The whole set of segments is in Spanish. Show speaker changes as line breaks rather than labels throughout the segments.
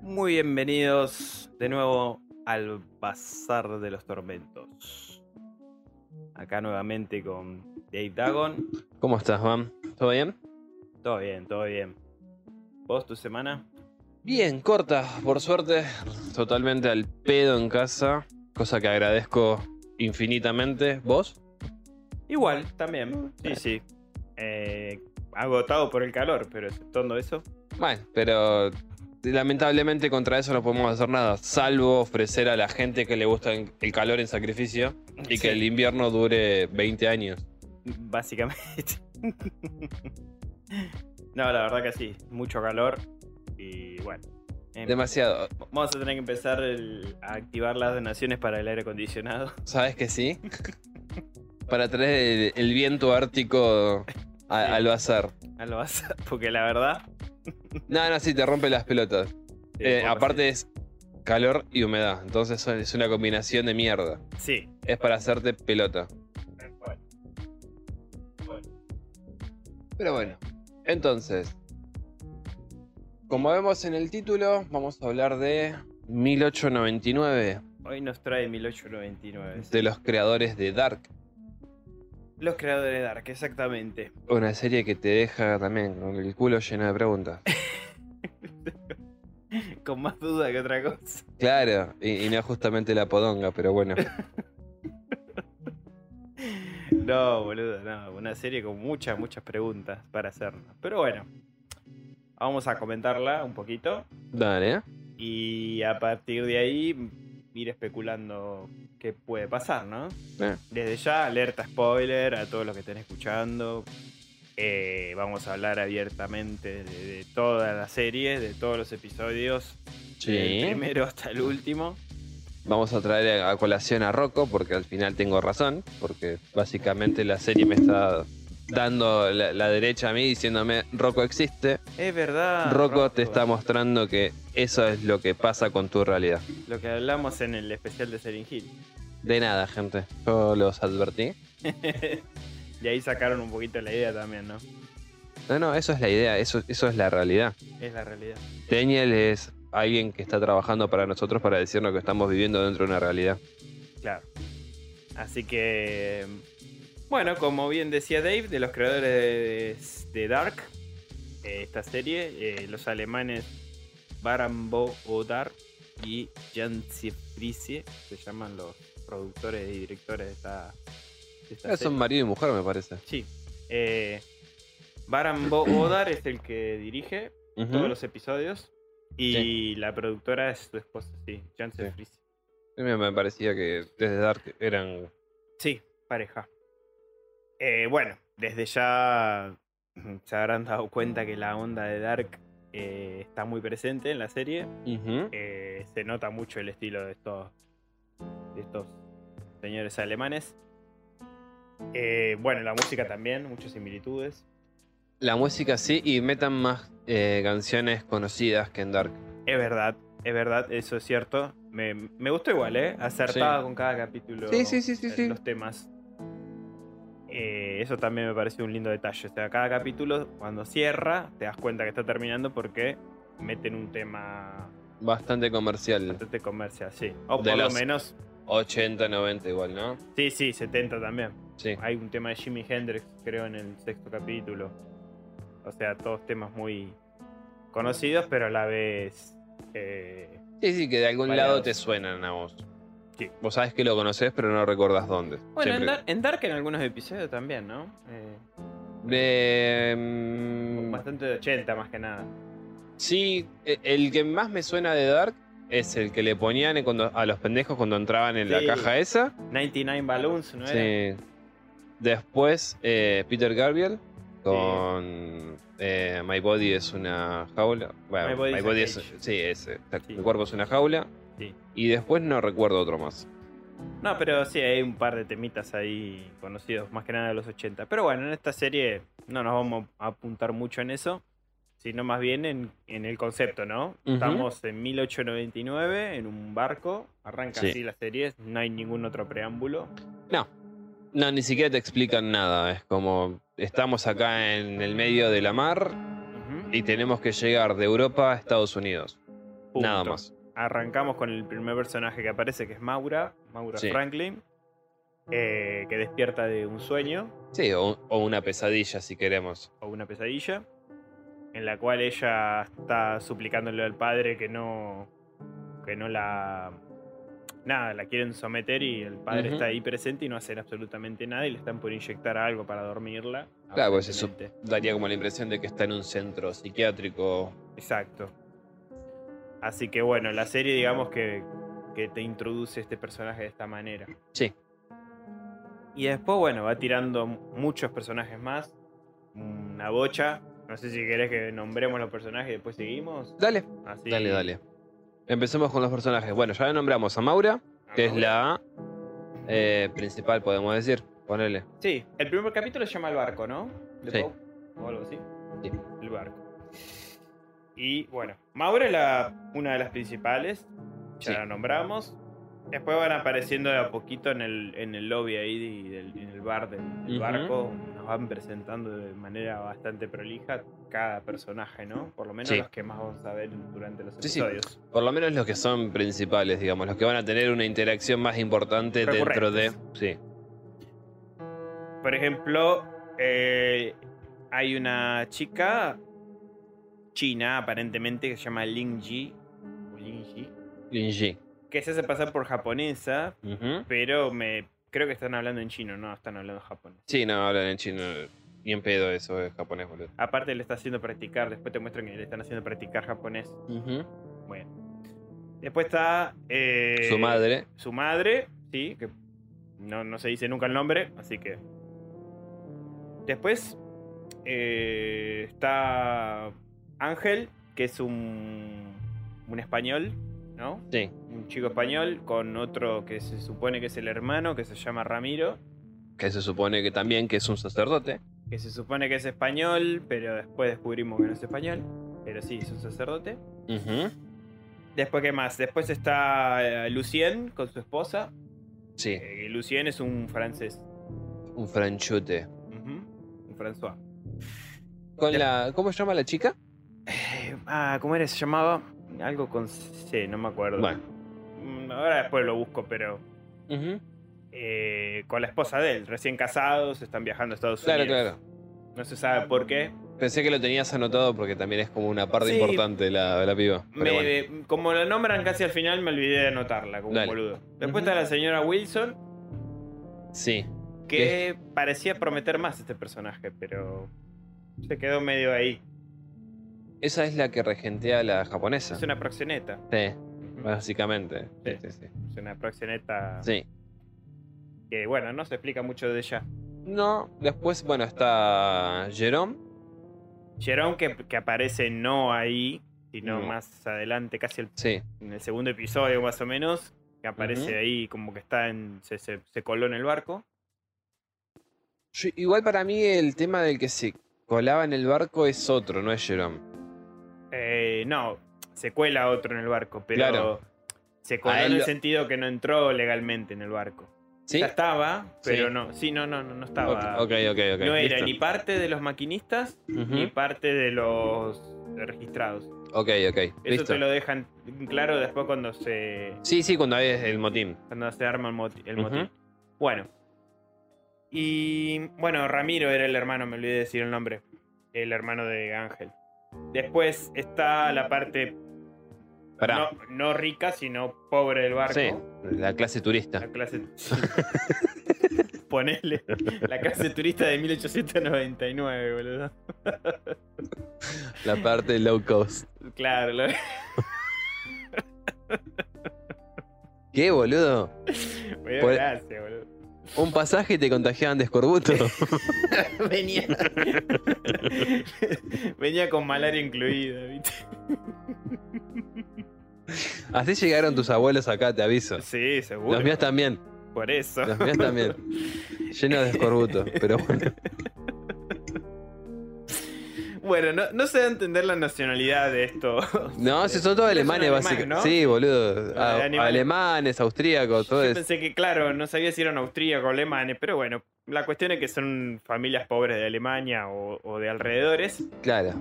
Muy bienvenidos de nuevo al Bazar de los Tormentos. Acá nuevamente con Dave Dagon.
¿Cómo estás, Juan? ¿Todo bien?
Todo bien, todo bien. ¿Vos tu semana?
Bien, corta, por suerte. Totalmente al pedo en casa, cosa que agradezco infinitamente. ¿Vos?
Igual, también. Sí, sí. Eh, agotado por el calor, pero exceptuando eso.
Bueno, pero lamentablemente contra eso no podemos hacer nada, salvo ofrecer a la gente que le gusta el calor en sacrificio y
Sí.
que el invierno dure 20 años.
Básicamente. no, la verdad que sí. Mucho calor. Y bueno. em,
Demasiado.
Vamos a tener que empezar el- a activar las donaciones para el aire acondicionado.
¿Sabes que sí? Para traer el, el viento ártico a-
Sí.
al bazar.
Al bazar, porque la verdad.
No, no, sí, te rompe las pelotas. Eh,
poco
aparte es calor y humedad, entonces son- es una combinación de mierda.
se- Sí.
Es para hacerte pelota. Pero bueno, entonces, como vemos en el título, vamos a hablar de 1899,
Hoy nos trae 1899.
de los creadores de Dark.
Los creadores de Dark, exactamente.
Una serie que te deja también con el culo lleno de preguntas.
Con más duda que otra cosa.
Claro, y, y no justamente la podonga, pero bueno.
No, boludo, no. Una serie con muchas, muchas preguntas para hacernos. Pero bueno. Vamos a comentarla un poquito.
Dale, ¿eh?
Y a partir de ahí ir especulando qué puede pasar, ¿no?
Eh.
Desde ya, alerta spoiler a todos los que estén escuchando. Eh, vamos a hablar abiertamente de, de toda la serie, de todos los episodios, del
Sí.
primero hasta el último.
Vamos a traer a a colación a Rocco porque al final tengo razón, porque básicamente la serie me está dando la, la derecha a mí diciéndome Rocco existe,
Es verdad.
Rocco te está mostrando que eso es lo que pasa con tu realidad.
Lo que hablamos en el especial de Serin Hill.
De nada, gente, yo los advertí.
De ahí sacaron un poquito la idea también, ¿no?
No, no, eso es la idea, eso, eso es la realidad.
Es la realidad.
Daniel es alguien que está trabajando para nosotros para decirnos que estamos viviendo dentro de una realidad.
Claro. Así que. Bueno, como bien decía Dave, de los creadores de, de Dark, eh, esta serie, eh, los alemanes Barambo Odar y Jan Friese se llaman los productores y directores de esta, de esta
Ah, Son marido y mujer, me parece.
Sí. Eh, Barambo Odar es el que dirige
Ujú.
todos los episodios y
Sí.
la productora es su esposa, sí, Jan
Sí.
Friese.
Me me parecía que desde Dark eran
Sí, pareja. Eh, bueno, desde ya se habrán dado cuenta que la onda de Dark eh, está muy presente en la serie.
Ujú.
Eh, se nota mucho el estilo de estos, de estos señores alemanes. Eh, bueno, la música también, muchas similitudes.
La música sí, y metan más eh, canciones conocidas que en Dark.
Es verdad, es verdad, eso es cierto. Me, me gustó igual, ¿eh? Acertaba
Sí.
con cada capítulo
Sí, sí, sí, sí,
eh,
sí.
los temas. Eh, eso también me pareció un lindo detalle. O sea, cada capítulo, cuando cierra, te das cuenta que está terminando porque meten un tema
Bastante comercial.
bastante comercial, sí. O
De
por lo
los-
menos,
80, 90 igual, ¿no?
sí, sí, 70 también.
Sí.
Hay un tema de Jimi Hendrix, creo, en el sexto capítulo. O sea, todos temas muy conocidos, pero a la vez. eh,
Sí, sí, que de algún
Variados.
lado te suenan a vos.
Sí.
Vos sabés que lo conocés, pero no recordás dónde.
Bueno, en,
Siempre.
Dar- en Dark en algunos episodios también, ¿no? Eh,
Eh, mm,
Bastante de 80 más que nada.
sí, e- el que más me suena de Dark es el que le ponían en cuando- a los pendejos cuando entraban en
Sí.
la caja esa.
99 Balloons, ¿no era?
Sí. Después, eh, Peter Gabriel con eh, My Body es una jaula. Bueno,
My
My
Body
Body,
is a
es.
cage.
Sí, ese. O sea,
Sí.
Mi cuerpo es una jaula.
Sí.
Y después no recuerdo otro más.
No, pero sí, hay un par de temitas ahí conocidos, más que nada de los 80. Pero bueno, en esta serie no nos vamos a apuntar mucho en eso, sino más bien en, en el concepto, ¿no?
Ujú.
Estamos en 1899, en un barco, arranca
Sí.
así la serie, no hay ningún otro preámbulo.
No. No, ni siquiera te explican nada. Es como. Estamos acá en el medio de la mar
Ujú.
y tenemos que llegar de Europa a Estados Unidos.
Punto.
Nada más.
Arrancamos con el primer personaje que aparece, que es Maura, Maura
Sí.
Franklin, eh, que despierta de un sueño
Sí, o, o una pesadilla si queremos.
o una pesadilla, en la cual ella está suplicándole al padre que no, que no la... Nada, la quieren someter y el padre
Ujú.
está ahí presente y no hacen absolutamente nada y le están por inyectar algo para dormirla.
Claro, pues se sup-
aparentemente.
Daría como la impresión de que está en un centro psiquiátrico.
Exacto. Así que bueno, la serie digamos que, que te introduce este personaje de esta manera.
Sí.
Y después, bueno, va tirando muchos personajes más. Una bocha. No sé si querés que nombremos los personajes y después seguimos.
Dale,
Así,
dale, dale. Empecemos con los personajes. Bueno, ya nombramos a Maura,
Ah,
que es
bueno.
la eh, principal, podemos decir. Ponele.
Sí, el primer capítulo se llama El Barco, ¿no? De
Sí.
Poe, O algo así.
Sí.
El Barco. Y bueno, Maura es la, una de las principales. Ya
Sí.
la nombramos. Después van apareciendo de a poquito en el, en el lobby ahí, de- del- en el bar del, del
Ujú.
barco. Nos van presentando de manera bastante prolija cada personaje, ¿no? Por lo menos
Sí.
los que más vamos a ver durante los
Sí, sí.
episodios.
Por lo menos los que son principales, digamos, los que van a tener una interacción más importante dentro de. Sí,
Por ejemplo, eh, hay una chica china, aparentemente, que se llama Ling Ji, o Ling Ji,
Lin Ji.
que se hace pasar por japonesa,
Ujú.
pero me creo que están hablando en chino, no están hablando en japonés.
Sí, no hablan en chino. Ni en pedo eso es japonés, boludo.
Aparte le está haciendo practicar, después te muestran que le están haciendo practicar japonés. Bueno. Después está... eh,
Su madre.
Su madre, sí, que no, no se dice nunca el nombre, así que... Después eh, está Ángel, que es un, un español, ¿no?
Sí.
Un chico español con otro que se supone que es el hermano, que se llama Ramiro,
Que se supone que también que es un sacerdote.
que se supone que es español, pero después descubrimos que no es español, pero sí, es un sacerdote.
Ujú.
Después, ¿qué más? Después está eh, Lucien con su esposa.
Sí,
Eh, Lucien es un francés.
un franchute.
Ujú, Un François.
Con la. ¿Cómo se llama la chica?
Eh, ah, ¿cómo era? Se llamaba algo con C, no me acuerdo.
Bueno.
Mm, Ahora después lo busco, pero
Ujú.
eh, con la esposa de él, recién casados, están viajando a Estados
Claro,
Unidos.
claro.
No se sabe por qué.
Pensé que lo tenías anotado porque también es como una parte
Sí.
importante la, la piba. Pero
Me-
bueno.
Como la nombran casi al final, me olvidé de anotarla como un
Dale.
boludo. Después
Ujú.
está la señora Wilson,
Sí.
que parecía prometer más este personaje, pero se quedó medio ahí.
Esa es la que regentea a la japonesa.
Es una proxeneta.
Ah, Sí,
Ujú.
básicamente. Sí,
Sí.
sí, sí.
Es una proxeneta
Sí.
que, bueno, no se explica mucho de ella.
No, después, bueno, está Jerome.
Jerome que, que aparece no ahí, sino
No.
más adelante, casi el-
Sí,
en el segundo episodio más o menos, que aparece
Ujú.
ahí como que está en, se, se- se coló en el barco.
Yo- igual para mí el tema del que se colaba en el barco es otro, no es Jerome.
Eh, no, se cuela otro en el barco, pero
Claro.
se coló
A él
en el
lo-
sentido que no entró legalmente en el barco.
¿Sí?
Ya estaba, pero
Sí.
no, sí, no, no, no, no estaba.
Ok, ok, ok.
No era
listo.
ni parte de los maquinistas
Ujú.
ni parte de los registrados.
Ok, ok.
Eso
Listo.
te lo dejan claro después cuando se,
Sí, sí, cuando es el motín.
cuando se arma el, moti- el
Ujú.
motín. Bueno. Y bueno, Ramiro era el hermano, me olvidé de decir el nombre. El hermano de Ángel. Después está la parte
Pará.
no, no rica, sino pobre del barco.
Sí, la clase turista.
La clase. Ponele. La clase turista de 1899, boludo.
La parte low cost.
Claro, lo-
¿Qué, boludo?
me dio
Pues-
gracia, boludo.
Un pasaje y te contagiaban de escorbuto.
Venía. Venía con malaria incluida, ¿viste?
Así llegaron tus abuelos acá, te aviso.
Sí, seguro.
Los míos también,
Por eso.
los míos también. Llenos de escorbuto, pero bueno.
Bueno, no, no se da a entender la nacionalidad de esto.
No, si son todos
Pero son
alemanes,
alemanes,
básicamente.
¿no?
Sí, boludo. A-
Alemanes.
alemanes, austríacos, todo
Yo
eso.
pensé que, claro, no sabía si eran austríacos o alemanes, pero bueno, la cuestión es que son familias pobres de Alemania o, o de alrededores
Claro.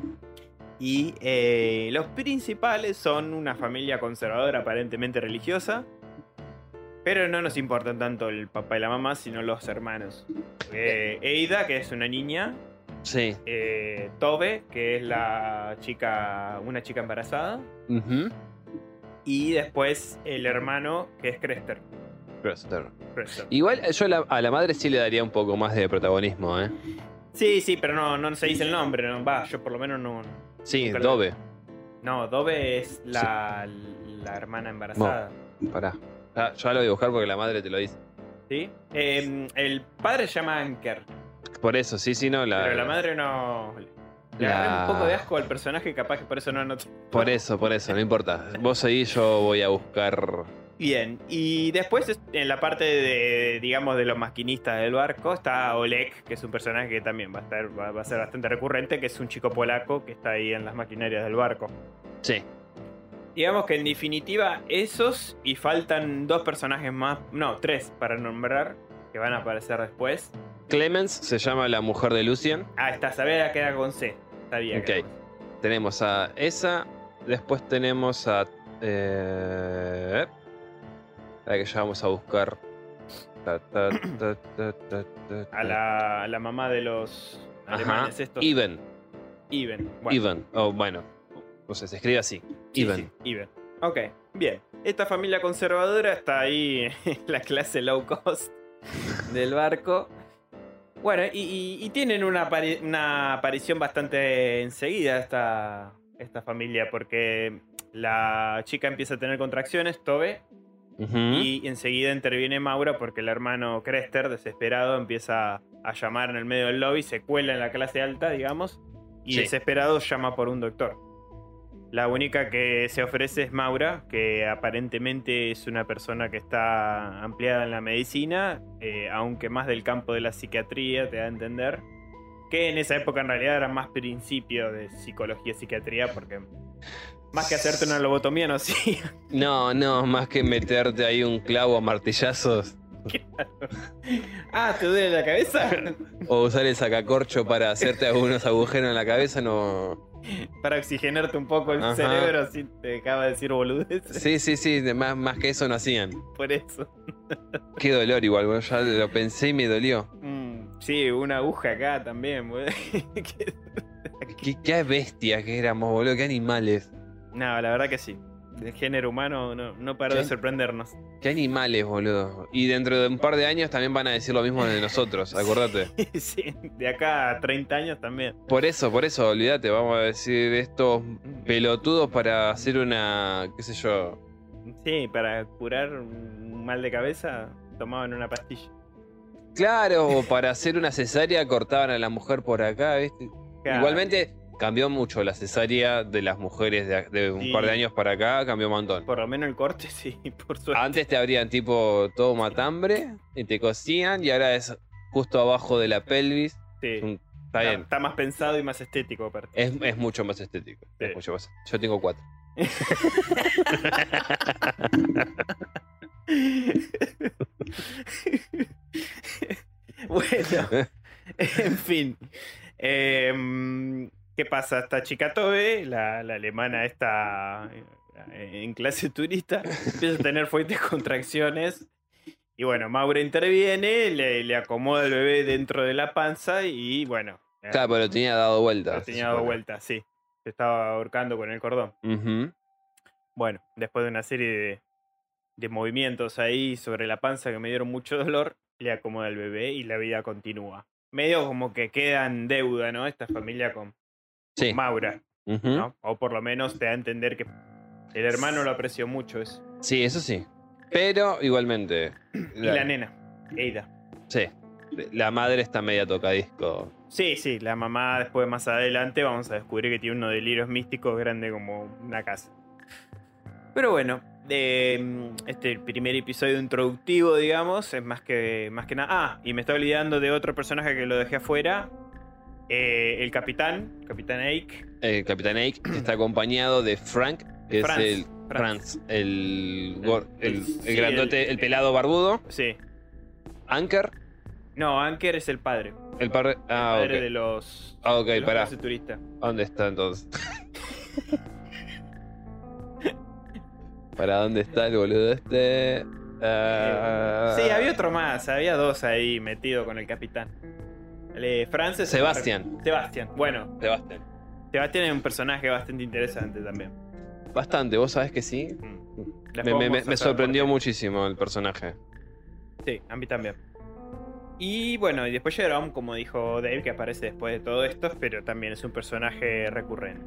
Y eh, los principales son una familia conservadora aparentemente religiosa. Pero no nos importan tanto el papá y la mamá, sino los hermanos. Eh, Eida, que es una niña.
Sí.
eh, Tobe, que es la chica. una chica embarazada.
Ujú.
Y después el hermano, que es Crester.
Crester.
Crester.
Igual eh, yo la- a la madre sí le daría un poco más de protagonismo, ¿eh?
Sí, sí, pero no, no se dice el nombre. no, Va, yo por lo menos no.
Sí,
Nunca la-
Dove.
No, Dove es la, la hermana embarazada.
Pará. Ya, ya lo voy a buscar porque la madre te lo dice.
¿Sí? Eh, el padre se llama Anker,
Por eso, sí, sí, no. La,
pero la madre no. Le
la-
agarré un poco de asco al personaje, capaz que por eso no noté.
Por eso, por eso, no importa. Vos seguís, yo voy a buscar.
Bien, y después es- en la parte de, digamos, de los maquinistas del barco está Oleg, que es un personaje que también va a, estar, va, va a ser bastante recurrente, que es un chico polaco que está ahí en las maquinarias del barco.
Sí.
Digamos que en definitiva esos y faltan dos personajes más, no, tres para nombrar, que van a aparecer después.
Clemens se llama la mujer de Lucien.
Ah, está, sabía que era con C. Sabía que era
Ok.
con C.
Tenemos a esa. Después tenemos a. Eh, la que ya vamos a buscar. Ta, ta, ta, ta, ta, ta,
A la, a la mamá de los
Ajá.
alemanes, estos.
Even.
Iben.
Even. Oh, bueno. No sé, se escribe así.
sí,
Even.
sí, Iben. Ok, bien. Esta familia conservadora está ahí en la clase low cost del barco. Bueno, y, y- y tienen una, apari- una aparición bastante enseguida esta, esta familia, porque la chica empieza a tener contracciones, Tobe,
Ujú.
Y enseguida interviene Maura porque el hermano Crester, desesperado, empieza a llamar en el medio del lobby, se cuela en la clase alta, digamos, y
Sí.
desesperado llama por un doctor. La única que se ofrece es Maura, que aparentemente es una persona que está ampliada en la medicina, eh, aunque más del campo de la psiquiatría, te da a entender. Que en esa época en realidad era más principio de psicología y psiquiatría, porque más que hacerte una lobotomía, no sí.
No, no, más que meterte ahí un clavo a martillazos
ah, ¿te duele la cabeza?
o usar el sacacorcho para hacerte algunos agujeros en la cabeza, no.
Para oxigenarte un poco el
Ajá.
cerebro, si te acaba de decir boludeces.
Sí, sí, sí, de más, más que eso no hacían.
Por eso.
Qué dolor igual, boludo, ya lo pensé y me dolió.
Mm, sí, una aguja acá también, boludo. Que-
Qué, qué bestias que éramos, boludo, qué animales.
no, la verdad que sí. El género humano no, no paró de
Sí.
sorprendernos.
Qué animales, boludo. Y dentro de un par de años también van a decir lo mismo de nosotros, acordate.
sí, de acá a 30 años también.
Por eso, por eso, olvídate, vamos a decir estos pelotudos para hacer una, qué sé yo,
Sí, para curar un mal de cabeza tomaban una pastilla.
Claro, o para hacer una cesárea cortaban a la mujer por acá, ¿viste?
Claro.
Igualmente cambió mucho la cesárea de las mujeres de, de un
Sí.
par de años para acá, cambió un montón.
Por lo menos el corte, sí, por suerte.
Antes te abrían tipo todo matambre y te cosían y ahora es justo abajo de la pelvis.
sí.
un- Está bien,
está más pensado y más estético, aparte.
es, es mucho más estético. es
Sí.
mucho más- Yo tengo cuatro. Eh.
bueno, en fin. Em, ¿Qué pasa? Esta chica Tobe, la, la alemana está en clase turista, empieza a tener fuertes contracciones. Y bueno, Maura interviene, le, le acomoda el bebé dentro de la panza y bueno, eh,
Claro, pero tenía dado vueltas.
lo tenía dado vuelta, sí. Se estaba ahorcando con el cordón. Bueno, después de una serie de, de movimientos ahí sobre la panza que me dieron mucho dolor, le acomoda el bebé y la vida continúa. Medio como que queda en deuda, ¿no? Esta familia con
Sí. ¿Mm?
Maura,
ujú.
¿no? O por lo menos te da a entender que el hermano lo apreció mucho eso.
Sí, eso sí. Pero igualmente.
Y la nena, Eida.
Sí. La madre está media tocadisco.
Sí, sí, la mamá después más adelante vamos a descubrir que tiene unos delirios místicos grande como una casa. Pero bueno, eh, este primer episodio introductivo, digamos, es más que, más que nada. Ah, y me está olvidando de otro personaje que lo dejé afuera. Eh, el capitán, Capitán Ake.
El Capitán Ake está acompañado de Frank, que
Franz,
es el
Franz.
Franz, el, gor- el, el
Sí,
grandote,
el-
el, pelado barbudo.
Sí.
Anker,
No, Anker es el padre.
el par. Ah,
padre
ok.
de los.
Ah, ok,
de los
pará.
clase turista.
¿Dónde está entonces? ¿Para dónde está el boludo este? Ah,
Sí, había otro más, había dos ahí metido con el capitán. El, eh, Frances.
Sebastián.
Sebastián. Bueno,
Sebastián.
Sebastián es un personaje bastante interesante también.
Bastante, vos sabés que sí.
Mm.
Me,
Después
me-
vamos
me
a hacer
sorprendió muchísimo el personaje.
Sí, a mí también. Y bueno, y después Jerome, como dijo Dave, que aparece después de todo esto, pero también es un personaje recurrente.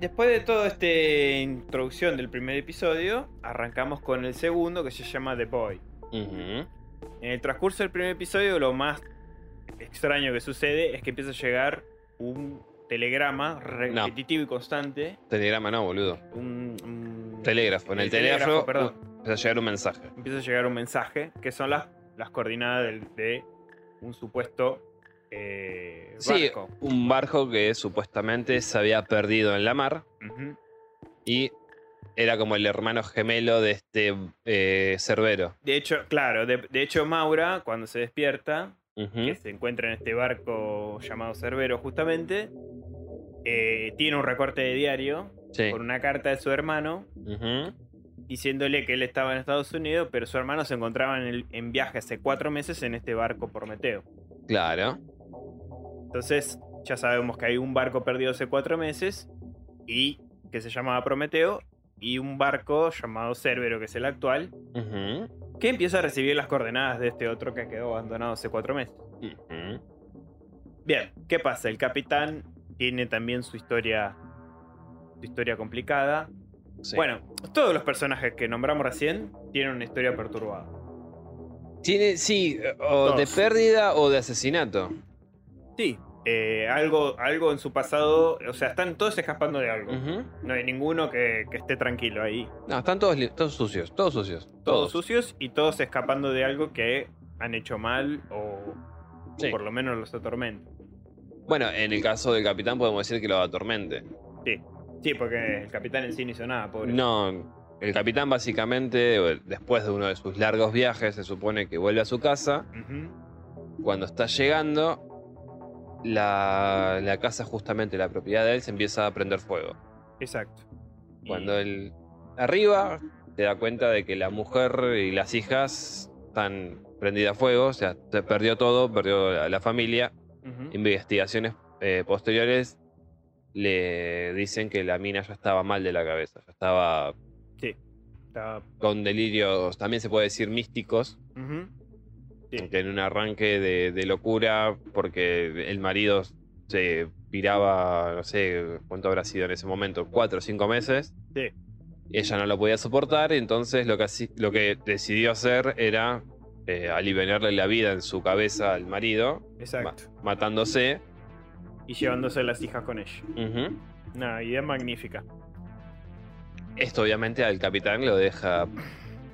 Después de toda esta introducción del primer episodio, arrancamos con el segundo que se llama The Boy.
Ujú.
En el transcurso del primer episodio, lo más extraño que sucede es que empieza a llegar un telegrama repetitivo y constante.
Telegrama no, boludo.
Un, un-
Telégrafo. En el, telégrafo, empieza a llegar un mensaje.
empieza a llegar un mensaje que son las, las coordenadas del- de un supuesto eh,
Sí,
barco.
un barco que supuestamente se había perdido en la mar
Ujú.
y era como el hermano gemelo de este eh, Cerbero.
De hecho, claro, de, de hecho Maura, cuando se despierta,
Ujú.
que se encuentra en este barco llamado Cerbero justamente, eh, tiene un recorte de diario
Sí.
con una carta de su hermano
Ujú.
diciéndole que él estaba en Estados Unidos, pero su hermano se encontraba en, el- en viaje hace cuatro meses en este barco Prometeo.
Claro.
Entonces, ya sabemos que hay un barco perdido hace cuatro meses y que se llamaba Prometeo y un barco llamado Cerbero, que es el actual,
Ujú.
que empieza a recibir las coordenadas de este otro que quedó abandonado hace cuatro meses.
Ujú.
Bien, ¿qué pasa? El capitán tiene también su historia, su historia complicada.
Sí.
Bueno, todos los personajes que nombramos recién tienen una historia perturbada.
Tiene, sí, o
Dos.
de pérdida o de asesinato.
Sí. eh, algo, algo en su pasado, o sea, están todos escapando de algo.
Ujú.
No hay ninguno que- que esté tranquilo ahí.
No, están todos, li- todos sucios, todos sucios.
todos
Todos.
sucios y todos escapando de algo que han hecho mal o
Sí.
por lo menos los atormenta.
Bueno, en el caso del capitán podemos decir que lo atormente.
Sí, porque el capitán en sí no hizo nada, pobre.
No, el capitán básicamente, después de uno de sus largos viajes, se supone que vuelve a su casa.
Ujú.
Cuando está llegando, la, la casa, justamente la propiedad de él, se empieza a prender fuego.
Exacto. Y-
Cuando él arriba, se da cuenta de que la mujer y las hijas están prendidas a fuego, o sea, se perdió todo, perdió la- la familia.
Ujú.
investigaciones eh, posteriores le dicen que la mina ya estaba mal de la cabeza, ya estaba
Sí. Estaba-
con delirios, también se puede decir místicos,
Ujú. Sí.
que en un arranque de, de locura, porque el marido se piraba, no sé cuánto habrá sido en ese momento, cuatro o cinco meses.
Sí.
Ella no lo podía soportar, y entonces lo que, haci- lo que decidió hacer era eh, aliviarle la vida en su cabeza al marido,
Exacto.
matándose.
Y llevándose las hijas con ella.
Ujú.
Una idea magnífica.
Esto obviamente al capitán lo deja.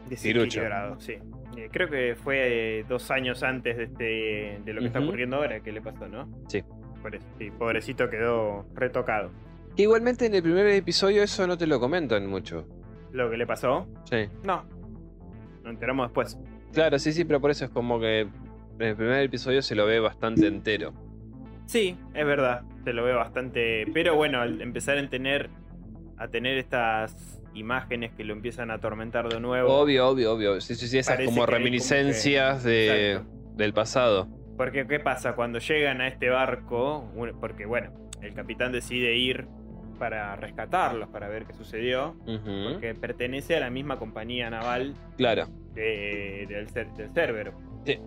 Desequilibrado, sí. Eh, creo que fue eh, dos años antes de, este, de lo que está
Ujú.
ocurriendo ahora que le pasó, ¿no?
Sí.
Por eso, sí, pobrecito quedó retocado.
Igualmente en el primer episodio eso no te lo comentan mucho.
Lo que le pasó,
Sí.
No. Nos enteramos después.
Claro, sí, sí, pero por eso es como que en el primer episodio se lo ve bastante entero.
Sí, es verdad. Se lo ve bastante. Pero bueno, al empezar a tener. a tener estas imágenes que lo empiezan a atormentar de nuevo.
Obvio, obvio, obvio. Sí, sí, sí, esas
Parece
como
que hay como
reminiscencias de, del pasado.
Porque qué pasa, cuando llegan a este barco, un- porque bueno, el capitán decide ir para rescatarlos, para ver qué sucedió.
Ujú.
Porque pertenece a la misma compañía naval
Claro.
de- del, Cer- del Cerbero.
Sí.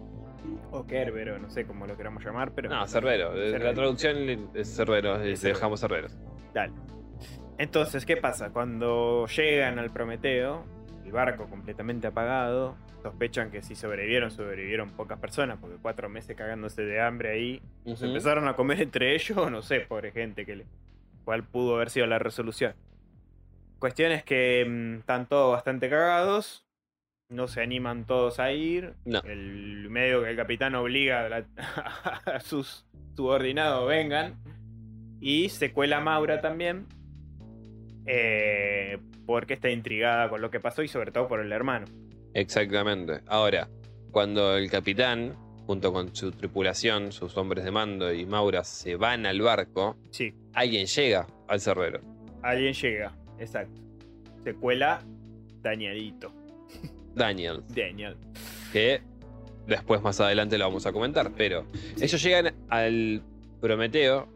O Kerbero, no sé cómo lo queramos llamar, pero.
No, Cerbero. Eh,
Cerbero.
La traducción es Cerbero. eh,
Es Cerbero.
Dejamos Cerberos.
Dale. Entonces, ¿qué pasa? Cuando llegan al Prometeo, el barco completamente apagado, sospechan que si sobrevivieron, sobrevivieron pocas personas, porque cuatro meses cagándose de hambre ahí, se
Ujú.
empezaron a comer entre ellos, no sé, pobre gente, que le, cuál pudo haber sido la resolución. Cuestión es que mm, están todos bastante cagados, no se animan todos a ir,
No.
el medio que el capitán obliga a, la- a sus subordinados vengan, y se cuela Maura también, eh, porque está intrigada con lo que pasó y sobre todo por el hermano.
Exactamente. Ahora, cuando el capitán, junto con su tripulación, sus hombres de mando y Maura se van al barco,
Sí,
alguien llega. al cerbero.
Alguien llega, exacto. Se cuela Danielito.
Daniel.
Daniel.
que después más adelante lo vamos a comentar, pero ellos llegan al Prometeo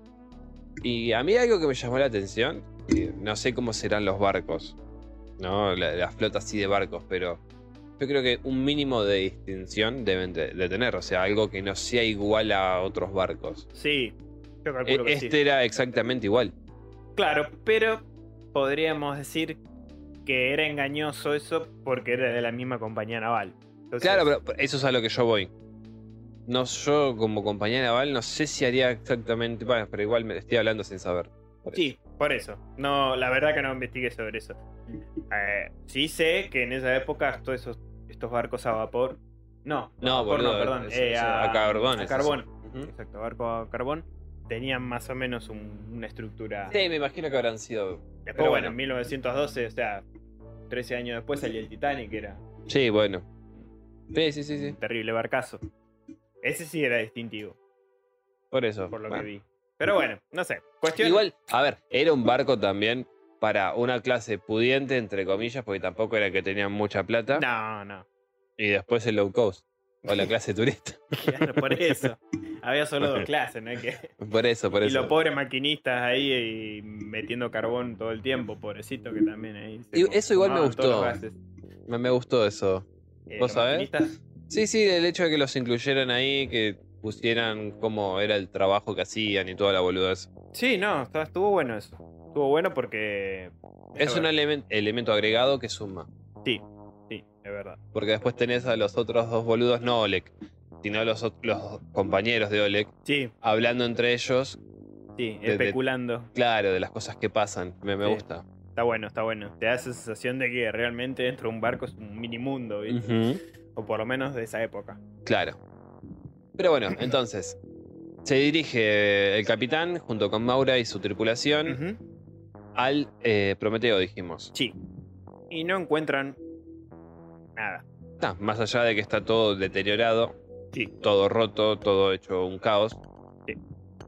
y a mí algo que me llamó la atención, que no sé cómo serán los barcos, ¿no? La- las flotas sí de barcos, pero yo creo que un mínimo de distinción deben de, de tener, o sea, algo que no sea igual a otros barcos.
Sí, yo
E-
calculo que
Este
sí.
era exactamente igual.
Claro, pero podríamos decir que era engañoso eso porque era de la misma compañía naval. Entonces,
Claro, pero pero eso es a lo que yo voy. No, yo como compañía naval no sé si haría exactamente, bueno, pero igual me estoy hablando sin saber. por eso.
Sí, por eso. No, la verdad que no investigué sobre eso. Eh, sí sé que en esa época todos esos, estos barcos a vapor. No, a
No,
vapor
boludo,
perdón.
es-
eh,
es-
a,
a carbón,
A
es
carbón.
Ujú.
Exacto, barco a carbón. Tenían más o menos un- una estructura.
Sí, me imagino que habrán sido.
Después,
pero
bueno,
bueno.
en 1912, o sea, 13 años después salió el Titanic, que era
Sí, bueno. Sí, sí, sí, sí.
un terrible barcazo. Ese sí era distintivo,
Por eso.
por lo
Bueno.
que vi. Pero bueno, no sé. Cuestión.
Igual, a ver, era un barco también para una clase pudiente, entre comillas, porque tampoco era que tenían mucha plata.
No, no.
Y después el low cost. O la clase turista.
Claro, por eso. Había solo dos clases, ¿no? Que...
Por eso, por
Y
eso.
los pobres maquinistas ahí y metiendo carbón todo el tiempo, pobrecito que también ahí. se
Y
fu-
eso igual me
fumaban todos
gustó.
los gases.
Me, me gustó eso.
Eh, los
¿Vos sabés?
maquinistas,
Sí, sí, el hecho de que los incluyeran ahí, que pusieran cómo era el trabajo que hacían y toda la boludez.
Sí, no, está- estuvo bueno eso. Estuvo bueno porque.
Es un
verdad,
elemen- elemento agregado que suma.
Sí, es verdad.
Porque después tenés a los otros dos boludos, no Oleg, sino los, ot- los compañeros de Oleg,
Sí,
hablando entre ellos,
sí,
de-
especulando.
claro, de las cosas que pasan. Me, me
Sí.
gusta.
Está bueno, está bueno. Te da esa sensación de que realmente dentro de un barco es un mini mundo, ¿viste?
Ujú,
O por lo menos de esa época.
Claro. Pero bueno, entonces, se dirige el capitán junto con Maura y su tripulación
Ujú.
al eh, Prometeo, dijimos.
Sí. Y no encuentran nada.
Está, Ah, más allá de que está todo deteriorado,
Sí.
todo roto, todo hecho un caos.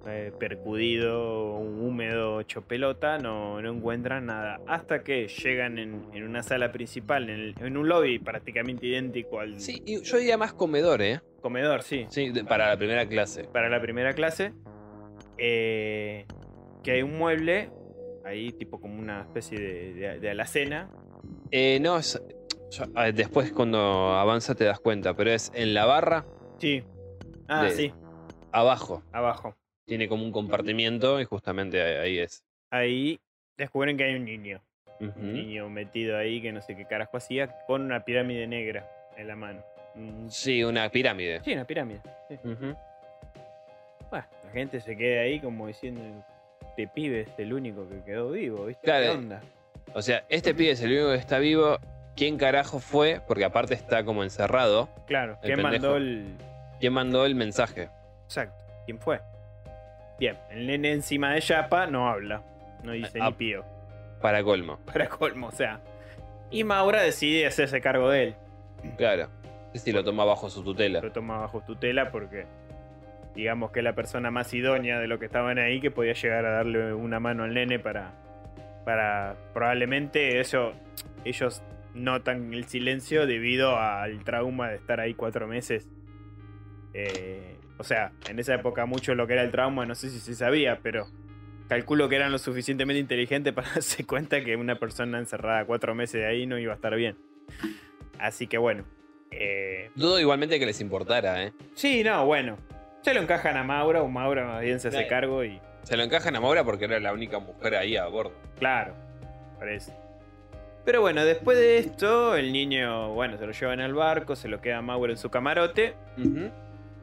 eh, percudido, húmedo, hecho pelota, no, no encuentran nada. Hasta que llegan en, en una sala principal, en, el- en un lobby prácticamente idéntico al
Sí, y yo diría más comedor, ¿eh?
comedor, sí,
Sí, de- para la primera clase.
para la primera clase, eh, que hay un mueble, ahí tipo como una especie de, de- de alacena.
Eh, no, es- yo- a ver, después cuando avanza te das cuenta, pero es en la barra
Sí. Ah,
De-
sí,
abajo.
abajo.
Tiene como un compartimiento y justamente ahí, ahí es.
Ahí descubren que hay un niño,
Ujú.
un niño metido ahí que no sé qué carajo hacía, con una pirámide negra en la mano. Un-
Sí, una pirámide.
Sí, una pirámide. sí.
Ujú.
Bueno, la gente se queda ahí como diciendo, este pibe es el único que quedó vivo, ¿viste?
Claro,
¿Qué
eh.
onda?
O sea, este pibe es el único que está vivo. ¿Quién carajo fue? Porque aparte está como encerrado.
Claro,
El
¿quién mandó
pendejo.
el...
¿Quién mandó el mensaje?
Exacto, ¿quién fue? Bien, el nene encima de Yapa no habla, no dice
Ah,
ni pío,
Para colmo.
para colmo, o sea. Y Maura decide hacerse cargo de él.
Claro. Sí, sí, lo toma bajo su tutela.
Lo toma bajo tutela porque digamos que es la persona más idónea de lo que estaban ahí que podía llegar a darle una mano al nene para para probablemente eso ellos notan el silencio debido al trauma de estar ahí cuatro meses Eh, o sea en esa época mucho lo que era el trauma no sé si se sabía pero calculo que eran lo suficientemente inteligentes para darse cuenta que una persona encerrada cuatro meses de ahí no iba a estar bien así que bueno eh,
Dudo igualmente que les importara, ¿eh?
Sí, no, bueno. Se lo encajan a Maura, o Maura más bien se hace
Claro.
cargo y.
Se lo encajan a Maura porque era la única mujer ahí a bordo.
Claro, parece. Pero bueno, después de esto, el niño, bueno, se lo llevan al barco, se lo queda a Maura en su camarote
Ujú.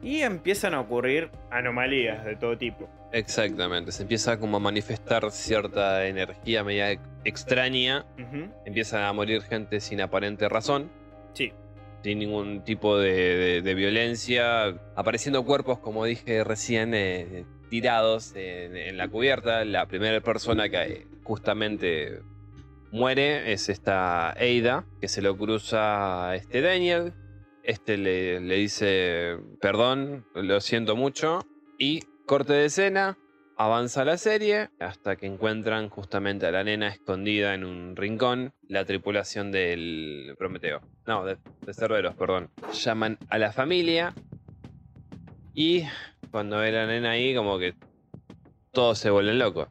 y empiezan a ocurrir anomalías de todo tipo.
Exactamente, se empieza como a manifestar cierta energía media ex- extraña,
Ujú,
empiezan a morir gente sin aparente razón,
Sí,
sin ningún tipo de, de- de violencia, apareciendo cuerpos, como dije recién, eh, tirados en, en la cubierta. La primera persona que eh, justamente muere es esta Ada, que se lo cruza a este Daniel. Este le, le dice, perdón, lo siento mucho. Y corte de escena, Avanza la serie hasta que encuentran justamente a la nena escondida en un rincón, la tripulación del Prometeo. No, de, de Cerberos, perdón. Llaman a la familia y cuando ve la nena ahí como que todos se vuelven locos.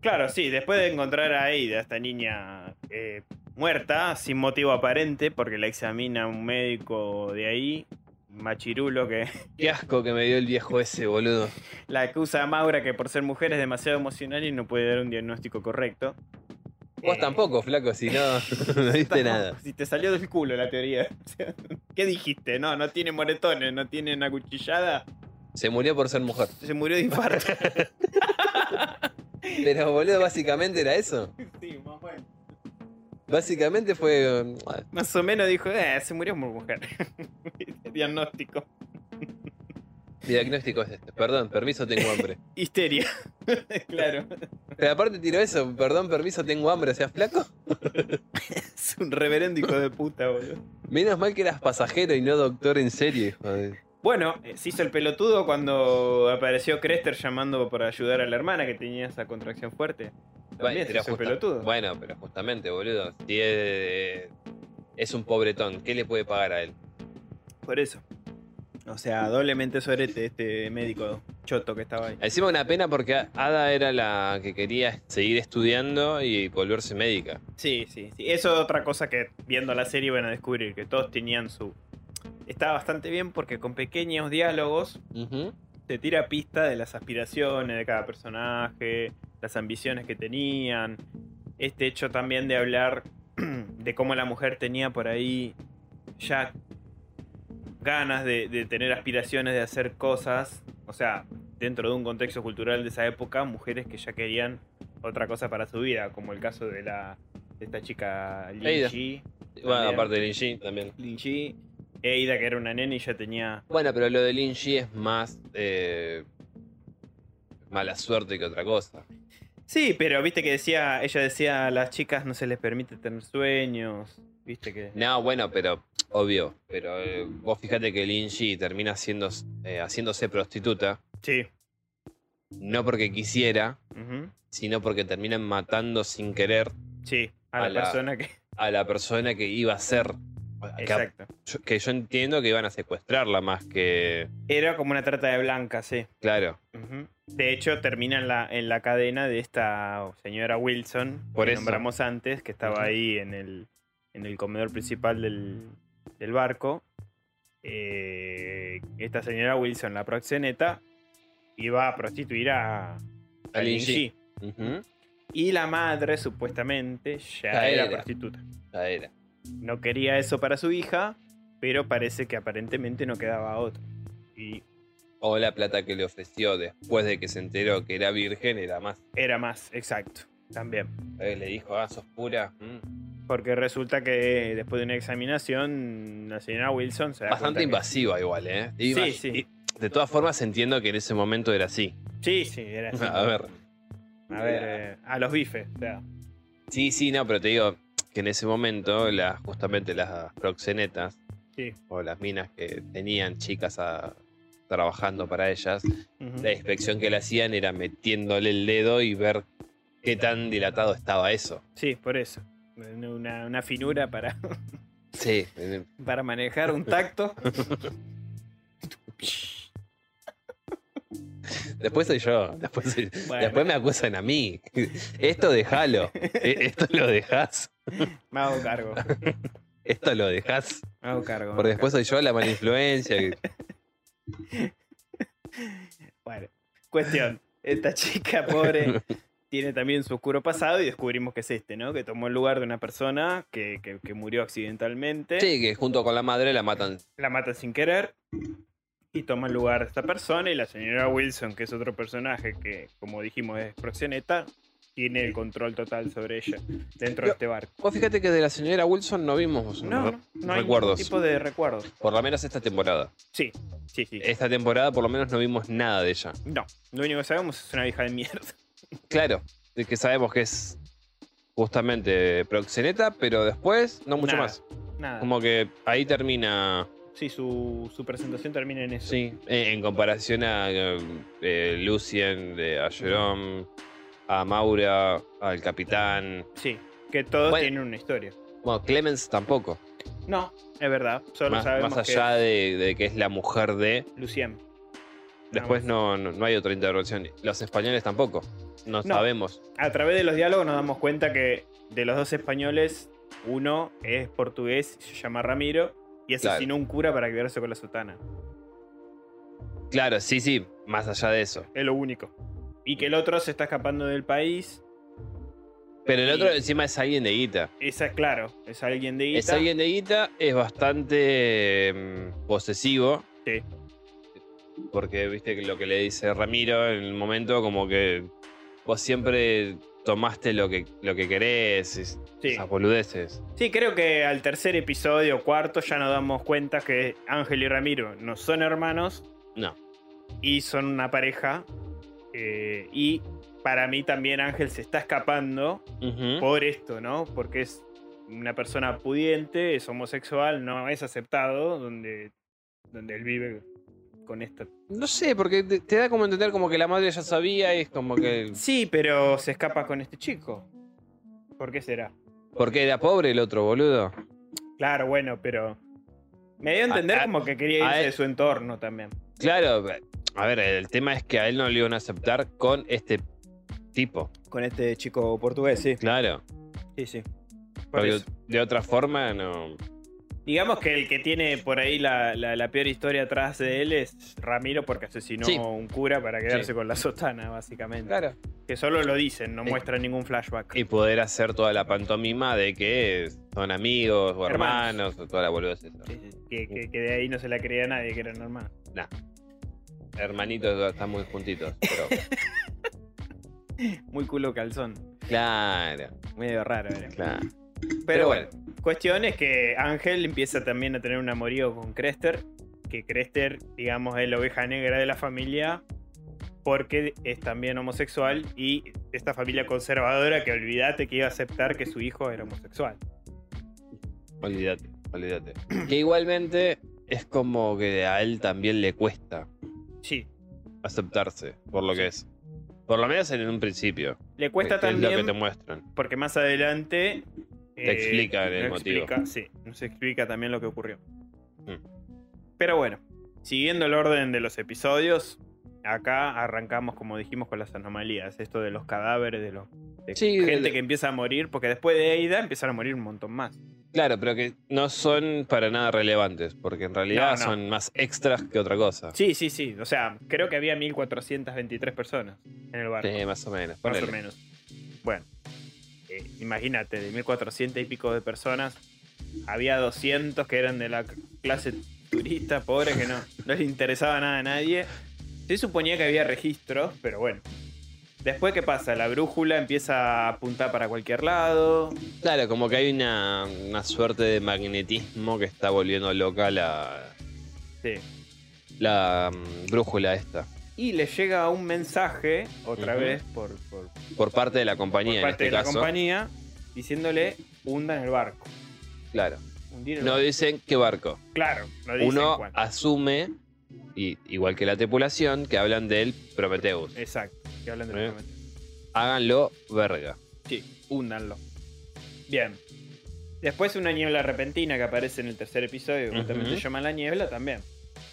Claro, sí, después de encontrar a Ada, esta niña eh, muerta, sin motivo aparente, porque la examina un médico de ahí, machirulo, que
Qué asco que me dio el viejo ese, boludo.
la acusa a Maura que por ser mujer es demasiado emocional y no puede dar un diagnóstico correcto.
Vos
Eh,
tampoco, flaco, si no, no viste nada.
Si te salió del culo la teoría. O sea, ¿Qué dijiste? No, no tiene moretones, no tiene una cuchillada.
Se murió por ser mujer.
Se murió de infarto.
Pero, boludo, básicamente era eso.
Sí, más, bueno.
Básicamente fue... um,
Más o menos dijo, eh, se murió por mujer. Diagnóstico.
Diagnóstico es este. Perdón, permiso, tengo hambre.
Histeria. claro.
Pero aparte tiró eso, perdón, permiso, tengo hambre, o sea, flaco.
Es un reverendo hijo de puta, boludo.
Menos mal que eras pasajero y no doctor en serio, hijo de-
Bueno, eh, se hizo el pelotudo cuando apareció Crester llamando para ayudar a la hermana que tenía esa contracción fuerte. También
Bueno,
se
pero
hizo el
justa-
pelotudo.
Bueno, pero justamente, boludo. Si es, es un pobretón, ¿qué le puede pagar a él?
Por eso. O sea, doblemente sorete este médico choto que estaba ahí.
Encima una pena porque Ada era la que quería seguir estudiando y volverse médica.
Sí, sí, sí. Eso es otra cosa que viendo la serie van a descubrir, que todos tenían su... Estaba bastante bien porque con pequeños diálogos te tira pista de las aspiraciones de cada personaje, las ambiciones que tenían, este hecho también de hablar de cómo la mujer tenía por ahí ya ganas de, de tener aspiraciones de hacer cosas, o sea, dentro de un contexto cultural de esa época, mujeres que ya querían otra cosa para su vida, como el caso de la de esta chica
Leida.
Lin Chi,
Bueno,
También.
aparte de Lin Shi también.
Lin Chi, Eida que era una nena y ya tenía
Bueno, pero lo de Lin Shi es más eh, mala suerte que otra cosa.
Sí, pero viste que decía, ella decía a las chicas no se les permite tener sueños, viste que...
No, bueno, pero obvio. Pero eh, vos fíjate que Lin Shi termina siendo, eh, haciéndose prostituta,
Sí.
no porque quisiera,
Ujú.
sino porque terminan matando sin querer
Sí, a la,
A la-
persona que...
a la persona que iba a ser. Que-
Exacto.
yo- que yo entiendo que iban a secuestrarla más que.
Era como una trata de blanca, sí.
Claro.
Ujú. De hecho, termina en la, en la cadena de esta señora Wilson,
Por
que
eso.
nombramos antes, que estaba
Ujú.
ahí en el, en el comedor principal del, del barco. Eh, esta señora Wilson, la proxeneta, iba a prostituir a, a
Lin
Lin
Shi.
Shi.
Ujú,
Y la madre, supuestamente, ya
Ya
era,
era.
prostituta.
ya era.
No quería eso para su hija, pero parece que aparentemente no quedaba otro. Y
O la plata que le ofreció después de que se enteró que era virgen era más.
era más, exacto, también.
Eh, Le dijo, ah, sos pura. mm".
Porque resulta que después de una examinación, la señora Wilson se da
Bastante
cuenta que-
invasiva igual, ¿eh?
Sí,
Iba-
sí.
y- de todas formas entiendo que en ese momento era así.
Sí, sí, era así.
A ver.
A ver, eh, a los bifes. o sea,
Sí, sí, no, pero te digo que en ese momento las, justamente las proxenetas
sí.
o las minas que tenían chicas a- trabajando para ellas,
Ujú.
la inspección que le hacían era metiéndole el dedo y ver qué tan dilatado estaba eso.
Sí, por eso. Una, una finura para,
Sí.
para manejar un tacto.
Después soy yo. Después, soy-
Bueno.
después me acusan a mí. Esto déjalo. E- Esto lo dejas.
Me hago cargo.
Esto lo dejas.
Me hago cargo. me
Porque
hago cargo.
después soy yo la mala influencia. que-
Bueno, cuestión. Esta chica pobre tiene también su oscuro pasado y descubrimos que es este, ¿no? Que tomó el lugar de una persona que, que- que murió accidentalmente.
Sí, que junto con la madre la matan.
La mata sin querer. Y toma el lugar de esta persona. Y la señora Wilson, que es otro personaje que, como dijimos, es proxeneta, tiene el control total sobre ella dentro de
Yo-
este barco.
Vos fíjate que de la señora Wilson no vimos
No, no, no hay ningún
recuerdos.
tipo de recuerdos.
Por lo menos esta temporada.
Sí, sí, sí.
Esta temporada por lo menos no vimos nada de ella.
No, lo único que sabemos es una vieja de mierda.
Claro, de que sabemos que es justamente proxeneta, pero después no mucho
Nada.
más.
Nada.
Como que ahí termina
Sí, su, su presentación termina en eso.
Sí, eh, en comparación a eh, eh, Lucien, de- a Jerome, a Maura, al Capitán.
Sí, que todos
Bueno.
tienen una historia.
Bueno, Clemens tampoco.
No, es verdad. Solo
Más,
sabemos
más allá de, de que es la mujer de.
que Lucien.
Después no, no, no hay otra intervención. Los españoles tampoco. No,
No.
sabemos.
A través de los diálogos nos damos cuenta que de los dos españoles, uno es portugués, se llama Ramiro, y
Claro.
asesinó a un cura para quedarse con la sotana.
Claro, sí, sí, más allá de eso.
Es lo único. Y que el otro se está escapando del país.
Pero el otro
Y-
encima es alguien de guita.
Esa, claro, es alguien de Ita.
Es alguien de guita, es bastante mm, posesivo.
Sí.
Porque viste que lo que le dice Ramiro en el momento, como que vos siempre tomaste lo que, lo que querés, es-
Sí.
esas boludeces.
Sí, creo que al tercer episodio cuarto ya nos damos cuenta que Ángel y Ramiro no son hermanos
No.
y son una pareja. eh, y para mí también Ángel se está escapando
Ujú.
por esto, ¿no? Porque es una persona pudiente, es homosexual, no es aceptado donde, donde él vive con esta.
No sé, porque te, te da como entender como que la madre ya sabía, y es como que.
Sí, pero se escapa con este chico. ¿Por qué será?
Porque era pobre el otro boludo.
Claro, bueno, pero me dio a entender
A- a-
como que quería
a
irse
él-
de su entorno también.
Claro, a ver, el tema es que a él no le iban a aceptar con este tipo.
Con este chico portugués, sí.
Claro.
Sí, sí. Por
Porque
eso.
de otra forma no.
Digamos que el que tiene por ahí la, la- la peor historia atrás de él es Ramiro porque asesinó
Sí.
a un cura para quedarse
Sí.
con la sotana, básicamente.
Claro.
Que solo lo dicen, no
Sí.
muestran ningún flashback.
Y poder hacer toda la pantomima de que son amigos o
Hermanos.
hermanos, o toda la boludez esa.
Sí, sí. Que, que- que de ahí no se la creía nadie, que era normal.
Hermanitos están muy juntitos, pero.
Muy culo calzón.
claro,
Medio raro era. Pero,
claro.
bueno, cuestión es que Ángel empieza también a tener un amorío con Crester. Que Crester, digamos, es la oveja negra de la familia. Porque es también homosexual. Y esta familia conservadora que olvídate que iba a aceptar que su hijo era homosexual.
Olvídate, olvídate. Que igualmente es como que a él también le cuesta
Sí.
aceptarse, por lo que es. Por lo menos en un principio.
Le cuesta
que es lo que
también
te muestran.
porque más adelante. eh,
Te explican el
nos
motivo.
explica- sí, nos explica también lo que ocurrió.
Mm.
Pero bueno, siguiendo el orden de los episodios, acá arrancamos, como dijimos, con las anomalías. Esto de los cadáveres, de los. de
Sí,
gente
de-
que empieza a morir, porque después de Aida empezaron a morir un montón más.
Claro, pero que no son para nada relevantes, porque en realidad
No, no.
son más extras que otra cosa.
Sí, sí, sí. O sea, creo que había 1423 personas en el barrio.
Sí, más o menos.
más
ponele.
o menos. Bueno, eh, imagínate, de 1400 y pico de personas, había 200 que eran de la clase turista, pobre, que no, no les interesaba nada a nadie. Se suponía que había registros, pero bueno. Después, ¿qué pasa? La brújula empieza a apuntar para cualquier lado.
Claro, como que hay una, una suerte de magnetismo que está volviendo loca la,
Sí.
la mm, brújula esta.
Y le llega un mensaje, otra
Ujú.
vez, por, por-
Por parte de la
por
compañía,
parte de
en este
la
caso.
compañía, diciéndole, hundan el barco.
Claro.
Hundir el
No
barco.
dicen qué barco.
Claro, no dicen
Uno
cuál.
asume, y, igual que la tripulación, que hablan del Prometheus.
Exacto, que hablan de
Eh.
los
Háganlo verga.
Sí, úndanlo. Bien. Después una niebla repentina que aparece en el tercer episodio, que justamente
Ujú.
se llama la niebla también.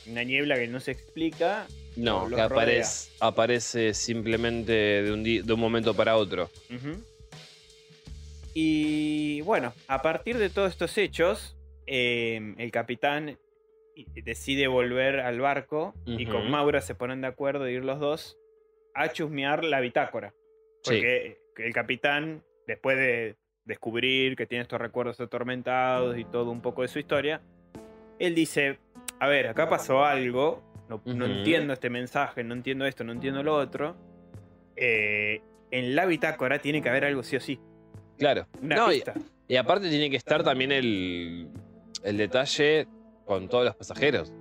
Una niebla que no se explica.
No,
Los
que
rodea.
aparece, aparece simplemente de un, di- de un momento para otro.
Ujú. Y bueno, a partir de todos estos hechos, eh, el capitán decide volver al barco y
Ujú.
con Maura se ponen de acuerdo de ir los dos a chusmear la bitácora. Porque el capitán, después de descubrir que tiene estos recuerdos atormentados y todo un poco de su historia, él dice, a ver, acá pasó algo, no, no
Ujú.
entiendo este mensaje, no entiendo esto, no entiendo lo otro. Eh, en la bitácora tiene que haber algo sí o sí.
Sí, claro.
Una
No, y-
pista.
Y aparte tiene que estar también el, el detalle con todos los pasajeros.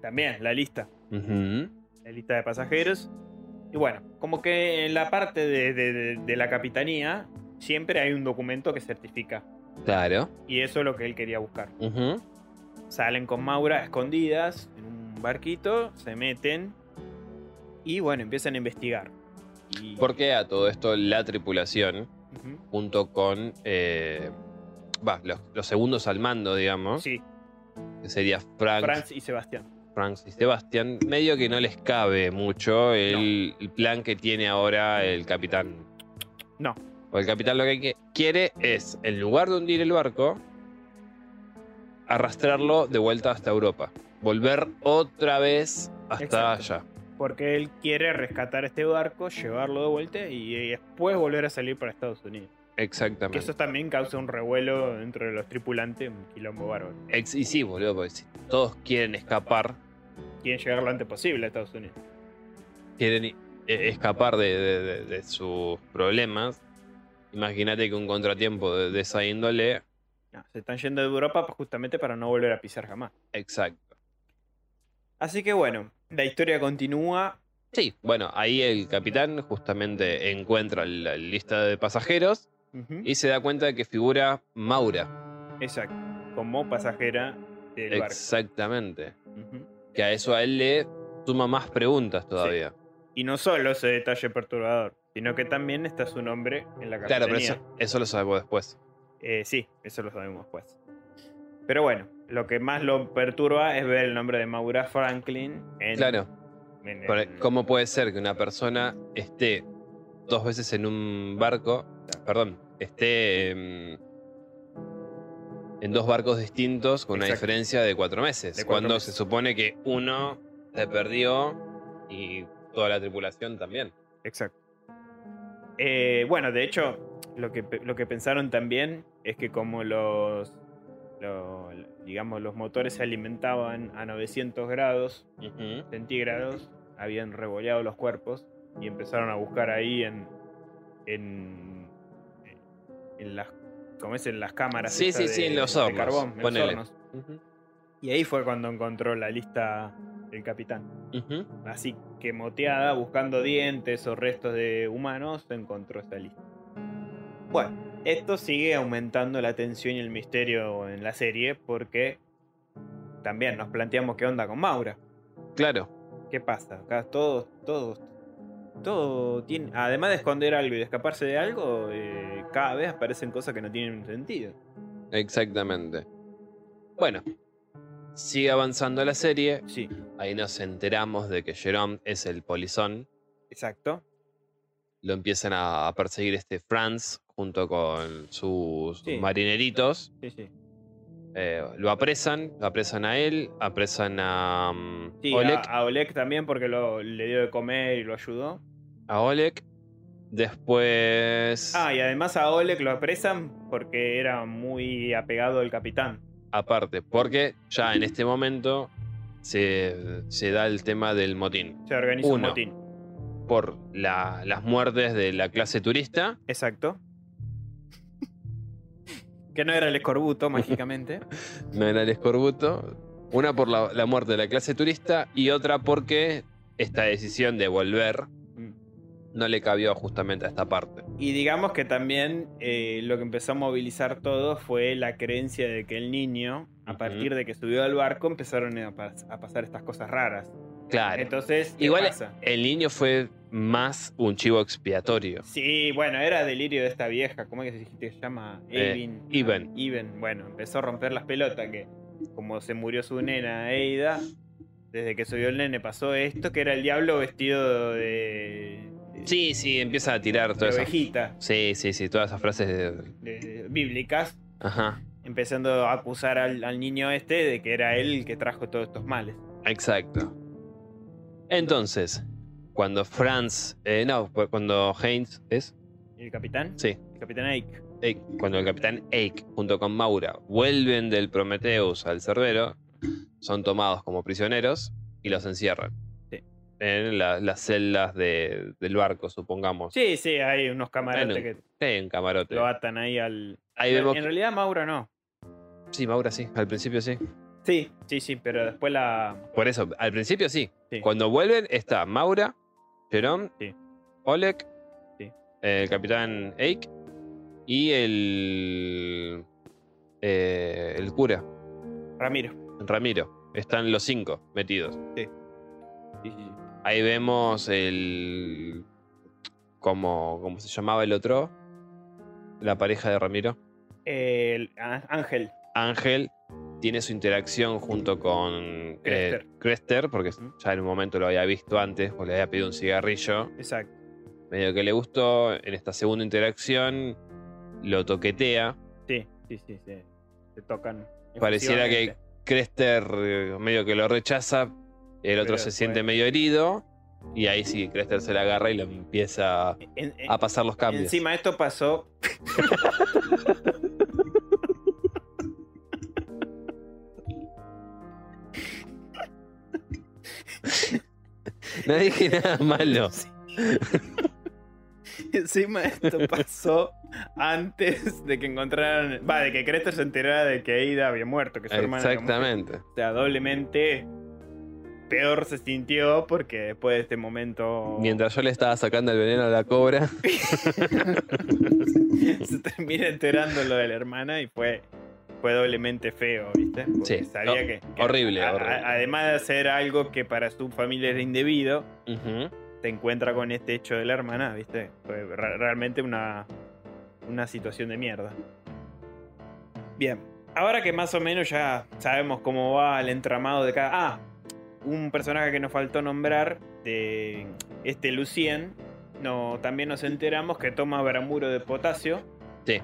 También, la lista.
Ujú.
La lista de pasajeros. Y bueno, como que en la parte de- de- de- de la capitanía siempre hay un documento que certifica.
Claro.
Y eso es lo que él quería buscar. Salen con Maura escondidas en un barquito, se meten y bueno, empiezan a investigar. Y-
Porque a todo esto la tripulación,
Ujú.
junto con eh, va, los, los segundos al mando, digamos,
Sí,
que sería Frank,
Franz y Sebastián.
Franz y Sebastián, medio que no les cabe mucho el, el plan que tiene ahora el capitán.
No.
O el capitán lo que qui- quiere es, en lugar de hundir el barco, arrastrarlo de vuelta hasta Europa. Volver otra vez hasta
Exacto.
allá.
Porque él quiere rescatar este barco, llevarlo de vuelta y, y después volver a salir para Estados Unidos. Que
Exactamente.
eso también causa un revuelo dentro de los tripulantes, un quilombo bárbaro.
Ex- y sí, boludo, porque si todos quieren escapar,
Quieren llegar lo antes posible a Estados Unidos.
quieren eh, escapar de, de- de- de sus problemas, imagínate que un contratiempo de, de esa índole.
No, se están yendo de Europa pa- justamente para no volver a pisar jamás.
Exacto.
Así que bueno, la historia continúa.
Sí, bueno, ahí el capitán justamente encuentra la lista de pasajeros
Ujú.
y se da cuenta de que figura Maura.
Exacto. Como pasajera del
Exactamente.
barco. Ujú.
Que a eso a él le suma más preguntas todavía.
Y no solo ese detalle perturbador, sino que también está su nombre en la capitanía.
Claro, pero eso, eso lo sabemos después.
Eh, sí, eso lo sabemos pues. Pero bueno, lo que más lo perturba es ver el nombre de Maura Franklin en,
Claro.
en
Por- e-
el-
¿Cómo puede ser que una persona esté dos veces en un barco, perdón, esté em, en dos barcos distintos con una
Exacto.
diferencia de cuatro meses?
De cuatro
cuando se
meses.
supone que uno se perdió y toda la tripulación también.
Exacto. Eh, bueno, de hecho, lo que, pe- lo que pensaron también es que como los, lo- digamos, los motores se alimentaban a 900 grados centígrados, habían revoleado los cuerpos y empezaron a buscar ahí en, en, en las, ¿cómo es? En las cámaras.
Sí,
esas
sí, sí, en los
de
hornos,
carbón, en los
ponele.
hornos. Y ahí fue cuando encontró la lista del capitán. Así que moteada, buscando dientes o restos de humanos, encontró esta lista. Bueno, esto sigue aumentando la tensión y el misterio en la serie porque también nos planteamos qué onda con Maura.
Claro,
¿Qué pasa? Acá todo, todo, todo tiene... Además de esconder algo y de escaparse de algo, eh, cada vez aparecen cosas que no tienen sentido.
exactamente. Bueno, sigue avanzando la serie.
Sí,
Ahí nos enteramos de que Jerome es el polizón.
exacto.
lo empiezan a, a perseguir este Franz junto con sus
Sí.
marineritos.
Sí, sí.
Eh, lo apresan, lo apresan a él, apresan a mm,
Sí,
Oleg,
A, a Oleg también porque lo, le dio de comer y lo ayudó.
a Oleg. Después,
Ah, y además a Oleg lo apresan porque era muy apegado al capitán.
aparte, porque ya en este momento se, se da el tema del motín
Se organizó
Uno.
un motín.
por la- las muertes de la clase turista.
Exacto. que no era el escorbuto, mágicamente.
No era el escorbuto. Una por la, la muerte de la clase turista y otra porque esta decisión de volver
Mm.
no le cabió justamente a esta parte.
Y digamos que también eh, lo que empezó a movilizar todo fue la creencia de que el niño, a
Ujú.
partir de que subió al barco, empezaron a, pas- a pasar estas cosas raras.
Claro.
Entonces, ¿qué
Igual- e
pasa?
el niño fue más un chivo expiatorio.
Sí, bueno, era delirio de esta vieja, ¿cómo es que se dijiste que se llama?
Eh,
Evin.
Even.
Even, bueno, empezó a romper las pelotas que como se murió su nena Eida, desde que subió el nene pasó esto, que era el diablo vestido de, de-
Sí, sí, empieza a tirar
de
todo eso.
ovejita,
Sí, sí, sí, todas esas frases de...
de- bíblicas,
Ajá,
empezando a acusar al, al niño este de que era él el que trajo todos estos males.
exacto. Entonces, cuando Franz... eh, no, cu- cuando Heinz es...
¿El capitán?
Sí,
El capitán Ike.
Ake, cuando el capitán Ake junto con Maura vuelven del Prometheus al Cerbero, son tomados como prisioneros y los encierran.
Sí.
En la- las celdas de- del barco, supongamos.
Sí, sí, hay unos camarotes
Bueno, en
que
camarote.
lo atan ahí al...
Ahí
En,
vemos.
en realidad Mauro no.
Sí, Maura sí, al principio sí.
Sí, sí, sí, pero después la...
Por eso, al principio sí.
Sí.
Cuando vuelven está Maura, Jerome,
Sí.
Oleg,
Sí.
el capitán Ake y el. eh, el cura,
Ramiro.
Ramiro. Están los cinco metidos. Ahí vemos el. Como, ¿Cómo se llamaba el otro? La pareja de Ramiro.
El Á- Ángel.
Ángel tiene su interacción junto con eh,
Crester.
Crester, porque ya en un momento lo había visto antes, o le había pedido un cigarrillo.
Exacto.
Medio que le gustó. En esta segunda interacción lo toquetea.
Sí, sí, sí, sí. Se tocan.
Pareciera que Crester eh, medio que lo rechaza, el otro
Pero
se
después-
siente medio herido, y ahí sí Crester se la agarra y lo empieza a-
efusivamente. En- en-
a pasar los cambios.
Encima esto pasó.
No dije nada malo.
Encima esto pasó antes de que encontraran. Va, de que Crester se enterara de que Aida había muerto, que su hermana había muerto.
Exactamente.
O sea, doblemente peor se sintió porque después de este momento
Mientras yo le estaba sacando el veneno a la cobra,
se termina enterando lo de la hermana y fue, fue doblemente feo, ¿viste? Porque
Sí,
sabía
no,
que, que
horrible,
a-
horrible.
a- además de hacer algo que para su familia era indebido,
Ujú.
te encuentra con este hecho de la hermana, ¿viste? Fue re- realmente una, una situación de mierda. Bien, ahora que más o menos ya sabemos cómo va el entramado de cada... Ah, un personaje que nos faltó nombrar, de este Lucien, no, también nos enteramos que toma bramuro de potasio.
Sí.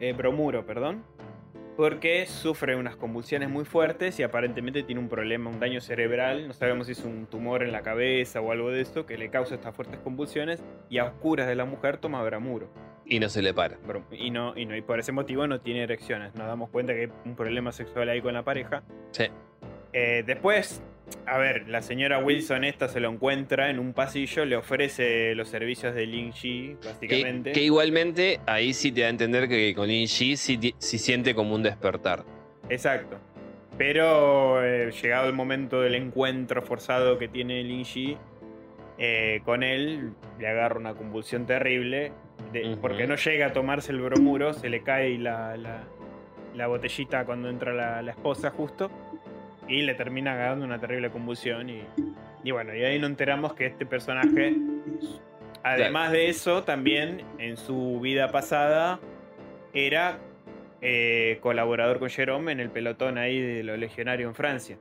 Eh, bromuro, perdón. Porque sufre unas convulsiones muy fuertes y aparentemente tiene un problema, un daño cerebral. No sabemos si es un tumor en la cabeza o algo de eso que le causa estas fuertes convulsiones. Y a oscuras de la mujer toma bramuro.
y no se le para.
Brom- Y, no, y, no, y por ese motivo no tiene erecciones. Nos damos cuenta que hay un problema sexual ahí con la pareja.
Sí.
Eh, después, a ver, la señora Wilson esta se lo encuentra en un pasillo, le ofrece los servicios de Lin Shi,
Que,
básicamente.
que igualmente ahí sí te da a entender que con Inji sí, ti- sí siente como un despertar.
Exacto. Pero eh, llegado el momento del encuentro forzado que tiene Lin Shi eh, con él, le agarra una convulsión terrible. de-
Ujú.
Porque no llega a tomarse el bromuro, se le cae la, la- la botellita cuando entra la, la esposa justo. Y le termina agarrando una terrible convulsión. Y, y bueno, y ahí nos enteramos que este personaje, además de eso, también en su vida pasada era eh, colaborador con Jerome en el pelotón ahí de los legionarios en Francia.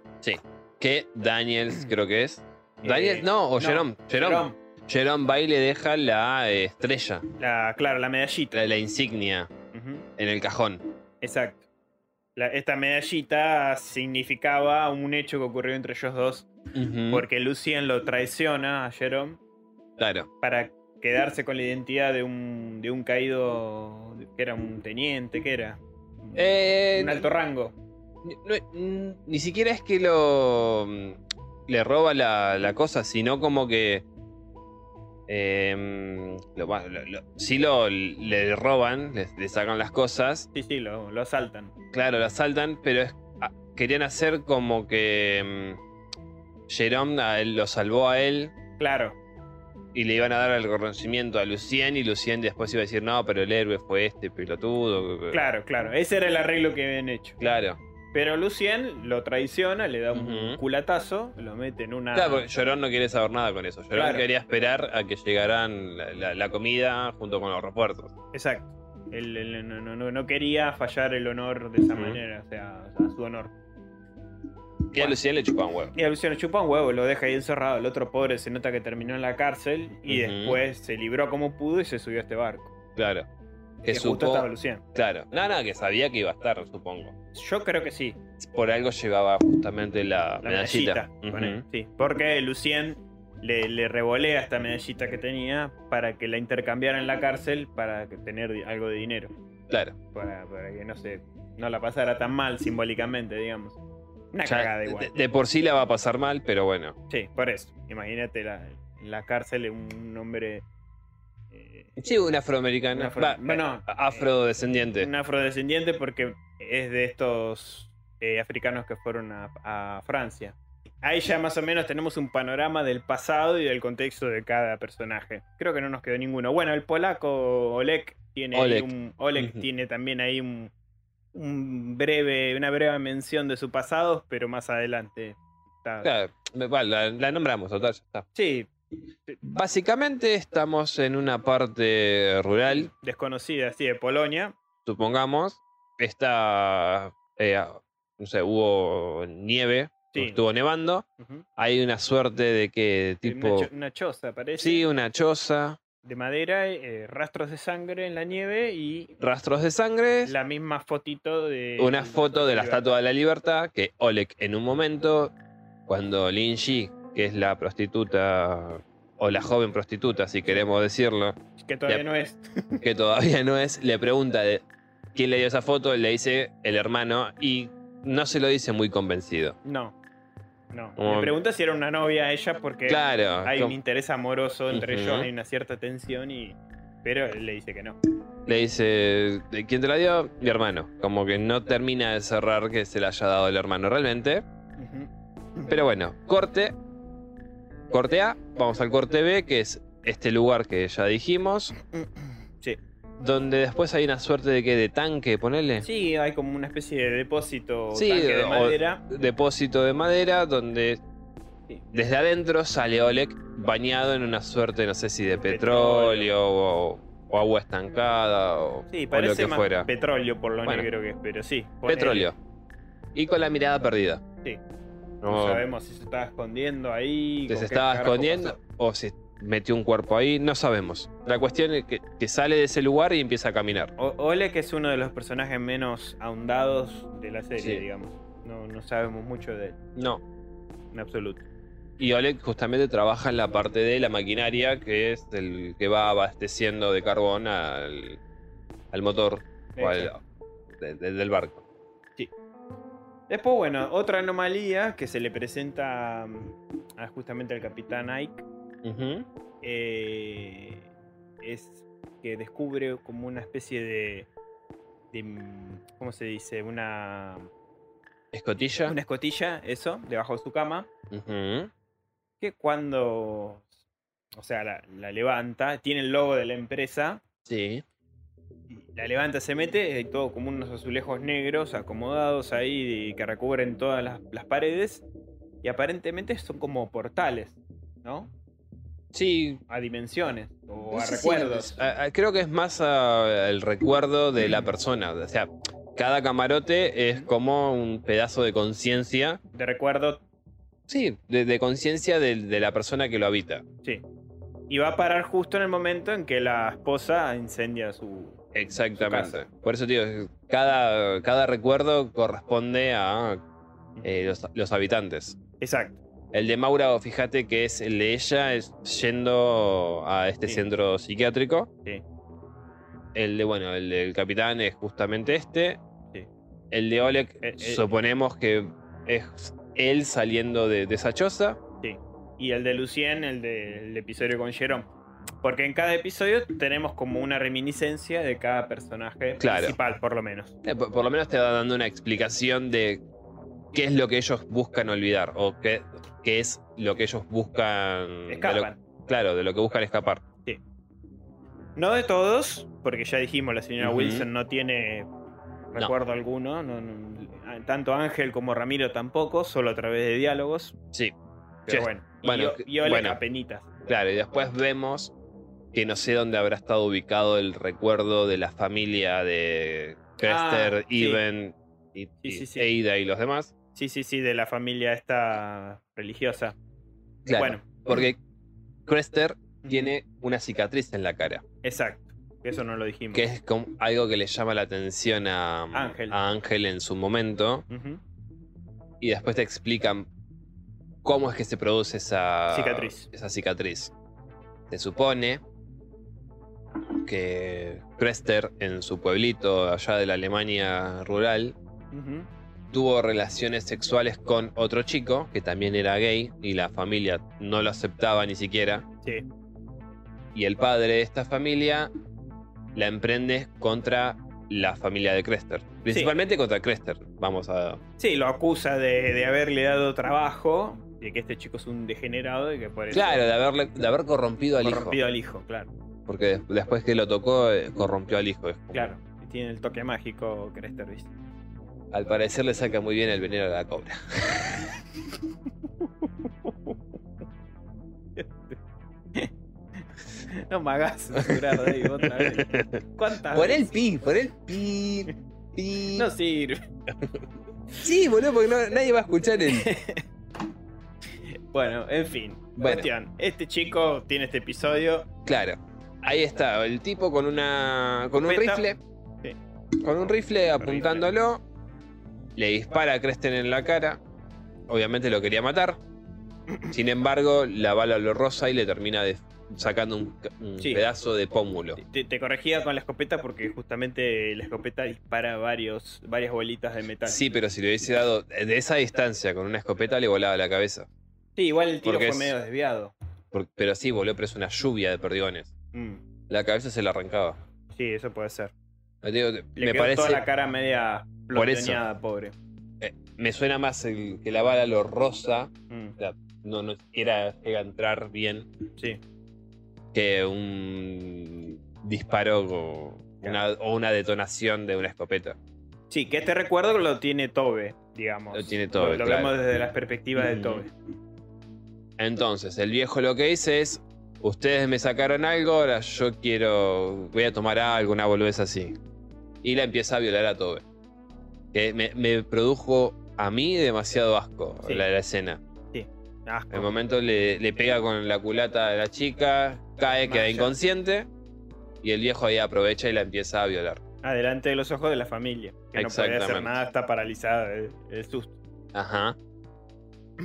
Que Daniels creo que es. Daniels,
Mm. Eh,
no, o
no,
Jerome. Jerome. Jerome. Bay le deja la eh, estrella,
La, claro, la medallita.
la, la insignia
Ujú,
en el cajón.
Exacto. La- esta medallita significaba un hecho que ocurrió entre ellos dos,
Ujú,
porque Lucien lo traiciona a Jerome
Claro.
para quedarse con la identidad de un, de un caído, que era un teniente, que era
Eh,
un alto rango.
ni- no- mm, ni siquiera es que lo mm, le roba la, la cosa, sino como que eh, mm, lo, bueno, lo- lo- sí lo le roban, le, le sacan las cosas,
Sí, sí, lo, lo asaltan.
claro, lo asaltan, pero es- ah, querían hacer como que mm, Jerome a él- lo salvó a él
Claro,
y le iban a dar el reconocimiento a Lucien y Lucien después iba a decir no, pero el héroe fue este pelotudo.
claro, claro. Ese era el arreglo que habían hecho.
Claro,
Pero Lucien lo traiciona, le da un
Ujú.
culatazo, lo mete en una.
claro pues. porque Llorón no quiere saber nada con eso. Llorón
Ah. Claro.
quería esperar a que llegaran la, la- la comida junto con los refuerzos.
Exacto. Él, él no, no- no- no quería fallar el honor de esa
Ujú.
manera, o sea, o sea, su honor.
Y a
Bueno.
Lucien le chupaban huevo.
Y a Lucien le chupa un huevo, lo deja ahí encerrado. El otro pobre se nota que terminó en la cárcel y
Ujú.
después se libró como pudo y se subió a este barco.
Claro.
Que
Que
justo
supo-
estaba Lucien.
Claro. Nada, que sabía que iba a estar, supongo.
Yo creo que sí.
Por algo llevaba justamente la,
La
medallita.
medallita. con él,
Ujú.
sí. Porque Lucien le, le revolea esta medallita que tenía para que la intercambiara en la cárcel para que tener di- algo de dinero.
Claro.
para, para que no se no la pasara tan mal simbólicamente, digamos. Una
Ya
cagada
de,
igual.
de por sí la va a pasar mal, pero bueno.
Sí, por eso. Imagínate la, en la cárcel un hombre eh,
Sí, un afroamericano.
un afro-
Va, eh,
no, no,
afrodescendiente.
un afrodescendiente porque es de estos eh, africanos que fueron a, a Francia. Ahí ya más o menos tenemos un panorama del pasado y del contexto de cada personaje. Creo que no nos quedó ninguno. Bueno, el polaco Oleg tiene ahí
Oleg.
un Oleg
Ujú.
tiene también ahí un un breve, una breve mención de su pasado, pero más adelante. Está-
Claro, me- va, la, la nombramos, total, ya está.
Sí,
Básicamente estamos en una parte rural,
desconocida, sí, de Polonia.
supongamos. Está, eh, no sé, hubo nieve,
Sí.
estuvo nevando.
Ujú.
Hay una suerte de que tipo...
Una, cho- una choza, parece.
Sí, una choza,
De madera, eh, rastros de sangre en la nieve y
rastros de sangre,
la misma fotito de.
una foto de la Estatua de la Libertad que Oleg en un momento, cuando Lin Shi, que es la prostituta, o la joven prostituta, si queremos decirlo,
Que todavía
Ya.
no es.
que todavía no es, le pregunta de quién le dio esa foto, él le dice el hermano y no se lo dice muy convencido.
No. No.
Como-
Me pregunta si era una novia ella
Eh,
porque
Claro,
hay
como-
un interés amoroso entre ellos,
Ujú.
hay una cierta tensión y. Pero él le dice que no.
le dice, "¿De ¿quién te la dio? Mi hermano. Como que no termina de cerrar que se la haya dado el hermano realmente.
Ujú.
Pero bueno, corte. Corte A, vamos al corte B, que es este lugar que ya dijimos.
Sí.
Donde después hay una suerte de que de tanque, ponele.
Sí, hay como una especie de depósito o
Sí,
tanque de
o-
madera.
Depósito de madera donde
Sí.
desde adentro sale Oleg bañado en una suerte, no sé si de
Petróleo.
petróleo, o, o agua estancada o,
Sí,
o lo
parece
que
más
fuera.
petróleo por lo
Bueno.
negro que es, pero sí. ponele.
petróleo. Y con la mirada perdida.
Sí. No,
No,
sabemos si se estaba escondiendo ahí.
que
con
se
qué
estaba
carajo
escondiendo
pasó.
o si metió un cuerpo ahí, no sabemos. La cuestión es que, que sale de ese lugar y empieza a caminar.
O- Oleg es uno de los personajes menos ahondados de la serie,
Sí.
digamos. No, no sabemos mucho de él,
No.
en absoluto.
Y Oleg justamente trabaja en la parte de la maquinaria, que es el que va abasteciendo de carbón al, al motor o al-
Exacto.
de- de- del barco.
Después, bueno, otra anomalía que se le presenta mm, a justamente al capitán Ike
Ujú.
eh, es que descubre como una especie de, de, mm, ¿Cómo se dice? Una,
Escotilla.
una escotilla, eso, debajo de su cama.
Ujú.
que cuando, o sea, la, la levanta, tiene el logo de la empresa,
Sí.
la levanta, se mete, hay todo como unos azulejos negros acomodados ahí y que recubren todas las, las paredes, y aparentemente son como portales, ¿no?
Sí.
A dimensiones o
no
a
sé si-
recuerdos.
a- a- creo que es más a- el recuerdo de la persona. O sea, cada camarote es como un pedazo de conciencia
De recuerdo,
Sí, de, de conciencia de, de la persona que lo habita.
sí. Y va a parar justo en el momento en que la esposa incendia su...
Exactamente. Por eso, tío, cada, cada recuerdo corresponde a eh, los, los habitantes.
Exacto.
El de Maura, fíjate que es el de ella, es yendo a este
Sí.
centro psiquiátrico.
Sí.
El de, bueno, el del capitán es justamente este.
Sí.
El de Oleg,
Eh, eh.
suponemos que es él saliendo de, de esa choza.
y el de Lucien, el del episodio con Jerome. Porque en cada episodio tenemos como una reminiscencia de cada personaje
Claro.
principal, por lo menos.
Eh, Por, por lo menos te va dando una explicación de qué es lo que ellos buscan olvidar o qué, qué es lo que ellos buscan. Mm, de lo-
Escapan.
claro, de lo que buscan escapar.
No de todos, porque ya dijimos, la señora
Ujú.
Wilson no tiene recuerdo alguno. no- no- a- tanto Ángel como Ramiro tampoco, solo a través de diálogos.
Sí,
Pero
Sí.
bueno. Y
Bueno,
yo-
que-
y Oleg
bueno.
apenitas.
claro. Y después vemos que no sé dónde habrá estado ubicado el recuerdo de la familia de Chester,
Ah, sí.
Even, y, y
sí, sí.
Ada y los demás.
Sí, sí, sí, de la familia esta religiosa.
Claro,
Bueno.
Porque Crester tiene una cicatriz en la cara,
Exacto. Eso no lo dijimos.
que es como algo que le llama la atención a
Ángel.
a Ángel en su momento.
Ujú.
y después te explican cómo es que se produce esa
Cicatriz.
Esa cicatriz. Se supone que Crester en su pueblito allá de la Alemania rural
Ujú.
tuvo relaciones sexuales con otro chico que también era gay y la familia no lo aceptaba ni siquiera
Sí.
y el padre de esta familia la emprende contra la familia de Crester principalmente contra Crester vamos a
Sí, lo acusa de, de haberle dado trabajo, de que este chico es un degenerado y que por eso
claro de haberle de haber corrompido al hijo
corrompido al hijo, claro.
Porque des- después que lo tocó, eh, corrompió al hijo. Es como-
Claro. Tiene el toque mágico Crester, ¿viste?
Al parecer le saca muy bien el veneno a la cobra.
No me hagas censurar, Dave, otra vez. ¿Cuántas
Por el
veces?
pi, por el pi. pi.
Ah, No sirve.
Sí, boludo, porque no- nadie va a escuchar el.
Bueno, en fin.
Bueno.
Cuestión. Este chico tiene este episodio.
Claro. Ahí está, el tipo con una. con un
Escopeta.
rifle.
Sí.
Con un rifle apuntándolo. Le dispara a Cresten en la cara. Obviamente lo quería matar. Sin embargo, la bala lo roza y le termina de- sacando un, ca- un
Sí.
pedazo de pómulo.
Te, te corregía con la escopeta porque justamente la escopeta dispara varios, varias bolitas de metal.
Sí, pero si le hubiese dado de esa distancia con una escopeta le volaba la cabeza.
Sí, igual el tiro
Porque
fue
es-
medio desviado.
Por- pero sí, voló, pero es una lluvia de perdigones.
Mm,
La cabeza se la arrancaba.
Sí, eso puede ser.
Te digo,
Le
me
quedó
parece.
toda la cara media
Por eso.
ploteoneada, pobre.
eh, me suena más el, que la bala lo roza.
Mm,
No, no siquiera llega a entrar bien.
Sí.
Que un disparo o una, o una detonación de una escopeta.
Sí, que este recuerdo lo tiene Tobe, digamos.
Lo tiene Tobe,
Lo, lo
claro.
vemos desde la perspectiva de
Mm.
Tobe.
Entonces, el viejo lo que dice es. Ustedes me sacaron algo, ahora yo quiero. Voy a tomar algo, una boludez así. Y la empieza a violar a Tobe. Que me, me produjo a mí demasiado asco
Sí.
la, la escena.
Asco.
En el momento le, le pega con la culata a la chica, cae, queda
Maya.
inconsciente. Y el viejo ahí aprovecha y la empieza a violar.
Adelante de los ojos de la familia. Que no puede hacer
Exactamente.
nada, está paralizada el, susto.
Ajá.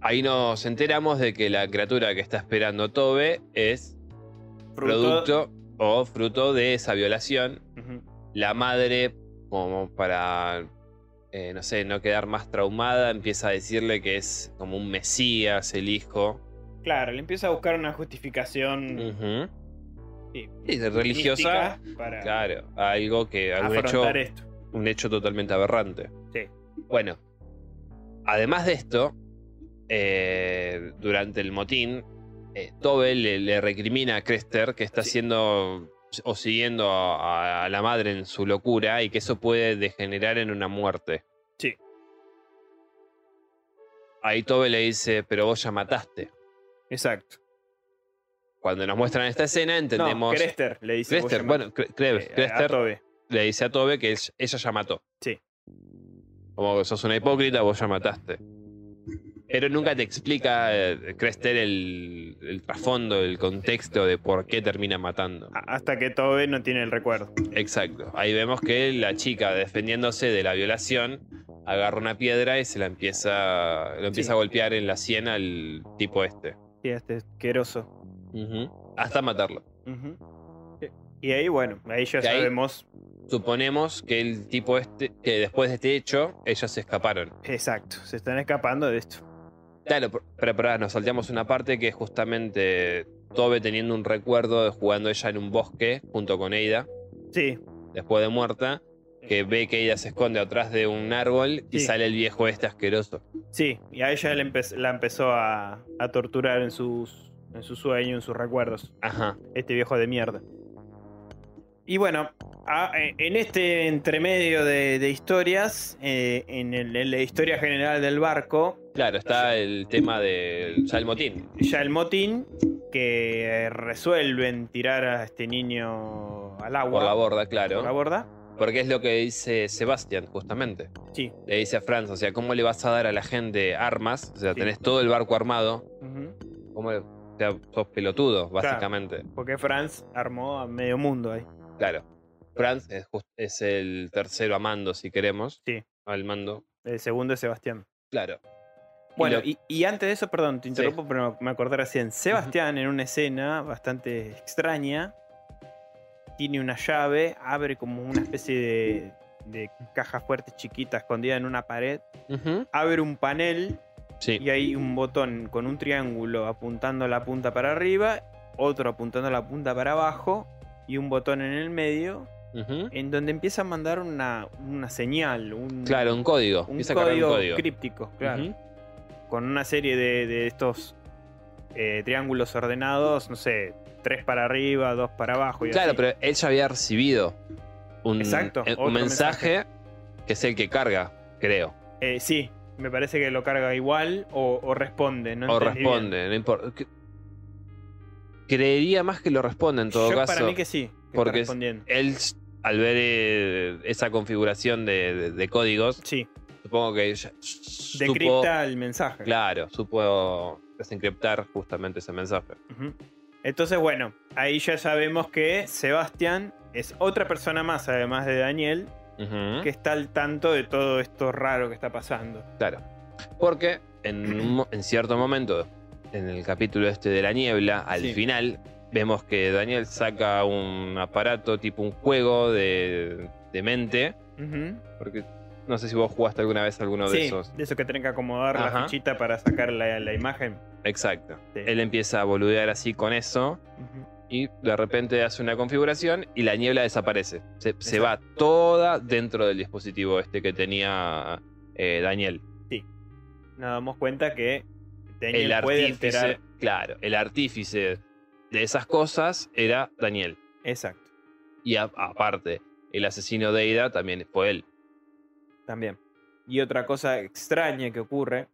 Ahí nos enteramos de que la criatura que está esperando Tobe es producto o fruto de esa violación.
Ujú.
La madre, como para, eh, no sé, no quedar más traumada, empieza a decirle que es como un mesías el hijo.
Claro, le empieza a buscar una justificación
Ujú.
Sí.
Mm. Sí, religiosa.
mística para
Claro, algo que algún hecho,
afrontar esto.
un hecho totalmente aberrante.
Sí.
Bueno, además de esto, eh, durante el motín, eh, Tobe le, le recrimina a Crester que está
Sí.
haciendo o siguiendo a, a la madre en su locura y que eso puede degenerar en una muerte.
Sí.
Ahí Tobe le dice, pero vos ya mataste.
Exacto.
Cuando nos muestran esta escena entendemos...
No, Crester le dice. vos
Crester,
llamá-
bueno, Cre- Cre-
eh, a
Crester
Tobe.
le dice a Tobe que él- ella ya mató.
Sí.
Como que sos una hipócrita, vos ya mataste. Pero nunca te explica eh, Crester el, el trasfondo, el contexto de por qué termina matando.
A- Hasta que Tobe no tiene el recuerdo.
Exacto. Ahí vemos que la chica, defendiéndose de la violación, agarra una piedra y se la empieza, lo empieza
Sí.
a golpear en la sien al tipo este.
Sí, este es asqueroso.
Ujú. Hasta matarlo.
Ujú. Y ahí, bueno, ahí ya
Y ahí-
sabemos.
Suponemos que el tipo este, que después de este hecho, ellas se escaparon.
Exacto, se están escapando de esto.
Claro, pero, pero pará, nos salteamos una parte que es justamente Tobe teniendo un recuerdo de jugando ella en un bosque junto con Eida,
Sí,
después de muerta, que ve que Eida se esconde atrás de un árbol y
Sí.
sale el viejo este asqueroso.
sí. Y a ella le empe- la empezó a, a torturar en sus, en su sueño, en sus recuerdos.
Ajá.
este viejo de mierda. Y bueno, a- eh, en este entremedio de, de historias, eh, en, el- en la historia general del barco,
Claro, está el tema del ya el motín.
ya el motín, que eh, resuelven tirar a este niño al agua.
Por la borda,
por la
claro.
borda.
Porque es lo que dice Sebastián, justamente.
Sí.
Le dice a Franz, o sea, ¿cómo le vas a dar a la gente armas? O sea,
Sí.
tenés todo el barco armado.
Ujú.
¿Cómo le- o sea, sos pelotudo, básicamente.
Porque Franz armó a medio mundo ahí.
Claro. Franz es, jus- es el tercero a mando, si queremos.
Sí.
Al mando.
El segundo es Sebastián.
Claro.
Bueno,
lo-
y, y antes de eso, perdón, te interrumpo, pero me acordé recién. Sebastián, en una escena bastante extraña, tiene una llave, abre como una especie de, de caja fuerte chiquita escondida en una pared,
Ujú,
abre un panel
Sí.
y hay un botón con un triángulo apuntando la punta para arriba, otro apuntando la punta para abajo y un botón en el medio,
Ujú.
en donde empieza a mandar una, una señal, un,
Claro, un código.
un
Empieza a cargar
código,
un código.
críptico, claro
Ujú.
con una serie de, de estos eh, triángulos ordenados, no sé, tres para arriba, dos para abajo. Y
Claro,
así.
pero él ya había recibido un,
Exacto,
eh, un
otro
mensaje, que es el que carga, creo.
Eh, sí, me parece que lo carga igual o, o responde. No
o
entendí bien.
responde, no importa. Que- Creería más que lo responde en todo
Yo
caso.
para mí que sí. que
porque es-
está respondiendo.
Él, al ver eh, esa configuración de, de- de códigos,
Sí,
supongo que ya supo-
decripta el mensaje.
Claro, supo desencriptar justamente ese mensaje.
Ujú. Entonces, bueno, ahí ya sabemos que Sebastián es otra persona más, además de Daniel,
Ujú.
que está al tanto de todo esto raro que está pasando.
Claro. Porque en, un mo- en cierto momento, en el capítulo este de la niebla, al
Sí.
final, vemos que Daniel saca un aparato tipo un juego de, de mente.
Ujú.
Porque no sé si vos jugaste alguna vez alguno de
Sí,
esos.
de eso que tienen que acomodar
Ajá.
la fichita para sacar la, la imagen.
Exacto.
Sí.
Él empieza a boludear así con eso.
Ujú.
Y de repente hace una configuración y la niebla desaparece. Se, se va toda dentro del dispositivo este que tenía eh, Daniel.
Nos damos cuenta que Daniel
el
puede
artífice,
alterar.
claro, el artífice de esas cosas era Daniel.
Exacto,
Y a- aparte, el asesino de Ida también fue él.
también. Y otra cosa extraña que ocurre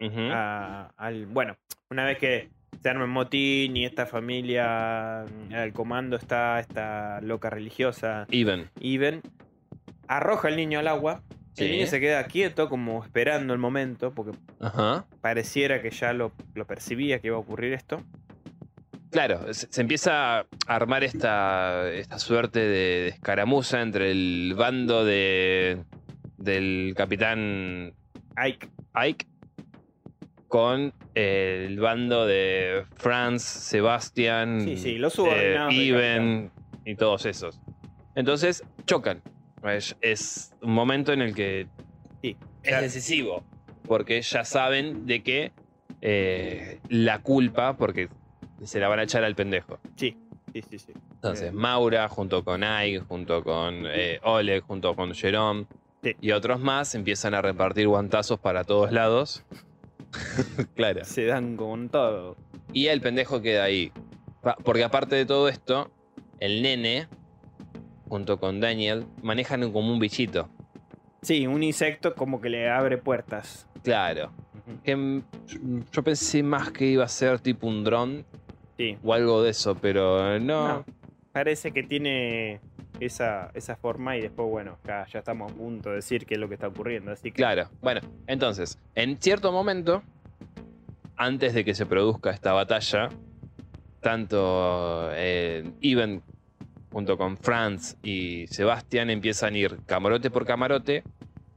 Ujú.
Ah. a- al. Bueno, una vez que se arma el motín y esta familia mm, al comando está esta loca religiosa,
Even.
Even, arroja al niño al agua.
Sí.
El niño se queda quieto, como esperando el momento, porque
Ajá.
pareciera que ya lo, lo percibía que iba a ocurrir esto.
Claro, se, se empieza a armar esta, esta suerte de, de escaramuza entre el bando de del capitán
Ike,
Ike con el bando de Franz, Sebastian,
Sí, sí, los subordinados del
Even y todos esos. Entonces chocan. Es, es un momento en el que
Sí.
es decisivo, porque ya saben de que eh, la culpa, porque se la van a echar al pendejo.
sí, sí, sí.
Entonces,
Eh.
Maura, junto con Ike, junto con eh, Oleg, junto con Jerome
Sí.
y otros más, empiezan a repartir guantazos para todos lados. claro.
Se dan con todo.
Y el pendejo queda ahí. Pa- Porque aparte de todo esto, el nene, junto con Daniel, manejan un- como un bichito.
Sí, un insecto como que le abre puertas.
Claro.
Ujú.
Que, mm, yo pensé más que iba a ser tipo un dron
Sí.
o algo de eso, pero eh, no.
No, Parece que tiene esa, esa forma y después, bueno, ya, ya estamos a punto de decir qué es lo que está ocurriendo. Así que
Claro. Bueno, entonces, en cierto momento, antes de que se produzca esta batalla, tanto eh, Even junto con Franz y Sebastián empiezan a ir camarote por camarote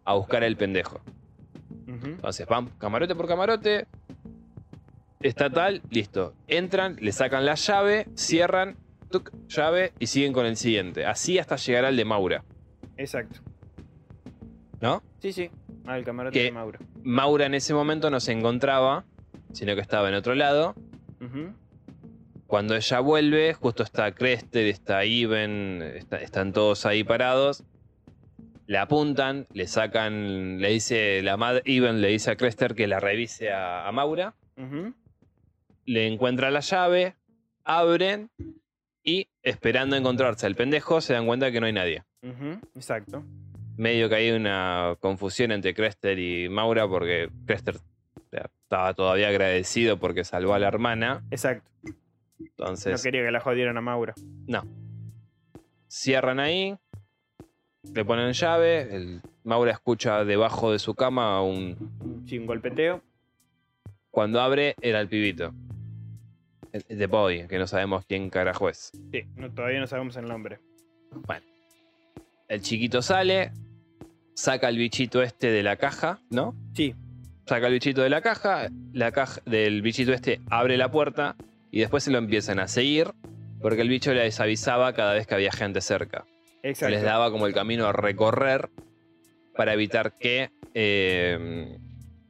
a buscar al pendejo.
Ujú.
Entonces van camarote por camarote. Está tal, listo. Entran, le sacan la llave, cierran, tuc, llave y siguen con el siguiente. Así hasta llegar al de Maura,
Exacto.
¿no?
Sí, sí. Al camarote
Que-
de Mauro.
Maura en ese momento no se encontraba, sino que estaba en otro lado.
Ujú.
Cuando ella vuelve, justo está Crester, está Iven, está- están todos ahí parados. Le apuntan, le sacan, le dice la madre, Iven le dice a Crester que la revise a- a Maura.
Ujú.
le encuentra la llave, abren y esperando encontrarse al pendejo se dan cuenta que no hay nadie.
Ujú. Exacto.
Medio que hay una confusión entre Crester y Maura porque Crester o sea, estaba todavía agradecido porque salvó a la hermana.
Exacto. No
Entonces
quería que la jodieran a Mauro.
cierran ahí, le ponen llave, el- Maura escucha debajo de su cama un...
Sí, un golpeteo.
Cuando abre era el pibito. El- el The Boy, que no sabemos quién carajo es.
Sí, no, todavía no sabemos el nombre.
El chiquito sale, saca el bichito este de la caja, ¿no?
Sí.
Saca el bichito de la caja, la caja del bichito este abre la puerta y después se lo empiezan a seguir porque el bicho les avisaba cada vez que había gente cerca.
Exacto.
Les daba como el camino a recorrer para evitar que eh,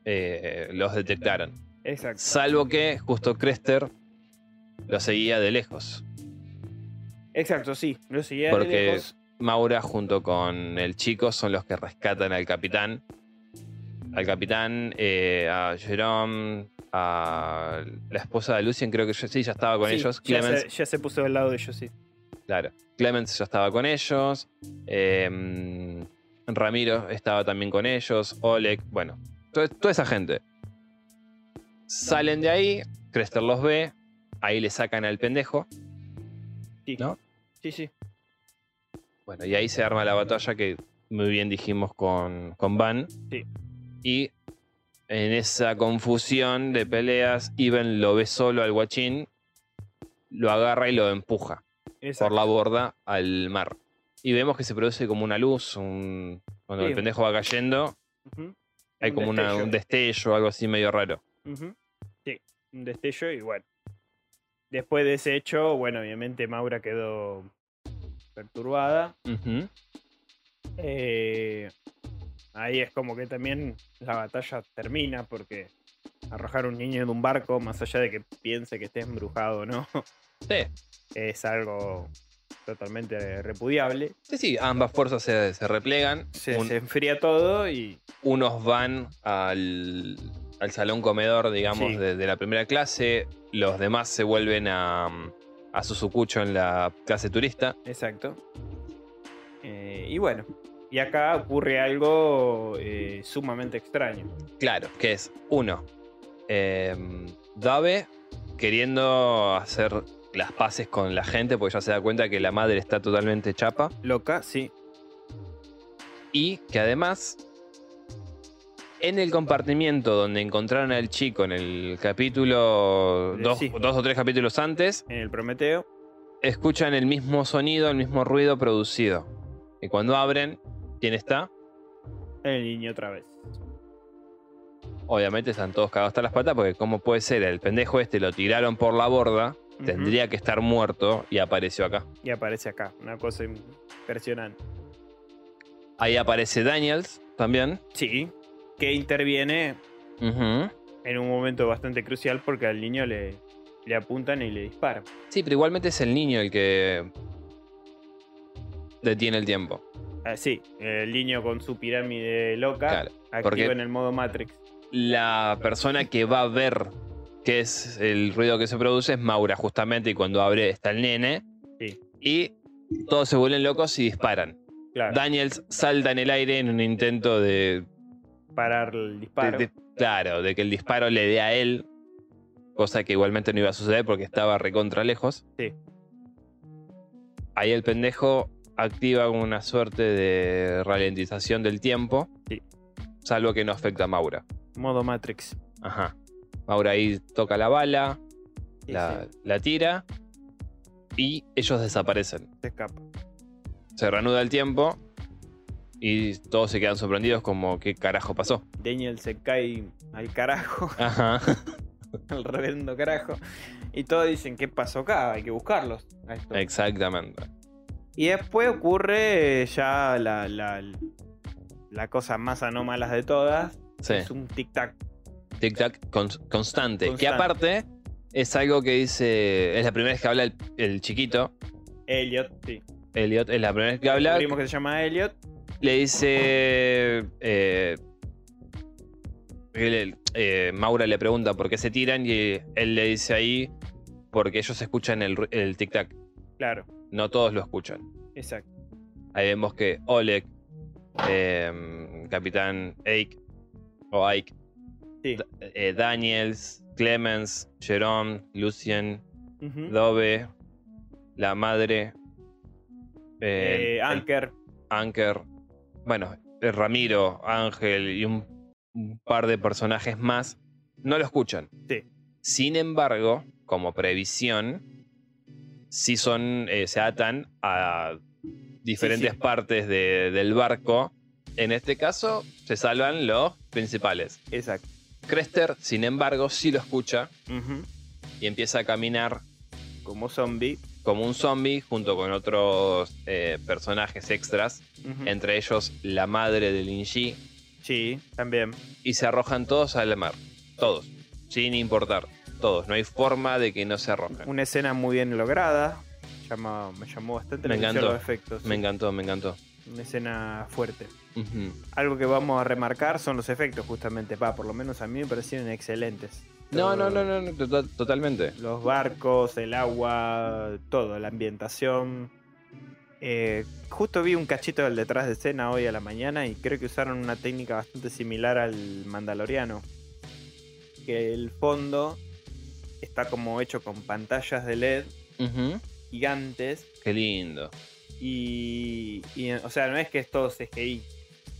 eh, los detectaran.
Exacto.
Salvo que justo Crester lo seguía de lejos.
Exacto, sí. Lo seguía de
Porque-
lejos.
Maura junto con el chico son los que rescatan al capitán. Al capitán, eh, a Jerome, a la esposa de Lucien, creo que yo sí, ya estaba con
Sí,
ellos.
ya
Clemens,
se, ya se puso del lado de ellos, sí.
Claro. Clemens ya estaba con ellos. eh, Ramiro estaba también con ellos. Oleg, bueno, to- toda esa gente. Salen de ahí, Crester los ve, ahí le sacan al pendejo.
Sí.
¿No?
Sí, sí.
Bueno, y ahí se arma la batalla que muy bien dijimos con, con Van.
Sí.
Y en esa confusión de peleas, Ivan lo ve solo al guachín, lo agarra y lo empuja. por
Exacto.
la borda al mar. Y vemos que se produce como una luz, un... cuando el
Sí.
pendejo va cayendo,
Ujú,
hay
Un
como una-
destello.
un destello, algo así medio raro.
ujú. Sí, un destello y bueno. Después de ese hecho, bueno, obviamente Maura quedó perturbada.
Ujú.
Eh, ahí es como que también la batalla termina porque arrojar un niño de un barco, más allá de que piense que esté embrujado o no,
Sí,
es algo totalmente repudiable.
sí, sí, ambas fuerzas se, se replegan.
Se,
Un-
se enfría todo y
Unos van al, al salón comedor, digamos,
Sí.
de, de la primera clase. Los demás se vuelven a, a su sucucho en la clase turista.
Exacto. Eh, y bueno, y acá ocurre algo eh, sumamente extraño.
Claro, que es uno. eh, Dave queriendo hacer las paces con la gente porque ya se da cuenta que la madre está totalmente chapa
Loca, sí.
y que además en el compartimiento donde encontraron al chico en el capítulo
Eh,
dos,
sí.
dos o tres capítulos antes
En el Prometeo.
escuchan el mismo sonido, el mismo ruido producido y cuando abren ¿quién está?
El niño otra vez.
Obviamente están todos cagados hasta las patas porque cómo puede ser el pendejo este lo tiraron por la borda
Ujú.
Tendría que estar muerto y apareció acá.
Y aparece acá. Una cosa impresionante.
Ahí aparece Daniels también.
Sí. Que interviene
Ujú.
en un momento bastante crucial porque al niño le, le apuntan y le disparan.
Sí, pero igualmente es el niño el que detiene el tiempo.
Ah, sí, el niño con su pirámide loca.
Claro.
activa
porque-
en el modo Matrix.
La persona que va a ver qué es el ruido que se produce es Maura, justamente, y cuando abre está el nene.
Sí.
Y todos se vuelven locos y disparan.
Claro.
Daniels salta en el aire en un intento de
parar el disparo.
De- de- claro, de que el disparo le dé a él. Cosa que igualmente no iba a suceder porque estaba recontra lejos.
Sí.
Ahí el pendejo activa una suerte de ralentización del tiempo.
Sí.
Salvo que no afecta a Maura.
Modo Matrix.
Ajá. Maura ahí toca la bala,
Sí,
la,
sí,
la tira. Y ellos desaparecen.
se escapa.
Se reanuda el tiempo. Y todos se quedan sorprendidos como qué carajo pasó.
Daniel se cae al carajo,
Ajá.
al reverendo carajo. Y todos dicen, ¿qué pasó acá? Hay que buscarlos. a estos".
Exactamente.
Y después ocurre eh, ya la, la, la cosa más anómala de todas.
Sí.
Es un tic-tac.
Tic-tac constante, Que
Constante.
aparte es algo que dice. Es la primera vez que habla el, el chiquito.
Elliot, sí.
Elliot es la primera vez que habla.
Descubrimos que se llama Elliot.
Le dice. eh, él- eh, Maura le pregunta por qué se tiran y él le dice ahí. Porque ellos escuchan el, ru- el tic-tac.
Claro,
No todos lo escuchan.
exacto.
Ahí vemos que Oleg, eh, Capitán Ike, o Ike,
Sí.
Da- eh, Daniels, Clemens, Jerome, Lucien,
Ujú.
Dove, la madre, eh,
Eh,
el-
Anker.
Anker, bueno, eh, Ramiro, Ángel y un, un par de personajes más, no lo escuchan.
Sí.
Sin embargo, como previsión, sí son, eh, se atan a diferentes
Sí, sí.
partes de- del barco. En este caso, se salvan los principales.
Exacto.
Crester, sin embargo, sí lo escucha
Ujú.
y empieza a caminar
Como zombie.
como un zombie junto con otros eh, personajes extras,
Ujú.
entre ellos la madre de Lin Shi,
Sí, también.
y se arrojan todos al mar. Todos. Sin importar. Todos. No hay forma de que no se arrojen.
Una escena muy bien lograda. Llama- me llamó bastante
Me
la atención
encantó.
los efectos. sí.
Me encantó, me encantó.
Una escena fuerte.
Ujú.
Algo que vamos a remarcar son los efectos, justamente. Pa, por lo menos a mí me parecieron excelentes.
No, no,
Todo-
no, no, no, to- to- totalmente.
Los barcos, el agua, todo, la ambientación. Eh, justo vi un cachito del detrás de escena hoy a la mañana y creo que usaron una técnica bastante similar al mandaloriano. Que el fondo está como hecho con pantallas de LED gigantes
Qué lindo.
y, y, o sea, no es que es todo CGI.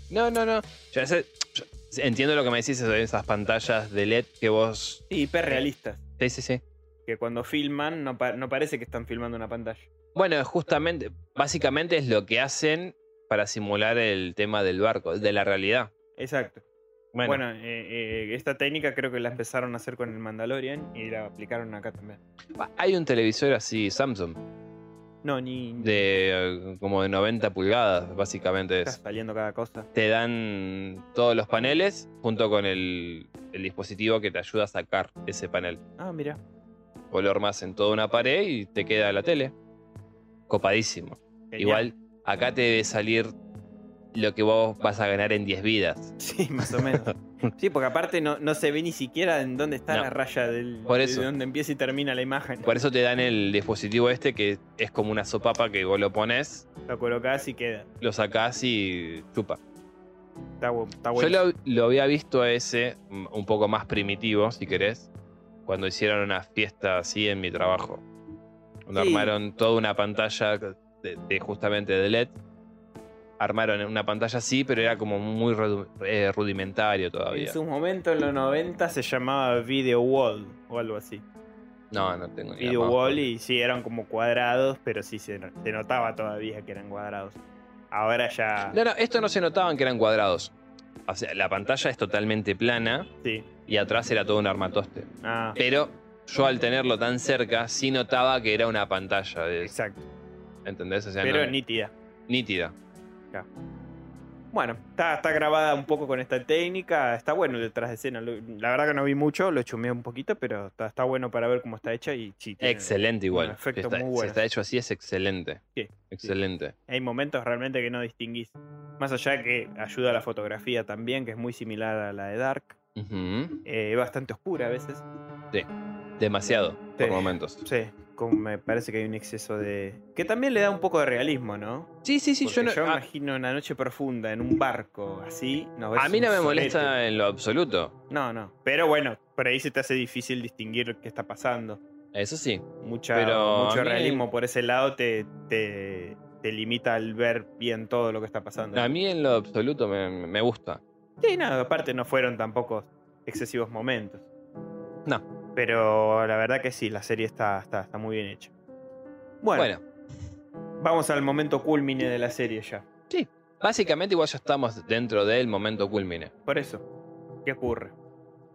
No, no, no. Ya sé- yo entiendo lo que me decís de esas pantallas de LED que vos.
Sí, hiperrealistas.
Sí, sí, sí.
Que cuando filman no, pa- no parece que están filmando una pantalla.
Bueno, justamente, básicamente es lo que hacen para simular el tema del barco, de la realidad.
Exacto.
Bueno,
Bueno, eh, eh, esta técnica creo que la empezaron a hacer con el Mandalorian y la aplicaron acá también.
hay un televisor así, Samsung,
No, ni... ni-
de eh, como de 90 pulgadas, básicamente
Está
es.
saliendo cada cosa.
Te dan todos los paneles junto con el, el dispositivo que te ayuda a sacar ese panel.
Ah, mira.
O lo armás en toda una pared y te queda la tele. Copadísimo.
Genial.
Igual, acá te debe salir lo que vos vas a ganar en 10 vidas.
Sí, más o menos. Sí, porque aparte no, no se ve ni siquiera en dónde está
No.
la raya del,
Por eso.
de dónde empieza y termina la imagen.
Por eso te dan el dispositivo este que es como una sopapa que vos lo pones,
Lo colocás y queda.
lo sacás y chupa.
Está, bu- está
Yo
Ah, bueno.
lo, lo había visto a ese mm, un poco más primitivo, si querés, cuando hicieron una fiesta así en mi trabajo. Cuando
Sí.
armaron toda una pantalla de, de justamente de LED. Armaron una pantalla así, pero era como muy redu- eh, rudimentario
En
todavía.
su momento, en los 90, se llamaba Video Wall o algo así.
No, no tengo ni la
Video
más
Wall
puta-
y sí, eran como cuadrados, pero sí se, no- se notaba todavía que eran cuadrados. Ahora ya...
No, no, esto no se notaban que eran cuadrados. O sea, la pantalla es totalmente plana
Sí.
y atrás era todo un armatoste.
Ah,
Pero yo al tenerlo tan cerca sí notaba que era una pantalla, de-
exacto.
¿entendés? O sea,
Pero
no-
nítida.
nítida.
Bueno, está, está grabada un poco con esta técnica. Está bueno el detrás de escena. Lo- La verdad que no vi mucho, lo chumé un poquito, pero está, está bueno para ver cómo está hecha y sí, tiene-
Excelente igual. Si
efecto
está,
muy
si
bueno.
está hecho así es excelente.
Sí, sí.
Excelente.
Hay momentos realmente que no distinguís. Más allá que ayuda a la fotografía también, que es muy similar a la de Dark.
Ujú.
Eh, bastante oscura a veces.
Demasiado,
Sí.
por momentos.
Sí, como me parece que hay un exceso de... Que también le da un poco de realismo, ¿no?
Sí, sí, sí.
Porque
Yo no- a,
imagino una noche profunda en un barco así. nos ves
a mí no
un
me
solete.
molesta en lo absoluto.
No, no. Pero bueno, por ahí se te hace difícil distinguir qué está pasando.
Eso sí.
Mucha-
Pero
mucho
a mí-
realismo por ese lado te, te, te limita al ver bien todo lo que está pasando.
A mí en lo absoluto me, me gusta.
Sí, no, aparte no fueron tampoco excesivos momentos.
No.
Pero la verdad que sí, la serie está, está, está muy bien hecha. Bueno,
bueno.
vamos al momento culmine de la serie ya.
Básicamente igual ya estamos dentro del momento culmine.
Por eso, ¿qué ocurre?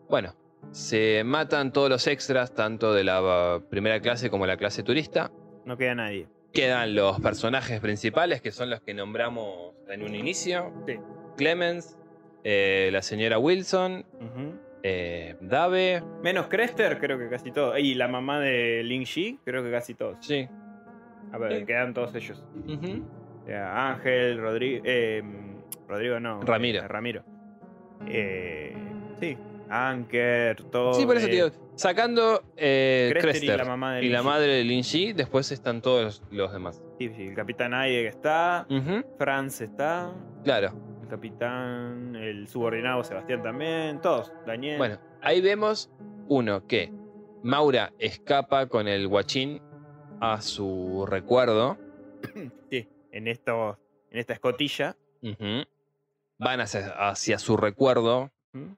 Bueno, se matan todos los extras, tanto de la uh, primera clase como la clase turista.
No queda nadie.
Quedan los personajes principales, que son los que nombramos en un inicio.
Sí.
Clemens, eh, la señora Wilson,
Ujú.
eh, Dave,
Menos Crester, creo que casi todo. Y la mamá de Ling Shi, creo que casi todos.
sí.
A ver,
Sí.
quedan todos ellos.
ujú,
Eh, Ángel, Rodrigo. eh, Rodrigo no.
Ramiro.
eh, Ramiro. Eh, sí. Anker, todo.
Sí, por eso te
eh,
digo, sacando eh,
Crester y
Crester
la mamá de
y la
Lynch.
madre de Lin Shi, después están todos los, los demás.
Sí, sí, el capitán Aye que está.
Ujú,
Franz está.
Claro.
El capitán. El subordinado Sebastián también. Todos. Daniel.
Bueno, ahí vemos uno que Maura escapa con el guachín a su recuerdo.
Sí. En estos. En esta escotilla.
Ujú. Van hacia, hacia su recuerdo.
¿Mm?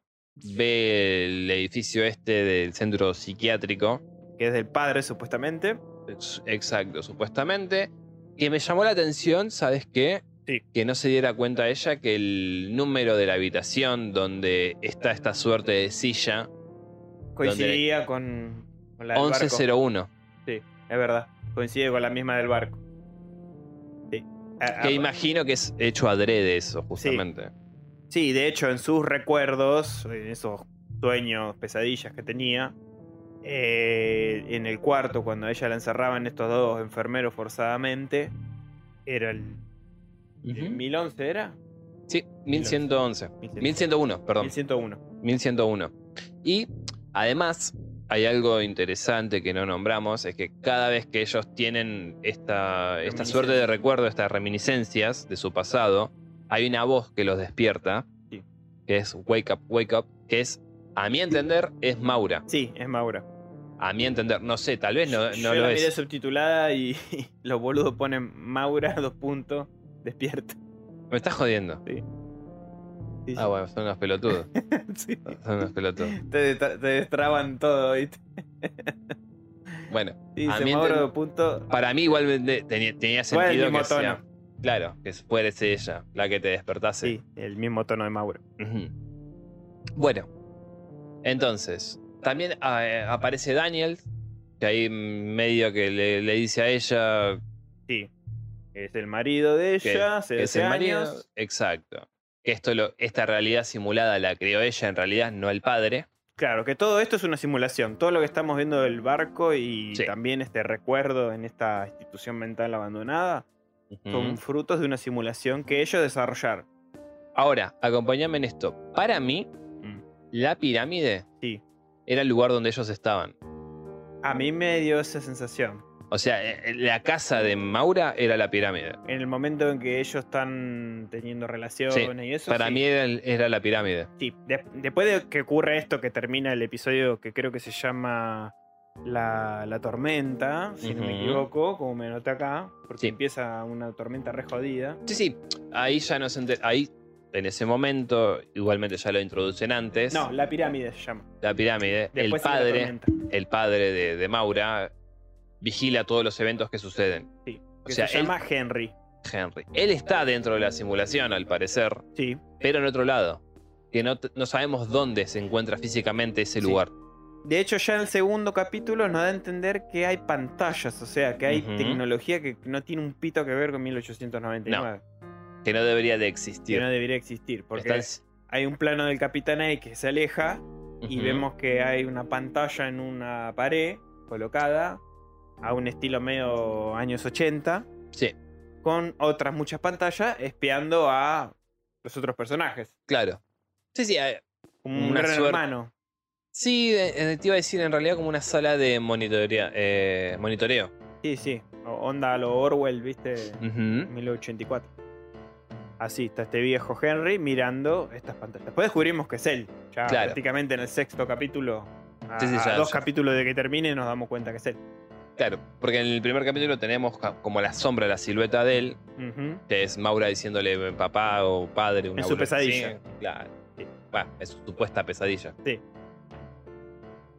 Ve el edificio este del centro psiquiátrico.
Que es del padre, supuestamente.
Ex- Exacto, supuestamente. Que me llamó la atención, ¿sabes qué?
Sí.
Que no se diera cuenta ella que el número de la habitación donde está esta suerte de silla,
Coincidía con, con la del barco.
1101.
Es verdad. Coincide con la misma del barco. Sí. Ah,
Que
ah,
imagino que es hecho adrede eso, justamente.
Sí, de hecho, en sus recuerdos, en esos sueños, pesadillas que tenía, eh, en el cuarto, cuando a ella la encerraban estos dos enfermeros forzadamente, era el, el
Ujú.
1011, ¿era?
Sí, 1111.
1100.
1101, perdón.
1101.
1101. Y además, hay algo interesante que no nombramos, es que cada vez que ellos tienen esta, esta suerte de recuerdo, estas reminiscencias de su pasado, hay una voz que los despierta,
Sí.
que es Wake Up, Wake Up, que es, a mi entender, es Maura.
Sí, es Maura.
A mi entender, no sé, tal vez Eh, no,
Yo
no lo
la miré
es.
subtitulada y los boludos ponen Maura, dos puntos, despierta.
Me estás jodiendo.
Sí,
Ah, bueno, son unos pelotudos.
sí.
Son unos pelotudos.
Te, te destraban todo, ¿viste?
Bueno,
Sí,
A
dice
mí Ah,
Mauro,
enten-
dos puntos.
para mí igualmente tenía, tenía
Igual el
sentido
mismo
que
tono.
sea- Claro, que fuese ella la que te despertase.
Sí, el mismo tono de Mauro.
Ujú. Bueno, entonces, también eh, aparece Daniel, que ahí medio que le, le dice a ella
Sí. Es el marido de
que,
ella, se
que es el marido.
años.
Exacto. Que esto lo, esta realidad simulada la creó ella, en realidad no el padre.
Claro, que todo esto es una simulación. Todo lo que estamos viendo del barco y
Sí.
también este recuerdo en esta institución mental abandonada
Ujú.
son frutos de una simulación que ellos desarrollaron.
Ahora, acompáñame en esto. Para mí,
Mm.
la pirámide
Sí.
era el lugar donde ellos estaban.
A mí me dio esa sensación.
O sea, eh, eh, la casa de Maura era la pirámide.
En el momento en que ellos están teniendo relaciones y eso.
Para
sí.
mí era, el- era la pirámide.
Sí, de- después de que ocurre esto, que termina el episodio que creo que se llama La, la Tormenta, si no
Ujú.
me equivoco, como me noté acá, porque
Sí.
empieza una tormenta re jodida.
Sí, sí. Ahí ya nos enter... Ahí, en ese momento, igualmente ya lo introducen antes.
No, La Pirámide se llama.
La pirámide. El
Después sigue La
padre,
tormenta,
el padre de, de Maura vigila todos los eventos que suceden.
sí,
O
que
sea,
se
él-
llama Henry.
Henry. Él está dentro de la simulación, al parecer,
Sí,
pero en otro lado. Que no, t- no sabemos dónde se encuentra físicamente ese
Sí.
lugar.
De hecho, ya en el segundo capítulo nos da a entender que hay pantallas, o sea, que hay
Ujú.
tecnología que no tiene un pito que ver con 1899.
Que no debería de
Que
existir.
no debería existir, porque
Están-
hay un plano del Capitán ahí que se aleja y
Ujú.
vemos que hay una pantalla en una pared colocada a un estilo medio años 80,
Sí,
con otras muchas pantallas espiando a los otros personajes.
claro. Sí, sí. eh,
Como un
Una
gran
suerte.
hermano.
Sí, eh, eh, te iba a decir en realidad como una sala de monitorea- eh, monitoreo.
Sí, sí. o- Onda a lo Orwell, ¿viste?
Ujú.
1984. Así está este viejo Henry mirando estas pantallas. Después descubrimos que es él. Ya
Claro.
prácticamente en el sexto capítulo, a,
Sí, sí,
a
ya-
dos
ya.
capítulos de que termine, nos damos cuenta que es él.
Claro, porque en el primer capítulo tenemos ca- como la sombra, la silueta de él,
Ujú.
que es Maura diciéndole eh, papá o padre. Una
Es su
boludez así.
pesadilla.
Claro. Va, es su supuesta pesadilla.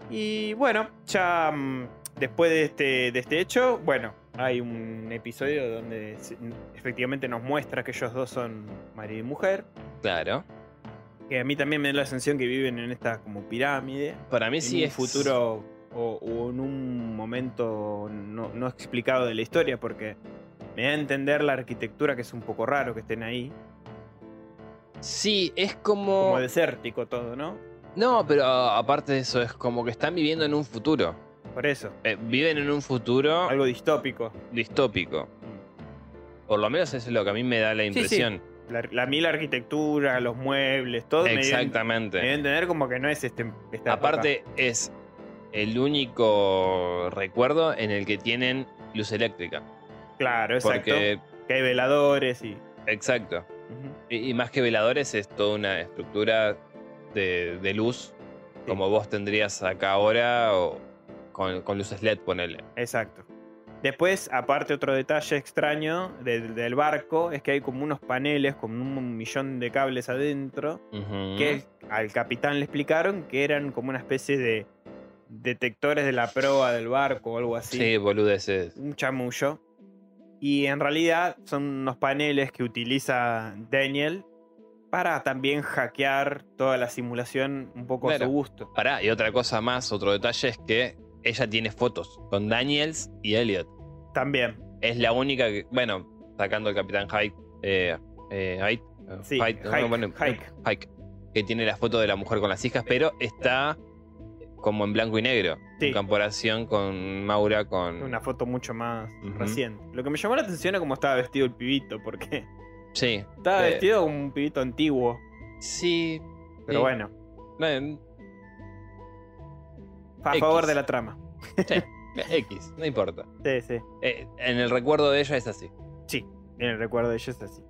Y bueno, ya mm, después de este, de este hecho, bueno, hay un episodio donde se- efectivamente nos muestra que ellos dos son marido y mujer.
Claro.
Que a mí también me da la sensación que viven en esta como pirámide.
Para mí
en
sí
un
es
futuro o, o en un momento no, no explicado de la historia, porque me da a entender la arquitectura que es un poco raro que estén ahí,
Sí, es como.
como desértico todo, ¿no?
No, pero a- aparte de eso, es como que están viviendo en un futuro.
Por eso,
Eh, viven en un futuro
algo distópico.
distópico. Por lo menos eso es lo que a mí me da la
sí.
impresión.
La, la, a mí la arquitectura, los muebles, todo me dio a ent-
Exactamente.
me dio a entender como que no es este, esta época.
Este, Aparte, es el único recuerdo en el que tienen luz eléctrica.
claro, exacto,
Porque,
que hay veladores y
exacto.
ujú,
Y, y más que veladores, es toda una estructura de, de luz, como vos tendrías acá ahora, o con, con luces LED, ponele.
exacto. Después, aparte otro detalle extraño del, del barco es que hay como unos paneles con un millón de cables adentro
Ujú.
que al capitán le explicaron que eran como una especie de detectores de la proa del barco o algo así.
Sí, boludeces.
Un chamullo. Y en realidad son unos paneles que utiliza Daniel para también hackear toda la simulación un poco a
Claro.
su gusto.
Pará, y otra cosa más, otro detalle es que ella tiene fotos con Daniels y Elliot.
También.
Es la única que, bueno, sacando el Capitán Hyde, eh, eh, Hyde, eh,
Sí,
Hyde, no,
Hyde,
bueno,
Hyde.
Hyde, que tiene la foto de la mujer con las hijas, pero está como en blanco y negro,
Sí.
en comparación con Maura con...
Una foto mucho más
Mm. Ujú.
reciente. Lo que me llamó la atención es cómo estaba vestido el pibito, porque
Sí,
estaba
Eh,
vestido como un pibito antiguo.
sí,
Pero
sí.
bueno.
No, en-
A
X.
favor de la trama.
X, no importa.
Sí, sí.
Eh, en el recuerdo de ella es así.
En el recuerdo de ellos es así.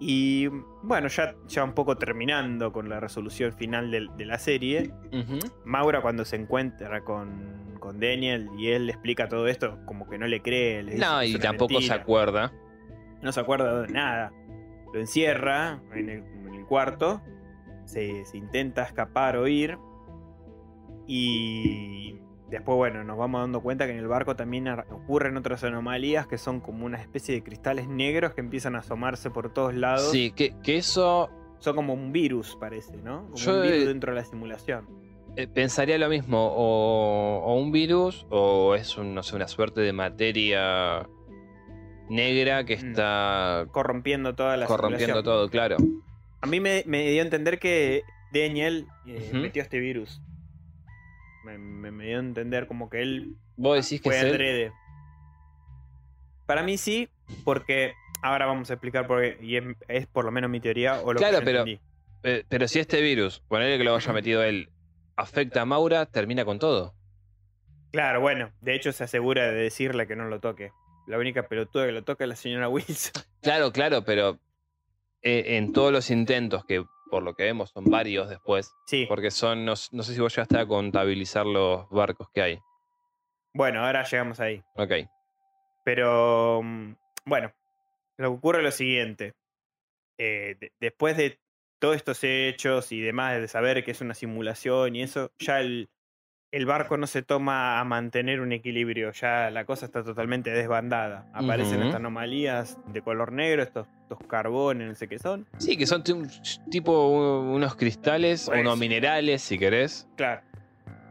Y bueno, ya, ya un poco terminando con la resolución final del- de, la serie, Maura cuando se encuentra con, con Daniel y él le explica todo esto, como que no le cree. le dice
No,
que es
y
una
tampoco se
mentira,
acuerda.
No se acuerda de nada. Lo encierra en el, en el cuarto, se, se intenta escapar o ir. Y después, bueno, nos vamos dando cuenta que en el barco también ar- ocurren otras anomalías que son como una especie de cristales negros que empiezan a asomarse por todos lados.
Sí, que, que eso
Son como un virus, parece, ¿no? Como
Yo,
un virus
eh,
dentro de la simulación.
eh, pensaría lo mismo. O, o un virus, o es un, no sé, una suerte de materia negra que
Mm.
está
Corrompiendo toda la
corrompiendo
simulación.
todo, claro.
A mí me, me dio a entender que Daniel eh,
Ujú.
metió este virus. Me, me- me dio a entender como que él
Vos decís que
fue
es él?
adrede. Para mí sí, porque ahora vamos a explicar por qué, y es, es por lo menos mi teoría o lo
Claro,
que yo
pero-
entendí.
Eh, pero si este virus, ponele que lo haya metido él, afecta a Maura, termina con todo.
Claro, bueno, de hecho se asegura de decirle que no lo toque. La única pelotuda que lo toca es la señora Wilson.
Claro, claro, pero eh, en todos los intentos, que por lo que vemos son varios después,
Sí.
porque son, no, s- no sé si vos llegaste a contabilizar los barcos que hay.
Bueno, ahora llegamos ahí.
Ok.
Pero mm, bueno, lo que ocurre es lo siguiente. Eh, de- después de todos estos hechos y demás, de saber que es una simulación y eso, ya el, el barco no se toma a mantener un equilibrio, ya la cosa está totalmente desbandada. Aparecen
Ujú.
estas anomalías de color negro, estos, estos carbones, no sé qué son.
Sí, que son ti- un- tipo u- unos cristales,
Por
unos
eso.
minerales, si querés,
Claro,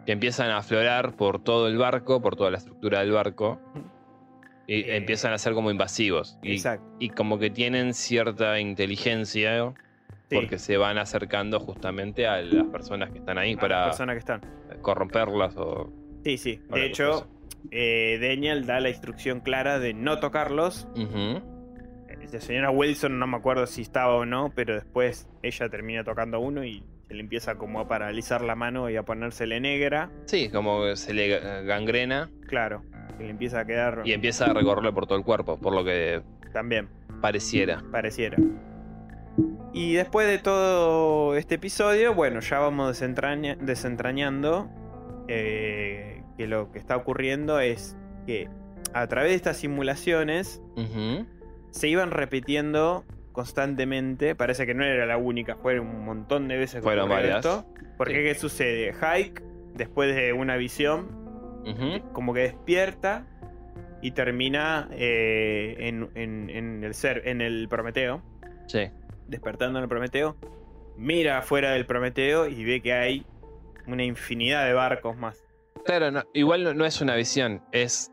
que empiezan a aflorar por todo el barco, por toda la estructura del barco, y
Eh,
empiezan a ser como invasivos. Y,
exacto.
y como que tienen cierta inteligencia,
sí,
porque se van acercando justamente a las personas que están ahí
a
para
las personas que están.
corromperlas o...
Sí, sí.
para
De hecho, eh, Daniel da la instrucción clara de no tocarlos
Ujú.
La señora Wilson, no me acuerdo si estaba o no, pero después ella termina tocando a uno y se le empieza como a paralizar la mano y a ponérsele negra.
Sí, como que se le ga- gangrena
Claro, se le empieza a quedar
y empieza a recorrerle por todo el cuerpo, por lo que
también,
pareciera.
pareciera. Y después de todo este episodio, bueno, ya vamos desentraña- desentrañando eh, que lo que está ocurriendo es que a través de estas simulaciones
Ujú.
se iban repitiendo constantemente. Parece que no era la única, fueron un montón de veces que
Fueron
ocurrió
varias.
esto. Porque
Sí.
¿qué sucede? Hike, después de una visión,
Ujú.
como que despierta y termina eh, en, en- en el ser, en el Prometeo.
Sí.
Despertando en el Prometeo. Mira afuera del Prometeo y ve que hay una infinidad de barcos más.
Claro, no, igual no, no es una visión, es...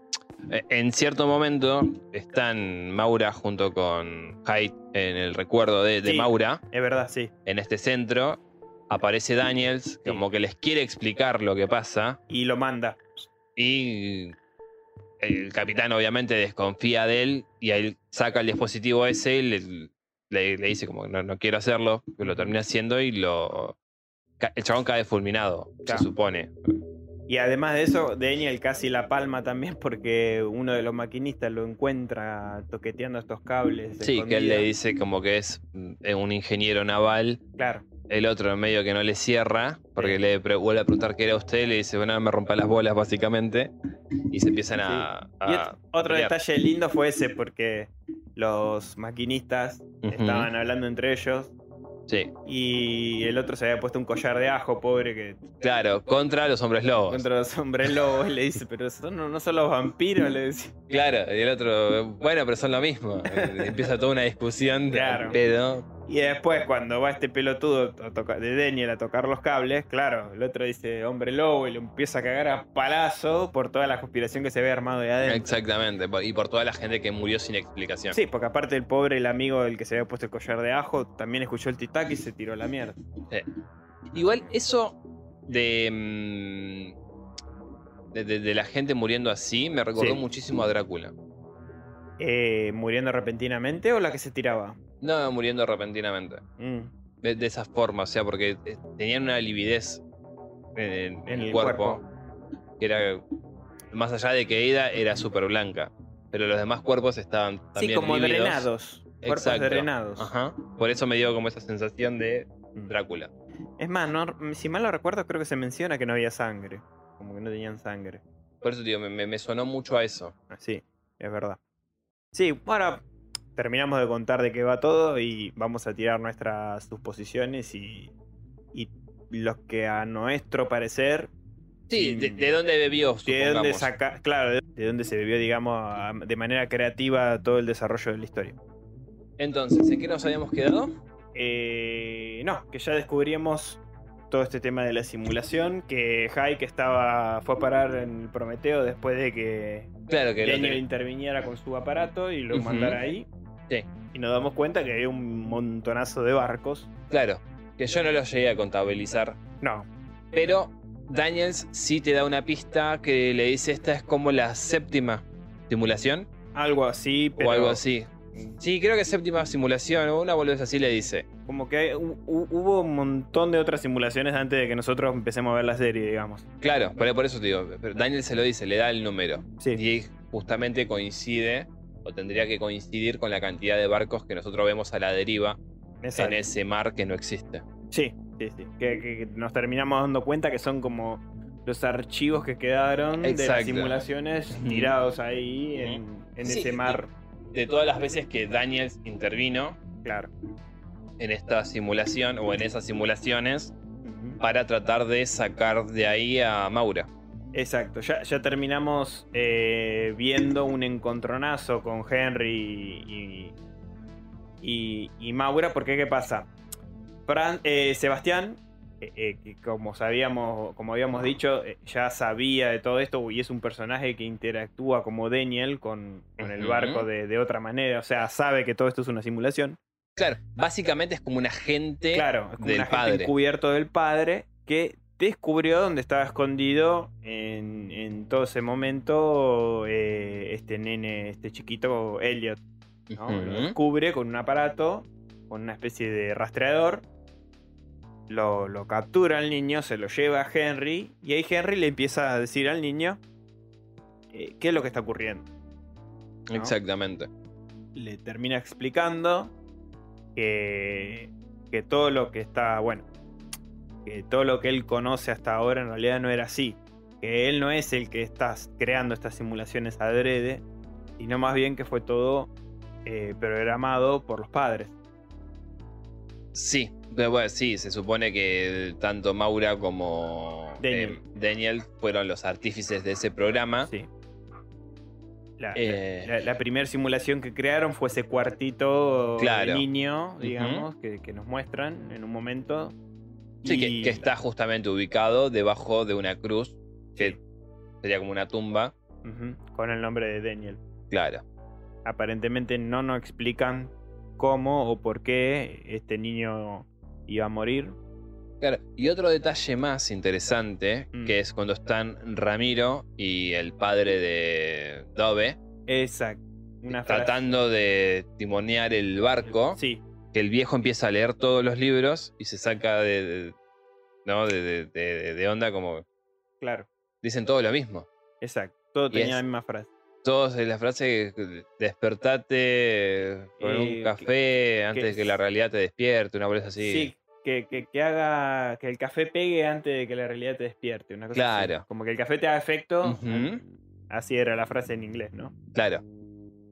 eh, En cierto momento están Maura junto con Hyde en el recuerdo de, de
Sí.
Maura,
Es verdad, sí.
en este centro. Aparece Daniels, como que les quiere explicar lo que pasa.
Y lo manda.
Y el capitán obviamente desconfía de él y él saca el dispositivo ese y le, le- le dice como que no, no quiero hacerlo, pero lo termina haciendo y lo... ca- El chabón cae fulminado,
Claro.
se supone.
Y además de eso, Daniel casi la palma también porque uno de los maquinistas lo encuentra toqueteando estos cables.
Sí, que él le
escondido.
dice como que es mm, eh, un ingeniero naval.
Claro,
El otro medio que no le cierra, porque
Sí.
le pre- vuelve a preguntar qué era usted, le dice, bueno, me rompa las bolas básicamente. Y se empiezan a...
Y
a
ot- otro
pelear.
detalle lindo fue ese, porque los maquinistas
Ujú,
estaban hablando entre ellos
Sí,
y el otro se había puesto un collar de ajo, pobre, que
claro, contra los hombres lobos.
contra los hombres lobos le dice, pero son, no, no son los vampiros, le decía.
Claro, y el otro, eh, bueno, pero son lo mismo. Eh, Empieza toda una discusión de al
Claro.
pedo.
Y después cuando va este pelotudo a toca- de Daniel a tocar los cables, claro, el otro dice hombre lobo y lo empieza a cagar a palazo por toda la conspiración que se había armado de adentro.
Exactamente, por- y por toda la gente que murió sin explicación.
Sí, porque aparte el pobre, el amigo del que se había puesto el collar de ajo, también escuchó el titac y se tiró a la mierda.
Igual eso de, mm, de, de- de la gente muriendo así me recordó
Sí.
muchísimo a Drácula.
Eh, ¿Muriendo repentinamente o la que se tiraba?
No, muriendo repentinamente.
Mm,
De, de esa forma, o sea, porque eh, tenían una lividez en, en
en
el cuerpo. Que que era más allá de que Eda era súper blanca, pero los demás cuerpos estaban también
sí, como
lívidos.
drenados. Cuerpos
Exacto.
drenados.
Ajá. Pues, Por eso me dio como esa sensación de Drácula.
Es más, no- si mal no recuerdo, creo que se menciona que no había sangre. Como que no tenían sangre.
Por eso, tío, me, me- me sonó mucho a eso.
Ah, Sí, es verdad. Sí, ahora terminamos de contar de qué va todo y vamos a tirar nuestras suposiciones y, y los que a nuestro parecer,
Sí,
Mm.
de, de dónde bebió,
de dónde
supongamos.
saca, claro, de- de dónde se vivió, digamos, a- de manera creativa todo el desarrollo de la historia.
Entonces, ¿en qué nos habíamos quedado?
Eh, no, que ya descubrimos todo este tema de la simulación, que Hayek estaba, fue a parar en el Prometeo después de que
Claro que lo
Daniel
ten-
interviniera con su aparato y lo
Ujú.
mandara ahí.
Sí.
Y nos damos cuenta que hay un montonazo de barcos.
Claro, que yo no lo llegué a contabilizar.
No,
Pero Daniels sí te da una pista que le dice esta es como la séptima simulación
algo así, pero
o algo así. Sí, creo que séptima simulación o una boludez así le dice.
como que hay- hu- hu- hubo un montón de otras simulaciones antes de que nosotros empecemos a ver la serie, digamos.
Claro, pero por eso te digo, pero Daniel se lo dice, le da el número.
Sí,
Y justamente coincide, o tendría que coincidir con la cantidad de barcos que nosotros vemos a la deriva en
exacto.
ese mar que no existe.
Sí, sí, sí. Que, que- que nos terminamos dando cuenta que son como los archivos que quedaron de las
Exacto.
simulaciones
Ujú.
tirados ahí en, en
Sí,
ese mar.
De todas las veces que Daniel intervino
Claro.
en esta simulación o en esas simulaciones,
Ujú.
para tratar de sacar de ahí a Maura.
Exacto, ya, ya terminamos eh, viendo un encontronazo con Henry y, y, y Maura, porque ¿qué pasa? Fran- eh, Sebastián, eh, eh, que como, sabíamos, como habíamos dicho, eh, ya sabía de todo esto y es un personaje que interactúa como Daniel con, con el
Ujú.
barco de, de otra manera, o sea, sabe que todo esto es una simulación.
Claro, básicamente es como un agente.
Claro, es como
del
un agente
padre.
encubierto del padre que descubrió dónde estaba escondido en, en todo ese momento eh, este nene, este chiquito Elliot. ¿no?
Ujú.
Lo descubre con un aparato, con una especie de rastreador. Lo, lo captura al niño, se lo lleva a Henry y ahí Henry le empieza a decir al niño eh, qué es lo que está ocurriendo ¿no?
Exactamente.
le termina explicando que, que todo lo que está, bueno, que todo lo que él conoce hasta ahora en realidad no era así. Que él no es el que está creando estas simulaciones adrede, sino más bien que fue todo eh, programado por los padres.
Sí, pero bueno, sí, se supone que tanto Maura como
Daniel.
eh, Daniel fueron los artífices de ese programa.
Sí. La,
Ah. Eh.
primera simulación que crearon fue ese cuartito
Claro.
de niño,
Ujú.
digamos, que, que nos muestran en un momento.
Sí, que,
Y-
que está justamente ubicado debajo de una cruz, que sería como una tumba.
Ujú, con el nombre de Daniel.
Claro.
aparentemente no nos explican cómo o por qué este niño iba a morir.
Claro, Y otro detalle más interesante,
Mm.
que es cuando están Ramiro y el padre de Dove
Exacto. Una frase.
tratando de timonear el barco.
Sí,
que el viejo empieza a leer todos los libros y se saca de, de- ¿no? de, de- de- de onda como
claro.
dicen todo lo mismo.
Exacto. Todo tenía
es-
la misma frase.
Todos en la frase que despertate con
Eh,
un café antes de que la realidad te despierte, una cosa así.
Sí, que, que- que haga que el café pegue antes de que la realidad te despierte. Una cosa así.
Claro.
Como que el café te haga efecto.
Ujú.
Así era la frase en inglés, ¿no?
Claro.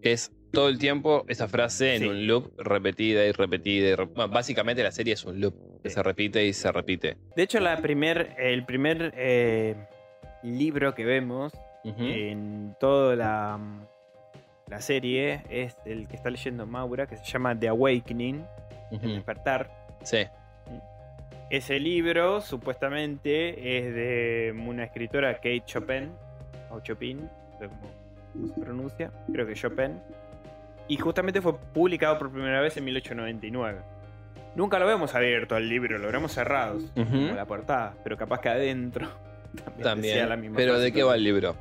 Es todo el tiempo esa frase en
Sí.
un loop repetida y repetida. y re- bueno, básicamente la serie es un loop que
Sí.
se repite y se repite.
De hecho, la primer, el primer eh, libro que vemos
Ujú.
Eh, en toda la, la serie es el que está leyendo Maura, que se llama The Awakening,
Ujú.
El Despertar.
Sí.
Ese libro supuestamente es de una escritora, Kate Chopin, o Chopin, no sé cómo se pronuncia, creo que Chopin, y justamente fue publicado por primera vez en 1899. Nunca lo vemos abierto al libro, lo vemos cerrados,
Ujú.
como la portada, pero capaz que adentro también, decía
También.
la misma
Pero
frase.
¿de qué va el libro?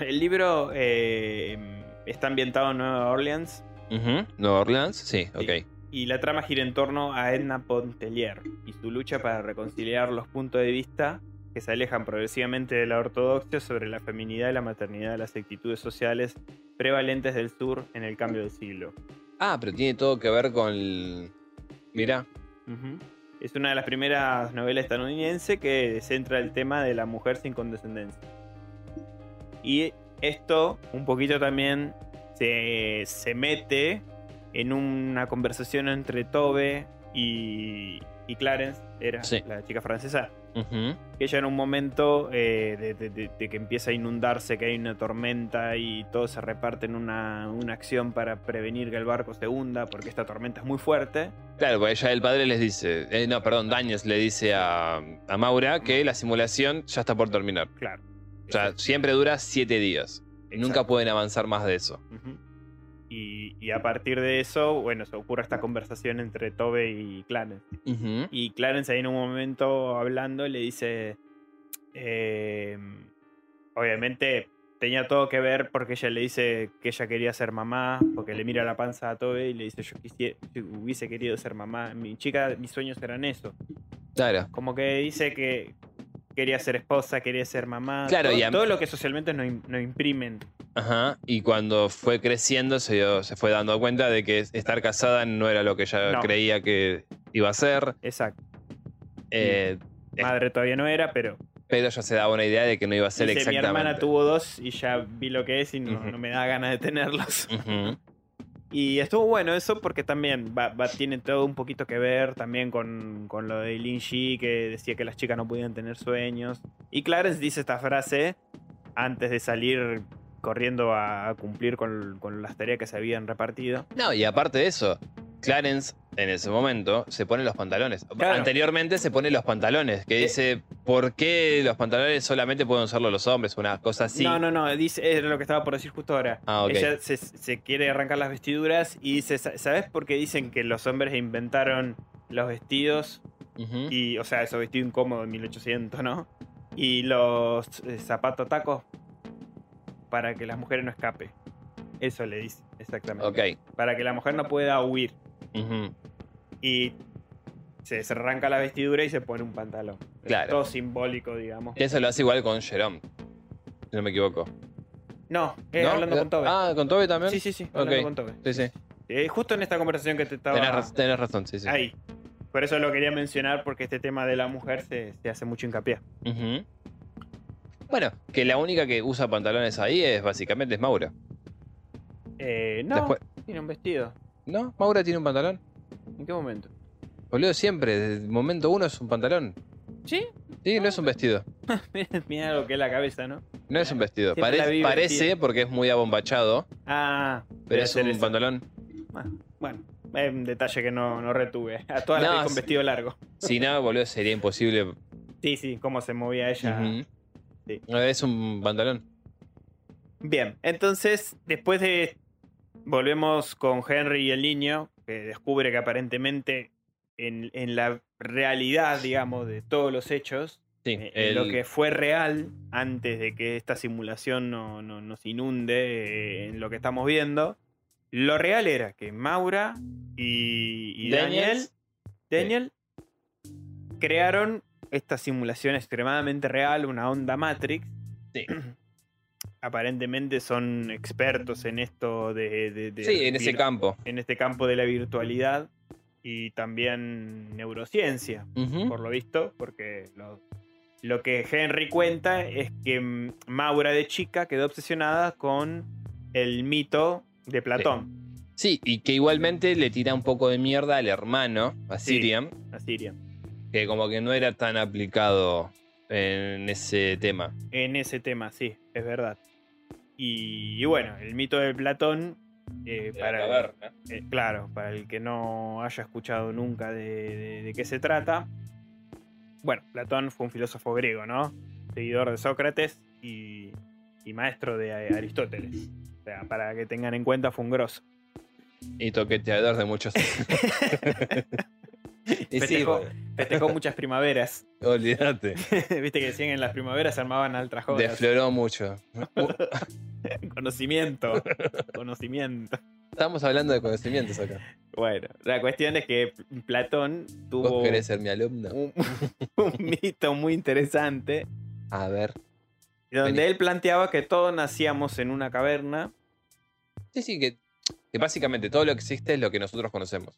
El libro eh, está ambientado en Nueva Orleans
Ujú. Nueva Orleans, sí, ok.
y la trama gira en torno a Edna Pontellier y su lucha para reconciliar los puntos de vista que se alejan progresivamente de la ortodoxia sobre la feminidad y la maternidad de las actitudes sociales prevalentes del sur en el cambio del siglo.
Ah, pero tiene todo que ver con el... Mirá,
Ujú. Es una de las primeras novelas estadounidenses que centra el tema de la mujer sin condescendencia. Y esto un poquito también se, se mete en una conversación entre Tobe y, y Clarence, era
Sí.
la chica francesa,
ujú,
que ella en un momento eh, de, de- de- de que empieza a inundarse, que hay una tormenta y todos se reparten una, una acción para prevenir que el barco se hunda porque esta tormenta es muy fuerte.
Claro, porque ya el padre les dice, eh, no, perdón, Dañez le dice a, a Maura que la simulación ya está por terminar.
Claro.
O sea, siempre dura siete días. Nunca
Exacto.
pueden avanzar más de eso.
Ujú. Y, y a partir de eso, bueno, se ocurre esta conversación entre Tobe y Clarence.
Ujú.
Y Clarence ahí en un momento hablando le dice, eh, obviamente tenía todo que ver porque ella le dice que ella quería ser mamá, porque le mira la panza a Tobe y le dice, yo quisiera, hubiese querido ser mamá, mi chica, mis sueños eran eso.
Claro.
Como que dice que quería ser esposa, quería ser mamá.
Claro,
todo,
y a-
todo lo que socialmente nos im- nos imprimen.
Ajá. Y cuando fue creciendo se, dio- se fue dando cuenta de que estar casada no era lo que ella
No.
creía que iba a ser.
Exacto.
Eh, Eh.
Madre todavía no era, pero...
pero ya se daba una idea de que no iba a ser
Dice, mi
exactamente.
hermana tuvo dos y ya vi lo que es y no,
Ujú.
no me da ganas de tenerlos.
Ujú.
Y estuvo bueno eso porque también va, va- tiene todo un poquito que ver también con, con lo de Lin Shi que decía que las chicas no podían tener sueños. Y Clarence dice esta frase antes de salir corriendo a, a cumplir con, con las tareas que se habían repartido.
No, y aparte de eso, Clarence en ese momento se pone los pantalones.
Claro. Eh.
Anteriormente se pone los pantalones, que dice, ¿por qué los pantalones solamente pueden usarlo los hombres? Una cosa así.
No, no, no, dice, es lo que estaba por decir justo ahora.
Ah, ok.
Ella se, se quiere arrancar las vestiduras y dice, "Sa- ¿sabes por qué dicen que los hombres inventaron los vestidos
Ujú.
Y, o sea, eso vestido incómodo en 1800, ¿no? Y los eh, zapatos tacos para que las mujeres no escape. Eso le dice, exactamente.
Ok.
Para que la mujer no pueda huir.
Ujú.
Y se, se arranca la vestidura y se pone un pantalón.
Claro. Eh,
Todo simbólico, digamos.
Eso lo hace igual con Jerome. Si no me equivoco.
No, eh,
¿No?
hablando con Tobe.
Ah, con Tobe también.
sí, sí, sí, hablando
ok.
con Tobe.
Sí, sí.
Eh, justo en esta conversación que te estaba...
Tenés, raz- tenés razón, sí, sí.
Ahí. Por eso lo quería mencionar porque este tema de la mujer se, se hace mucho hincapié.
Ujú. Bueno, que la única que usa pantalones ahí es básicamente es Maura.
Eh, no,
Después-
tiene un vestido.
¿No? ¿Maura tiene un pantalón?
¿En qué momento?
Boludo, siempre, desde el momento uno es un pantalón.
¿Sí?
Sí, no es un vestido.
Mira- Mira lo que es la cabeza, ¿no?
No es un vestido.
Siempre
Pare-
la vi
parece
vestida.
porque es muy abombachado,
Ah,
pero
debe
es
ser
un
eso.
pantalón.
Bueno, es un detalle que no, no retuve. A todas las
No,
vi con
sí.
vestido largo.
Si no, boludo, sería imposible.
Sí, sí, cómo se movía ella.
Ujú.
Sí.
No, Es un pantalón.
Bien, entonces, después de. Volvemos con Henry y el niño, que descubre que aparentemente en, en la realidad, digamos, de todos los hechos,
Sí,
eh, en
el-
lo que fue real antes de que esta simulación no, no- nos inunde eh, en lo que estamos viendo, lo real era que Maura y, y Daniel,
Daniels.
Daniel crearon esta simulación extremadamente real, una onda Matrix.
Sí.
Aparentemente son expertos en esto de... de- de
Sí, en ese
vir-
campo.
en este campo de la virtualidad y también neurociencia
Ujú.
por lo visto, porque lo, lo que Henry cuenta es que mm, Maura de chica quedó obsesionada con el mito de Platón,
Sí, y que igualmente le tira un poco de mierda al hermano, a
Sí.
Sirian,
Asiria.
que como que no era tan aplicado en ese tema.
En ese tema, sí, es verdad. Y, y bueno, el mito de Platón, eh, para, eh, claro, para el que no haya escuchado nunca de, de- de qué se trata, bueno, Platón fue un filósofo griego, ¿no? Seguidor de Sócrates y, y maestro de eh, Aristóteles. O sea, para que tengan en cuenta, fue un grosso.
Y toqueteador de muchos. y sí,
Festejó.
boludo,
Festejó muchas primaveras.
olvídate.
Viste que decían que en las primaveras se armaban altas jodas.
Desfloró mucho.
Conocimiento. Conocimiento.
Estamos hablando de conocimientos acá.
Bueno, la cuestión es que Platón
¿Vos
tuvo
querés ser mi alumno?
un, un mito muy interesante
A ver.
donde
Vení.
él planteaba que todos nacíamos en una caverna.
Sí, sí, que, que básicamente todo lo que existe es lo que nosotros conocemos.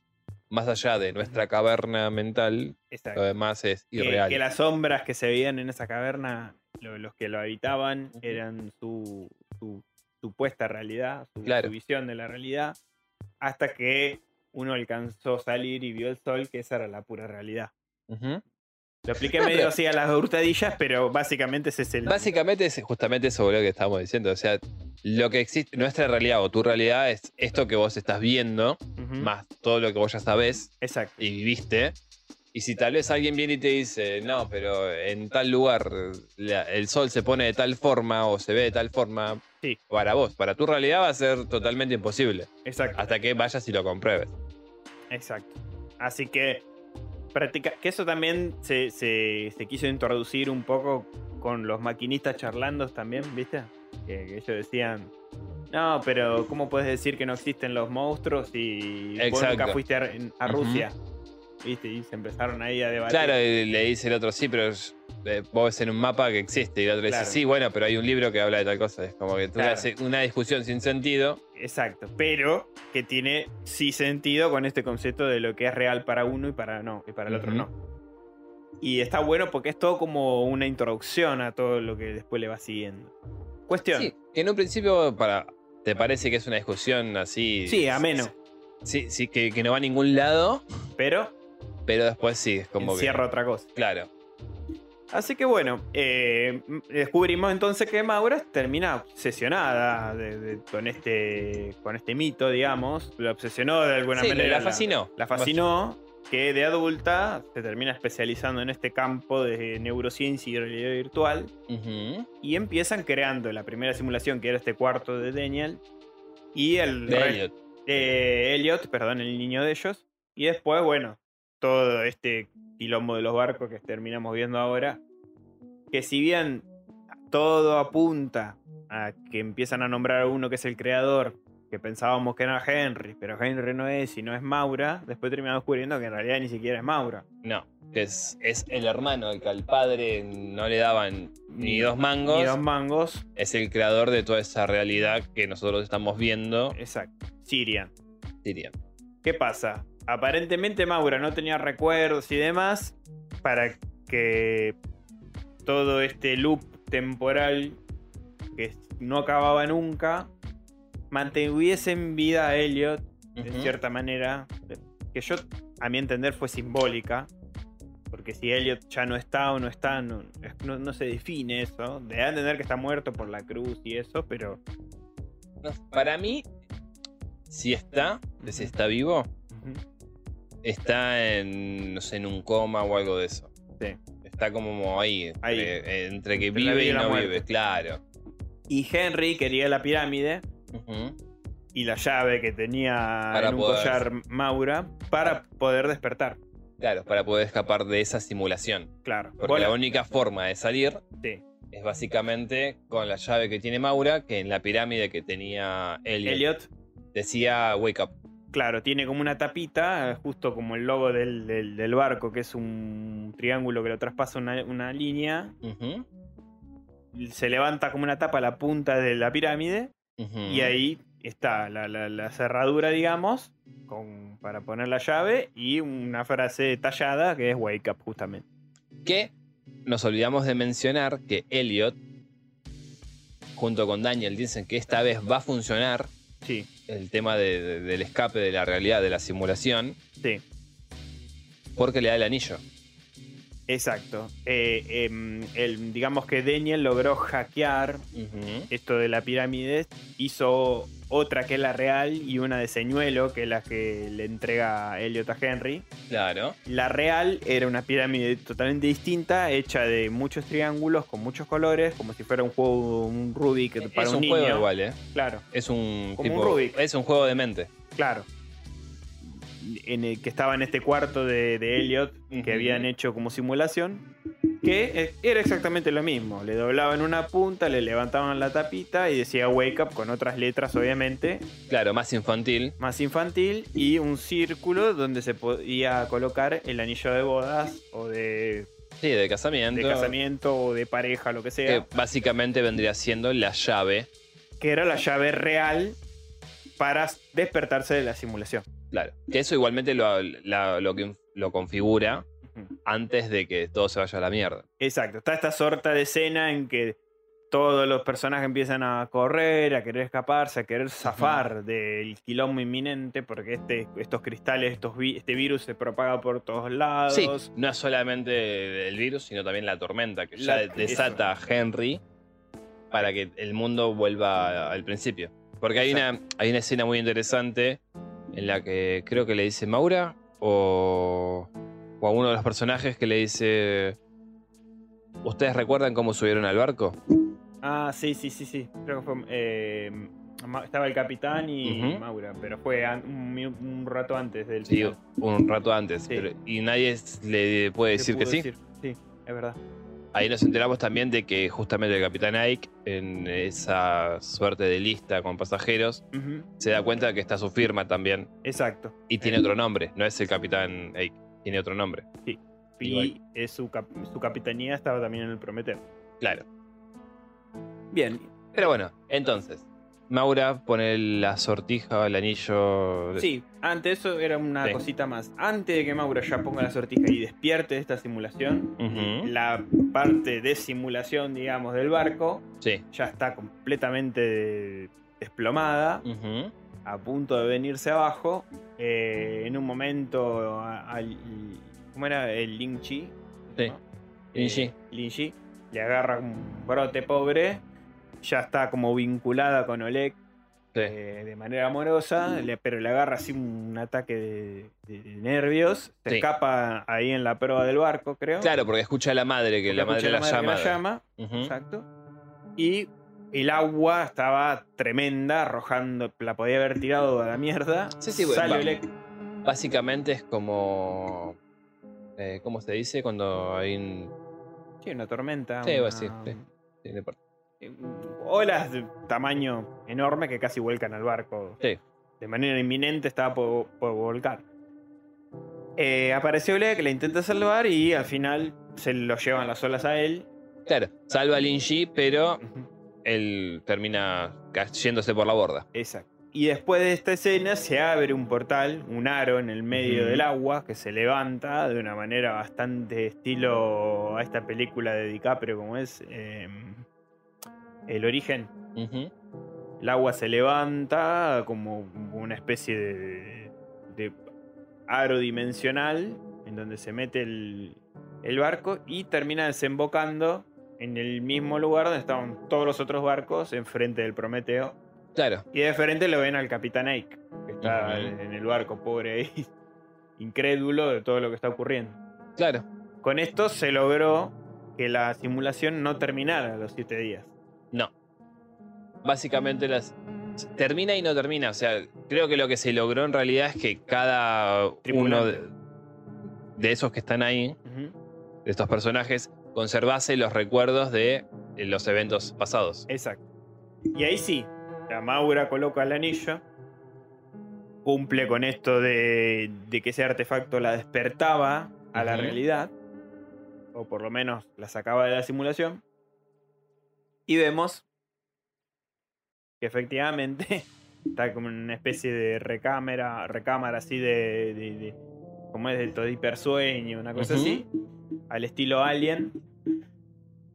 Más allá de nuestra caverna mental, lo demás es
que-
irreal.
Que, las sombras que se veían en esa caverna, lo- los que lo habitaban,
Ujú.
eran su, su supuesta realidad, su, su
Claro.
visión de la realidad, hasta que uno alcanzó a salir y vio el sol, que esa era la pura realidad.
Ujú.
Lo expliqué
No,
medio
pero-
así a las hurtadillas, pero básicamente ese es el...
Básicamente es justamente eso lo que estábamos diciendo. O sea, lo que existe, nuestra realidad o tu realidad es esto que vos estás viendo,
Ujú.
más todo lo que vos ya sabés
Exacto.
y viviste. Y si tal vez alguien viene y te dice, no, pero en tal lugar la- el sol se pone de tal forma o se ve de tal forma,
Sí.
para vos, para tu realidad va a ser totalmente imposible.
Exacto.
Hasta que vayas y lo compruebes.
Exacto. Así que práctica que eso también se, se- se quiso introducir un poco con los maquinistas charlando también, ¿viste? Que, que ellos decían, no, pero ¿cómo puedes decir que no existen los monstruos si vos
Exacto.
nunca fuiste a, a
Ujú.
Rusia? ¿Viste? Y se empezaron ahí a debatir.
Claro, y le dice el otro, sí, pero es- eh, vos ves en un mapa que existe. Y el otro
Claro.
dice, sí, bueno, pero hay un libro que habla de tal cosa. Es como que tú
Claro.
haces una discusión sin sentido.
Exacto, pero que tiene sí sentido con este concepto de lo que es real para uno y para no, y para el otro
Ujú.
no. Y está bueno porque es todo como una introducción a todo lo que después le va siguiendo. Cuestión.
Sí, que en un principio para, te parece que es una discusión así.
Sí, ameno.
Sí, sí, que, que no va a ningún lado,
Pero
pero después sí, es como
encierra otra cosa.
que. Claro.
Así que bueno, eh, m- descubrimos entonces que Maura termina obsesionada de- de- con, este, con este mito, digamos. La obsesionó de alguna
Sí,
manera.
la fascinó.
La fascinó que de adulta se termina especializando en este campo de neurociencia y realidad virtual.
Ujú.
Y empiezan creando la primera simulación, que era este cuarto de Daniel. Y el
De
resto-
Elliot.
de eh, Elliot, perdón, el niño de ellos. Y después, bueno, todo este quilombo de los barcos que terminamos viendo ahora. Que si bien todo apunta a que empiezan a nombrar a uno que es el creador, que pensábamos que era Henry, pero Henry no es y no es Maura, después terminamos descubriendo que en realidad ni siquiera es Maura.
No, que es, es el hermano, el que al padre no le daban ni dos mangos.
Ni dos mangos.
Es el creador de toda esa realidad que nosotros estamos viendo.
Exacto. Sirian.
diría.
¿Qué pasa? Aparentemente Maura no tenía recuerdos y demás para que todo este loop temporal que no acababa nunca mantuviese en vida a Elliot de
Ujú.
cierta manera que yo a mi entender fue simbólica porque si Elliot ya no está o no está no, es- no- no se define eso de entender que está muerto por la cruz y eso pero
No, Para mí, si está, si está vivo,
ujú,
está en, no sé, en un coma o algo de eso.
Sí.
Está como ahí,
Ahí.
Entre, entre que
Entre la
vive
vida
y
y la
no
muerte.
vive, claro.
y Henry quería la pirámide
Ujú.
y la llave que tenía
Para
en un
poder-
collar Maura para poder despertar.
Claro, para poder escapar de esa simulación.
Claro.
Porque
Bueno,
la única forma de salir
sí.
es básicamente con la llave que tiene Maura, que en la pirámide que tenía Elliot,
Elliot,
decía Wake Up.
claro, tiene como una tapita, eh, justo como el logo del, del- del barco, que es un triángulo que lo traspasa una, una línea.
Ujú,
Se levanta como una tapa a la punta de la pirámide
ujú.
y ahí está la, la- la cerradura, digamos, con, para poner la llave y una frase tallada que es Wake Up, justamente.
Que nos olvidamos de mencionar que Elliot, junto con Daniel, dicen que esta vez va a funcionar
Sí,
el tema de- de- del escape de la realidad, de la simulación,
sí.
porque le da el anillo.
Exacto. Eh, em, el- digamos que Daniel logró hackear esto de la pirámide. Hizo otra que es la real y una de señuelo, que es la que le entrega Elliot a Henry.
Claro.
La real era una pirámide totalmente distinta, hecha de muchos triángulos con muchos colores, como si fuera un juego, un Rubik para
es
un,
un,
niño.
juego igual, ¿eh?
Claro,
Es un
Como un
tipo-
Rubik.
Es un juego de mente.
claro. En el que estaba en este cuarto de, de Elliot, que
Ujú.
habían hecho como simulación. que eh, era exactamente lo mismo. Le doblaban una punta, le levantaban la tapita y decía Wake Up con otras letras, obviamente,
Claro, más infantil.
más infantil, y un círculo donde se podía colocar el anillo de bodas o de,
Sí, de
de
casamiento.
casamiento o de pareja, lo que sea,
Que básicamente vendría siendo la llave.
que era la llave real para despertarse de la simulación.
Claro. Que eso igualmente lo, la- lo que lo configura antes de que todo se vaya a la mierda.
Exacto, está esta sorta de escena en que todos los personajes empiezan a correr, a querer escaparse, a querer zafar del quilombo inminente, porque este, estos cristales, estos vi- este virus se propaga por todos lados.
Sí, no es solamente el virus, sino también la tormenta que ya
La-
de- desata a Henry para que el mundo vuelva al principio. Porque hay una, hay una escena muy interesante en la que creo que le dice Maura o, o a uno de los personajes que le dice... ¿Ustedes recuerdan cómo subieron al barco?
Ah, sí, sí, sí, sí. Creo que fue. eh, Ma- estaba el capitán y
Ujú.
Maura, pero fue an- un, mi- un rato antes del.
Sí,
final.
un rato antes.
Sí.
pero- y nadie s- le puede
Se
decir que
pudo
sí.
Sí, es verdad.
Ahí nos enteramos también de que justamente el capitán Ike, en esa suerte de lista con pasajeros,
Ujú,
se da cuenta que está su firma también.
Exacto.
Y tiene otro nombre, no es el capitán Ike, tiene otro nombre.
Y es su, cap- su capitanía estaba también en el Prometeo.
Claro.
Bien.
Pero bueno, entonces, Maura pone la sortija, el anillo. de-
Sí, antes eso era una
Sí.
cosita más. Antes de que Maura ya ponga la sortija y despierte de esta simulación,
Ujú.
la parte de simulación, digamos, del barco
Sí.
ya está completamente desplomada,
Ujú.
a punto de venirse abajo. Eh, en un momento, a- al- ¿cómo era? El Lin Chi.
Sí. Lin
Eh,
Chi.
Lin Chi. Le agarra un brote pobre. Ya está como vinculada con Oleg
Sí.
eh, de manera amorosa, le- pero le agarra así un ataque de, de- de nervios. Se
Sí.
escapa ahí en la proa del barco, creo.
Claro, porque escucha a la madre que
Porque
la madre,
escucha a
la,
que
llama. ¿Mm?
llama,
Ujú.
Exacto. Y el agua estaba tremenda, arrojando. La podía haber tirado a la mierda.
Sí, sí, bueno,
Sale e-
va.
Oleg-
Básicamente es como. eh, ¿Cómo se dice? Cuando hay un.
sí, una tormenta.
Sí,
una-
va, sí, sí. sí, no importa.
Olas de tamaño enorme que casi vuelcan al barco.
Sí.
De manera inminente estaba por, por volcar. Eh, apareció Oleg, la intenta salvar y al final se lo llevan las olas a él.
Claro, salva a Lin Shi, pero él termina cayéndose por la borda.
Exacto. Y después de esta escena se abre un portal, un aro en el medio
Ujú.
del agua que se levanta de una manera bastante estilo a esta película de DiCaprio como es eh, El origen.
Ujú.
El agua se levanta como una especie de, de aro dimensional en donde se mete el, el barco y termina desembocando en el mismo lugar donde estaban todos los otros barcos enfrente del Prometeo.
Claro,
Y de frente lo ven al capitán Ike, que está
Ujú.
en el barco, pobre ahí, incrédulo de todo lo que está ocurriendo.
claro.
Con esto se logró que la simulación no terminara a los siete días.
No. Básicamente las. Termina y no termina. O sea, creo que lo que se logró en realidad es que cada uno
Tripulante.
de, de esos que están ahí,
Ujú,
de estos personajes, conservase los recuerdos de eh, los eventos pasados.
Exacto. Y ahí sí, la Maura coloca el anillo, cumple con esto de, de que ese artefacto la despertaba a la
Ujú.
realidad, o por lo menos la sacaba de la simulación. Y vemos que efectivamente está como en una especie de recámara, recámara así de, de- de- como es de todo hipersueño, una cosa
Ujú.
así, al estilo Alien,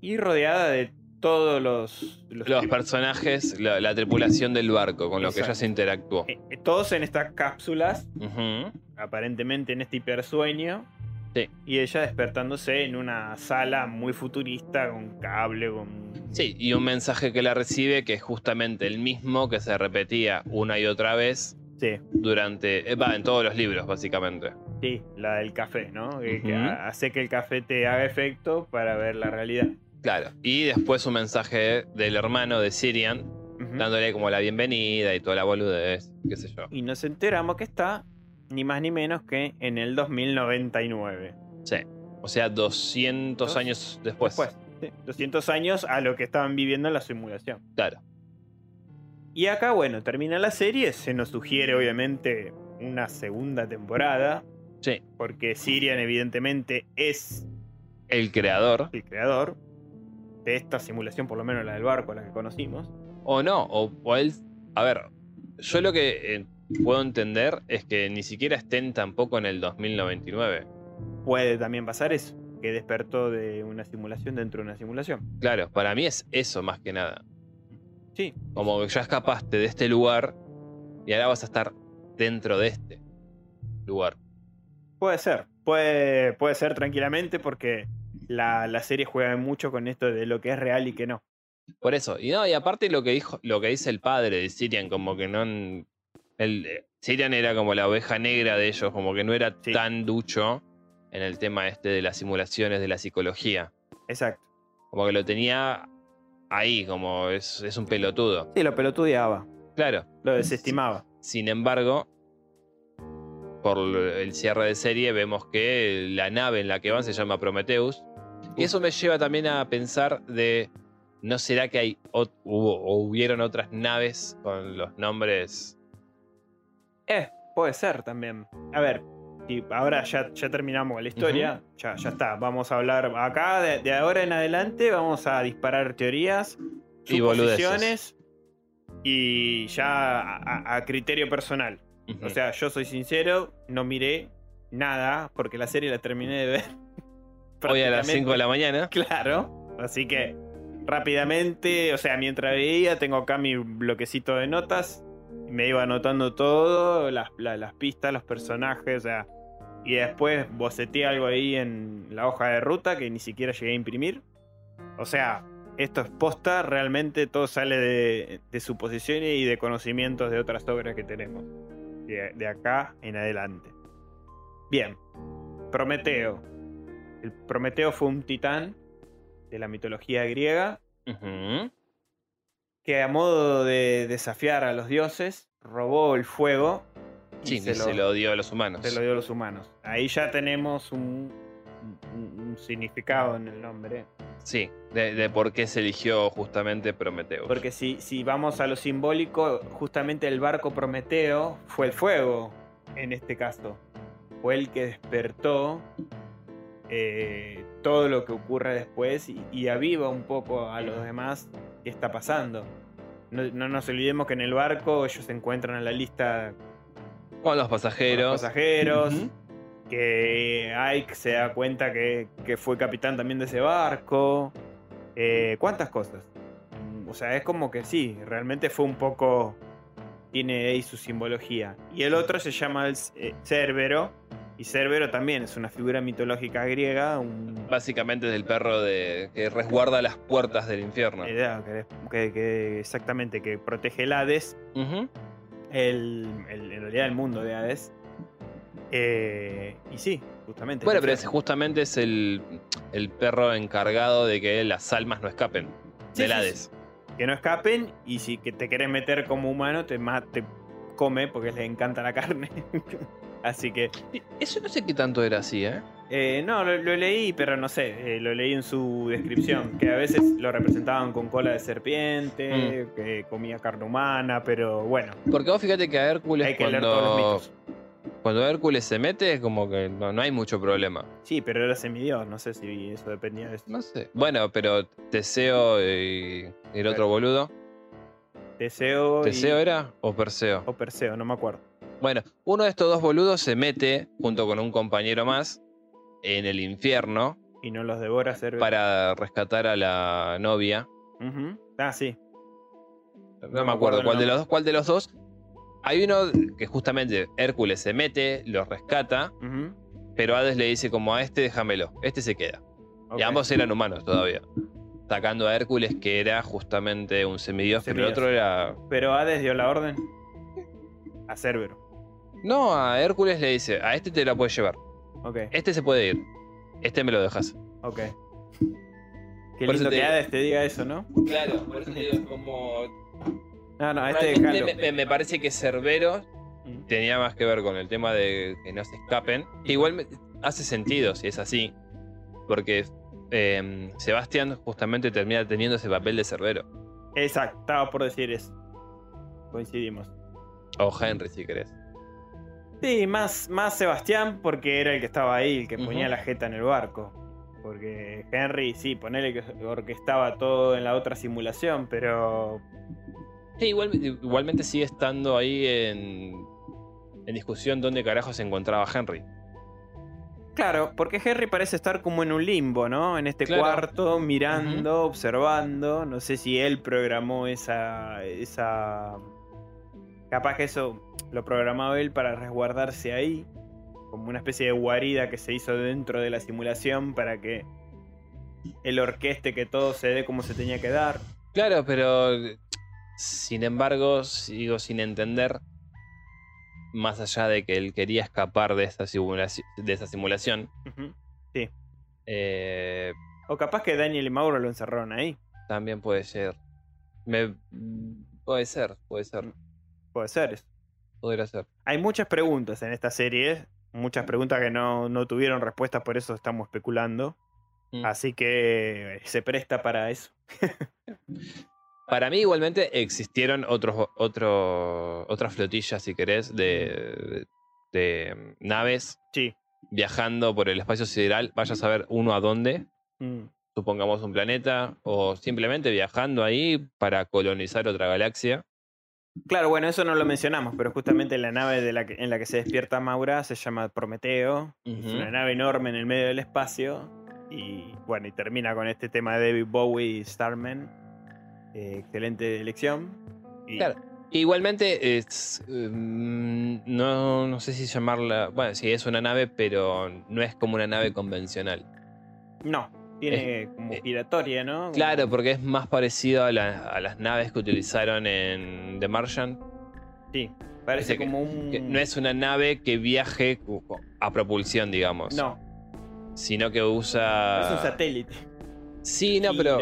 y rodeada de todos los, los
Los
tri-
personajes, la, la tripulación del barco, con lo que ya
Exacto.
se interactuó.
eh, eh, todos en estas cápsulas,
Ujú.
aparentemente en este hipersueño.
Sí.
Y ella despertándose en una sala muy futurista, con cable, con...
Sí, y un mensaje que la recibe que es justamente el mismo que se repetía una y otra vez
Sí.
durante. eh, Va, en todos los libros, básicamente.
Sí, la del café, ¿no? Que- que
Ujú.
ha- hace que el café te haga efecto para ver la realidad.
Claro. Y después un mensaje del hermano de Sirian,
Ujú.
dándole como la bienvenida y toda la boludez, qué sé yo.
Y nos enteramos que está ni más ni menos que en el 2099.
Sí. O sea, 200
Dos-
años después.
Después, sí, 200 años a lo que estaban viviendo en la simulación.
Claro.
Y acá, bueno, termina la serie, se nos sugiere obviamente una segunda temporada,
Sí.
porque Sirian evidentemente es
El creador.
el creador de esta simulación, por lo menos la del barco, la que conocimos.
O no. O, o él. A ver. Yo lo que eh, puedo entender es que ni siquiera estén tampoco en el 2099.
Puede también pasar eso, que despertó de una simulación dentro de una simulación.
Claro, para mí es eso más que nada.
Sí.
Como que ya escapaste de este lugar y ahora vas a estar dentro de este lugar.
Puede ser, puede, puede ser tranquilamente porque la, la serie juega mucho con esto de lo que es real y que no.
Por eso. Y no, y aparte lo que dijo, lo que dice el padre de Sirian, como que no. en- El, eh, Sirian era como la oveja negra de ellos, como que no era
Sí.
tan ducho en el tema este de las simulaciones, de la psicología.
Exacto.
Como que lo tenía ahí, como es, es un pelotudo.
Sí, lo pelotudeaba,
Claro.
lo desestimaba.
Sin embargo, por el cierre de serie vemos que la nave en la que van se llama Prometheus. Y eso me lleva también a pensar de, ¿no será que hay ot- hubo, o hubieron otras naves con los nombres?
Eh, puede ser también. A ver, y ahora ya, ya terminamos la historia. ya, ya está. Vamos a hablar acá, de, de ahora en adelante, vamos a disparar teorías,
Y boludeces.
suposiciones y ya a- a- a criterio personal. O sea, yo soy sincero, no miré nada porque la serie la terminé de ver.
Hoy a las
prácticamente.
5 de la mañana.
Claro. Así que rápidamente, o sea, mientras veía, tengo acá mi bloquecito de notas. y Me iba anotando todo, las, la- las pistas, los personajes, o sea. Y después boceté algo ahí en la hoja de ruta que ni siquiera llegué a imprimir. O sea, esto es posta, realmente todo sale de, de suposiciones y de conocimientos de otras obras que tenemos. De, de acá en adelante. Bien. Prometeo. El Prometeo fue un titán de la mitología griega
Ujú.
que a modo de desafiar a los dioses robó el fuego y
Sí, se, lo, dio a los humanos.
se lo dio a los humanos. Ahí ya tenemos un, un- un significado en el nombre.
Sí, de, de por qué se eligió justamente Prometheus.
Porque si, si vamos a lo simbólico, justamente el barco Prometeo fue el fuego en este caso. Fue el que despertó eh, todo lo que ocurre después y, y aviva un poco a los demás qué está pasando. No, no nos olvidemos que en el barco ellos se encuentran en la lista
con los
de los
pasajeros.
pasajeros,
Ujú.
que Ike se da cuenta que, que fue capitán también de ese barco. eh, ¿Cuántas cosas? Mm, O sea, es como que sí, realmente fue un poco. Tiene ahí su simbología. Y el otro se llama el C- eh, Cerbero. Y Cerbero también es una figura mitológica griega. Un,
Básicamente es el perro de, que resguarda las puertas del infierno.
eh, da, que- que- que- exactamente, que protege el Hades.
Ujú.
El, el- en realidad, el mundo de Hades. Eh, y sí, justamente.
Bueno,
el
pero
infierno.
ese justamente es el, el perro encargado de que las almas no escapen
Sí,
del
sí,
Hades.
que no escapen y si que te querés meter como humano te, ma- te come porque les encanta la carne. Así que
Eso no sé qué tanto era así, ¿eh?
eh, no, lo, lo leí, pero no sé, eh, lo leí en su descripción, que a veces lo representaban con cola de serpiente,
Mm.
que comía carne humana, pero bueno,
Porque vos fíjate que a Hércules
hay que leer todos los
cuando,
mitos.
cuando Hércules se mete es como que no, no hay mucho problema.
Sí, pero era semidios, no sé si eso dependía de eso.
No sé. Bueno, pero Teseo y el otro boludo.
Teseo, y- Oh.
¿Teseo era o Perseo?
o Perseo, no me acuerdo.
Bueno, uno de estos dos boludos se mete junto con un compañero más en el infierno
Y no los devora hacer...
para rescatar a la novia.
Ah, sí.
No,
No
me acuerdo,
el
cuál de
nombre.
los dos, cuál de los dos. Hay uno que justamente Hércules se mete, lo rescata,
Ujú.
pero Hades le dice como a este déjamelo, este se queda.
Ok.
Y ambos eran humanos todavía. Sacando a Hércules que era justamente un semidios, pero el
Semidios.
otro era...
Pero Hades dio la orden a Cerbero.
No, a Hércules le dice, a este te la puedes llevar,
Ok,
este se puede ir, este me lo dejas.
ok. Qué
Por
lindo
eso
que
te digo.
Hades te diga eso, ¿no?
Claro, por eso te digo como...
No, no, a este dejalo.
me, me parece que Cerbero
Mm.
tenía más que ver con el tema de que no se escapen. Que igual me- hace sentido si es así. porque eh, Sebastián justamente termina teniendo ese papel de cerbero.
Exacto, estaba por decir eso. Coincidimos.
O Henry, si querés.
Sí, más, más Sebastián porque era el que estaba ahí, el que ponía
Ujú.
la jeta en el barco. Porque Henry, sí, ponele que orquestaba todo en la otra simulación, pero
Sí, igual- igualmente sigue estando ahí en, en discusión dónde carajo se encontraba Henry.
Claro, porque Henry parece estar como en un limbo, ¿no? En este
Claro.
cuarto, mirando, observando. No sé si él programó esa. esa. Capaz que eso lo programaba él para resguardarse ahí. Como una especie de guarida que se hizo dentro de la simulación para que el orqueste que todo se dé como se tenía que dar.
Claro, pero sin embargo, sigo sin entender, más allá de que él quería escapar de esta simulación, de esa simulación
Ujú.
eh,
O capaz que Daniel y Mauro lo encerraron ahí.
también puede ser. Me- mm, puede ser, puede ser,
Puede ser eso.
podría ser.
Hay muchas preguntas en esta serie, muchas preguntas que no, no tuvieron respuestas, por eso estamos especulando.
Mm.
Así que eh, se presta para eso.
Para mí, igualmente, existieron otros, otro, otras flotillas, si querés, de, de mm, naves
Sí.
viajando por el espacio sideral. Vaya a saber uno a dónde,
Mm.
supongamos un planeta, o simplemente viajando ahí para colonizar otra galaxia.
Claro, bueno, eso no lo mencionamos, pero justamente la nave de la que- en la que se despierta Maura se llama Prometeo. Es
Ujú.
una nave enorme en el medio del espacio. Y bueno, y termina con este tema de David Bowie y Starman. Eh, excelente elección. Y
Claro. E Igualmente, es, mm, no, no sé si llamarla. Bueno, sí, es una nave, pero no es como una nave convencional.
No, tiene como
eh,
giratoria, ¿no? Como-
Claro, porque es más parecido a, la- a las naves que utilizaron en The Martian.
Sí, parece
Dice que-
como un.
que no es una nave que viaje cu- a propulsión, digamos.
No,
Sino que usa.
es un satélite. ¿eh?
Sí, no, pero,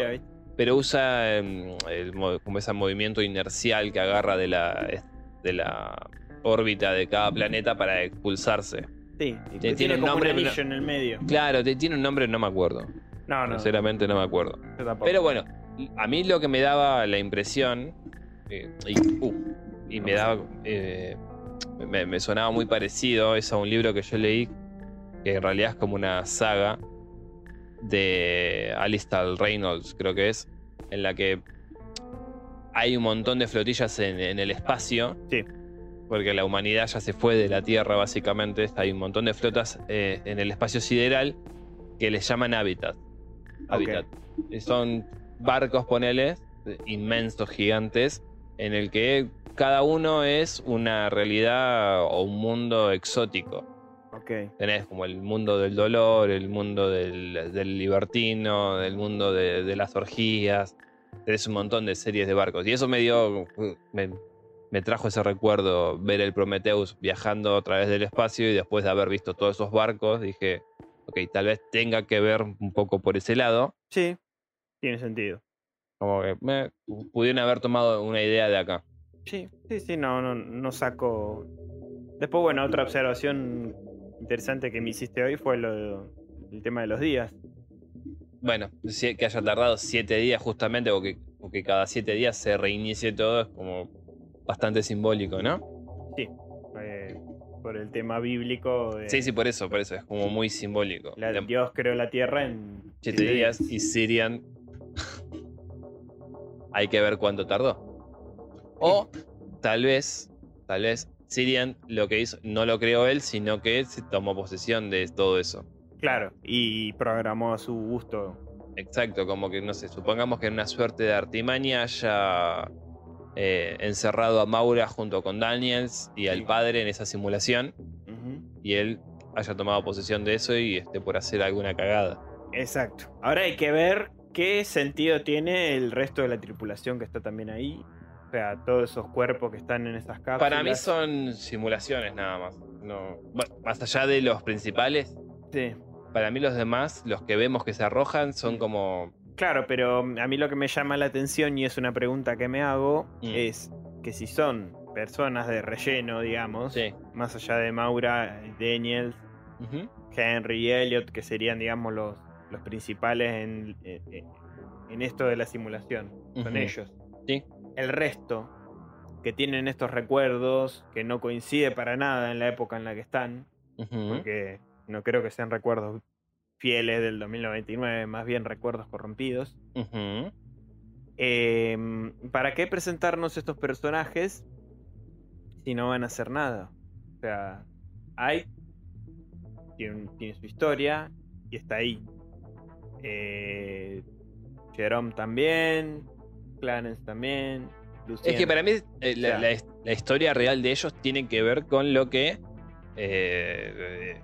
pero usa em, el mo- como ese movimiento inercial que agarra de la, de la órbita de cada planeta para expulsarse.
Sí, y tiene,
tiene un
como
nombre,
un
pero-
anillo en el medio.
Claro, te- tiene un nombre, no me acuerdo.
No, no,
Sinceramente, no me acuerdo.
yo tampoco.
Pero bueno, a mí lo que me daba la impresión. eh, y, uh, y me daba. eh, me, me sonaba muy parecido es a un libro que yo leí. Que en realidad es como una saga. De Alistair Reynolds, creo que es. En la que hay un montón de flotillas en, en el espacio.
Sí.
Porque la humanidad ya se fue de la Tierra, básicamente. Hay un montón de flotas eh, en el espacio sideral que les llaman hábitat. Hábitat. Y Son barcos, ponele, inmensos, gigantes, en el que cada uno es una realidad o un mundo exótico.
Ok.
Tenés como el mundo del dolor, el mundo del, del libertino, el mundo de, de las orgías. Tenés un montón de series de barcos. Y eso me dio. Me, me trajo ese recuerdo ver el Prometheus viajando a través del espacio y después de haber visto todos esos barcos, dije, ok, tal vez tenga que ver un poco por ese lado.
Sí, tiene sentido.
Como que me, pudieron haber tomado una idea de acá.
Sí, sí, sí, no, no, no saco. Después, bueno, otra observación interesante que me hiciste hoy fue lo, el tema de los días.
Bueno, si- que haya tardado siete días justamente, o que, o que cada siete días se reinicie todo, es como bastante simbólico, ¿no?
eh, por el tema bíblico de
Sí, sí, por eso, por eso, es como muy simbólico.
la-
De
Dios creó la tierra en
siete días y Sirian. Hay que ver cuánto tardó. O tal vez, tal vez Sirian lo que hizo no lo creó él, sino que se tomó posesión de todo eso.
Claro, y programó a su gusto.
Exacto, como que no sé, supongamos que en una suerte de artimaña haya eh, encerrado a Maura junto con Daniels y al
Sí.
padre en esa simulación
Ujú.
y él haya tomado posesión de eso y esté por hacer alguna cagada.
Exacto. Ahora hay que ver qué sentido tiene el resto de la tripulación que está también ahí. O sea, todos esos cuerpos que están en esas cápsulas.
Para mí son simulaciones nada más. No, bueno, más allá de los principales,
Sí.
para mí los demás, los que vemos que se arrojan, son como...
Claro, pero mm, a mí lo que me llama la atención y es una pregunta que me hago
Mm.
es que si son personas de relleno, digamos,
Sí.
más allá de Maura, Daniel,
Ujú.
Henry y Elliot, que serían, digamos, los, los principales en, en- en esto de la simulación. Son
Ujú.
ellos.
Sí.
El resto, que tienen estos recuerdos, que no coincide para nada en la época en la que están,
Ujú.
porque no creo que sean recuerdos fieles del 2099, más bien recuerdos corrompidos.
Ujú.
Em, ¿Para qué presentarnos estos personajes si no van a hacer nada? O sea, hay tiene, tiene su historia y está ahí. Eh, Jerome también, Clarence también,
Es
Lucien.
que para mí eh, la,
Ya.
la his- la historia real de ellos tiene que ver con lo que. eh, eh,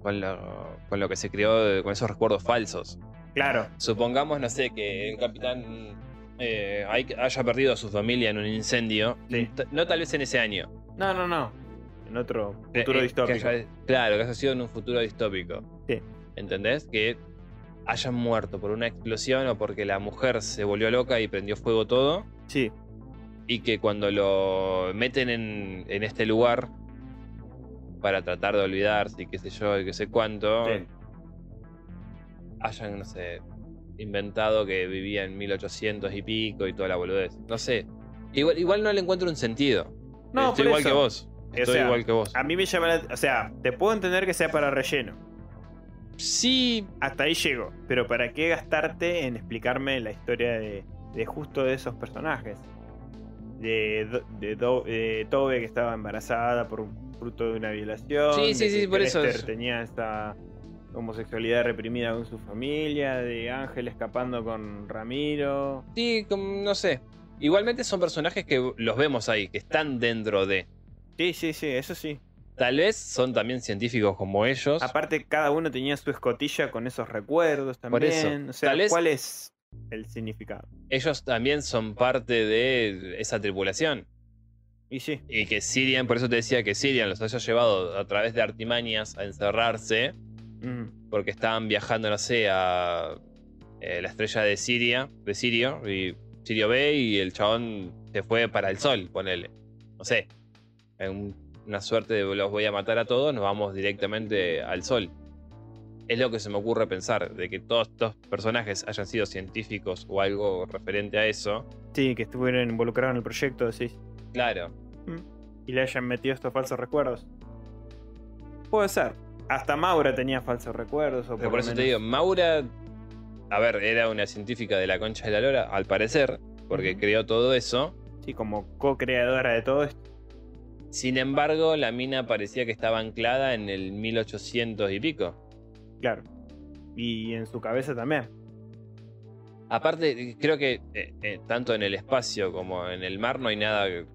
con, lo, con lo que se creó, de- con esos recuerdos falsos.
Claro,
Supongamos, no sé, que el capitán eh, hay- haya perdido a su familia en un incendio.
sí.
T- No tal vez en ese año.
No, no, no. En otro
Eh,
futuro
eh, que
distópico.
haya- claro, que haya sido en un futuro distópico.
Sí.
¿Entendés? Que hayan muerto por una explosión o porque la mujer se volvió loca y prendió fuego todo.
Sí,
y que cuando lo meten en, en este lugar para tratar de olvidarse y qué sé yo y qué sé cuánto,
sí.
hayan, no sé, inventado que vivía en 1800 y pico y toda la boludez. No sé. Igual, igual no le encuentro un sentido.
No,
Estoy
por
igual
eso.
que vos. Estoy
sea,
igual que vos.
A mí me llama la- O sea, te puedo entender que sea para relleno.
Sí,
Hasta ahí llego. Pero ¿para qué gastarte en explicarme la historia de, de justo de esos personajes? De, Do- de, Do- de Tobe que estaba embarazada por un- fruto de una violación.
Sí, sí,
de
sí,
que
por eso
Lester
es-
tenía esta homosexualidad reprimida con su familia. De Ángel escapando con Ramiro.
sí, como- no sé. Igualmente son personajes que los vemos ahí, que están dentro de.
Sí, sí, sí, eso sí.
Tal vez son también científicos como ellos.
Aparte, cada uno tenía su escotilla con esos recuerdos también.
Por eso.
O sea,
Tal vez-
¿cuál es el significado?
Ellos también son parte de esa tripulación.
Y sí,
Y que Sirian, por eso te decía que Sirian los haya llevado a través de artimañas a encerrarse,
mm,
porque estaban viajando, no sé, a eh, la estrella de Siria, de Sirio, y Sirio B, y el chabón se fue para el sol, ponele. No sé. En un- una suerte de los voy a matar a todos, nos vamos directamente al sol. Es lo que se me ocurre pensar, de que todos estos personajes hayan sido científicos o algo referente a eso.
sí, que estuvieron involucrados en el proyecto, sí.
Claro,
Y le hayan metido estos falsos recuerdos. Puede ser. Hasta Maura tenía falsos recuerdos. O
Pero
lo
Eh, por eso te digo,
menos-
Maura, a ver, era una científica de la concha de la lora, al parecer, porque
Ujú.
creó todo eso.
Sí, como co-creadora de todo esto.
Sin embargo, la mina parecía que estaba anclada en el 1800 y pico.
Claro. Y en su cabeza también.
Aparte, creo que eh, eh, tanto en el espacio como en el mar no hay nada... que-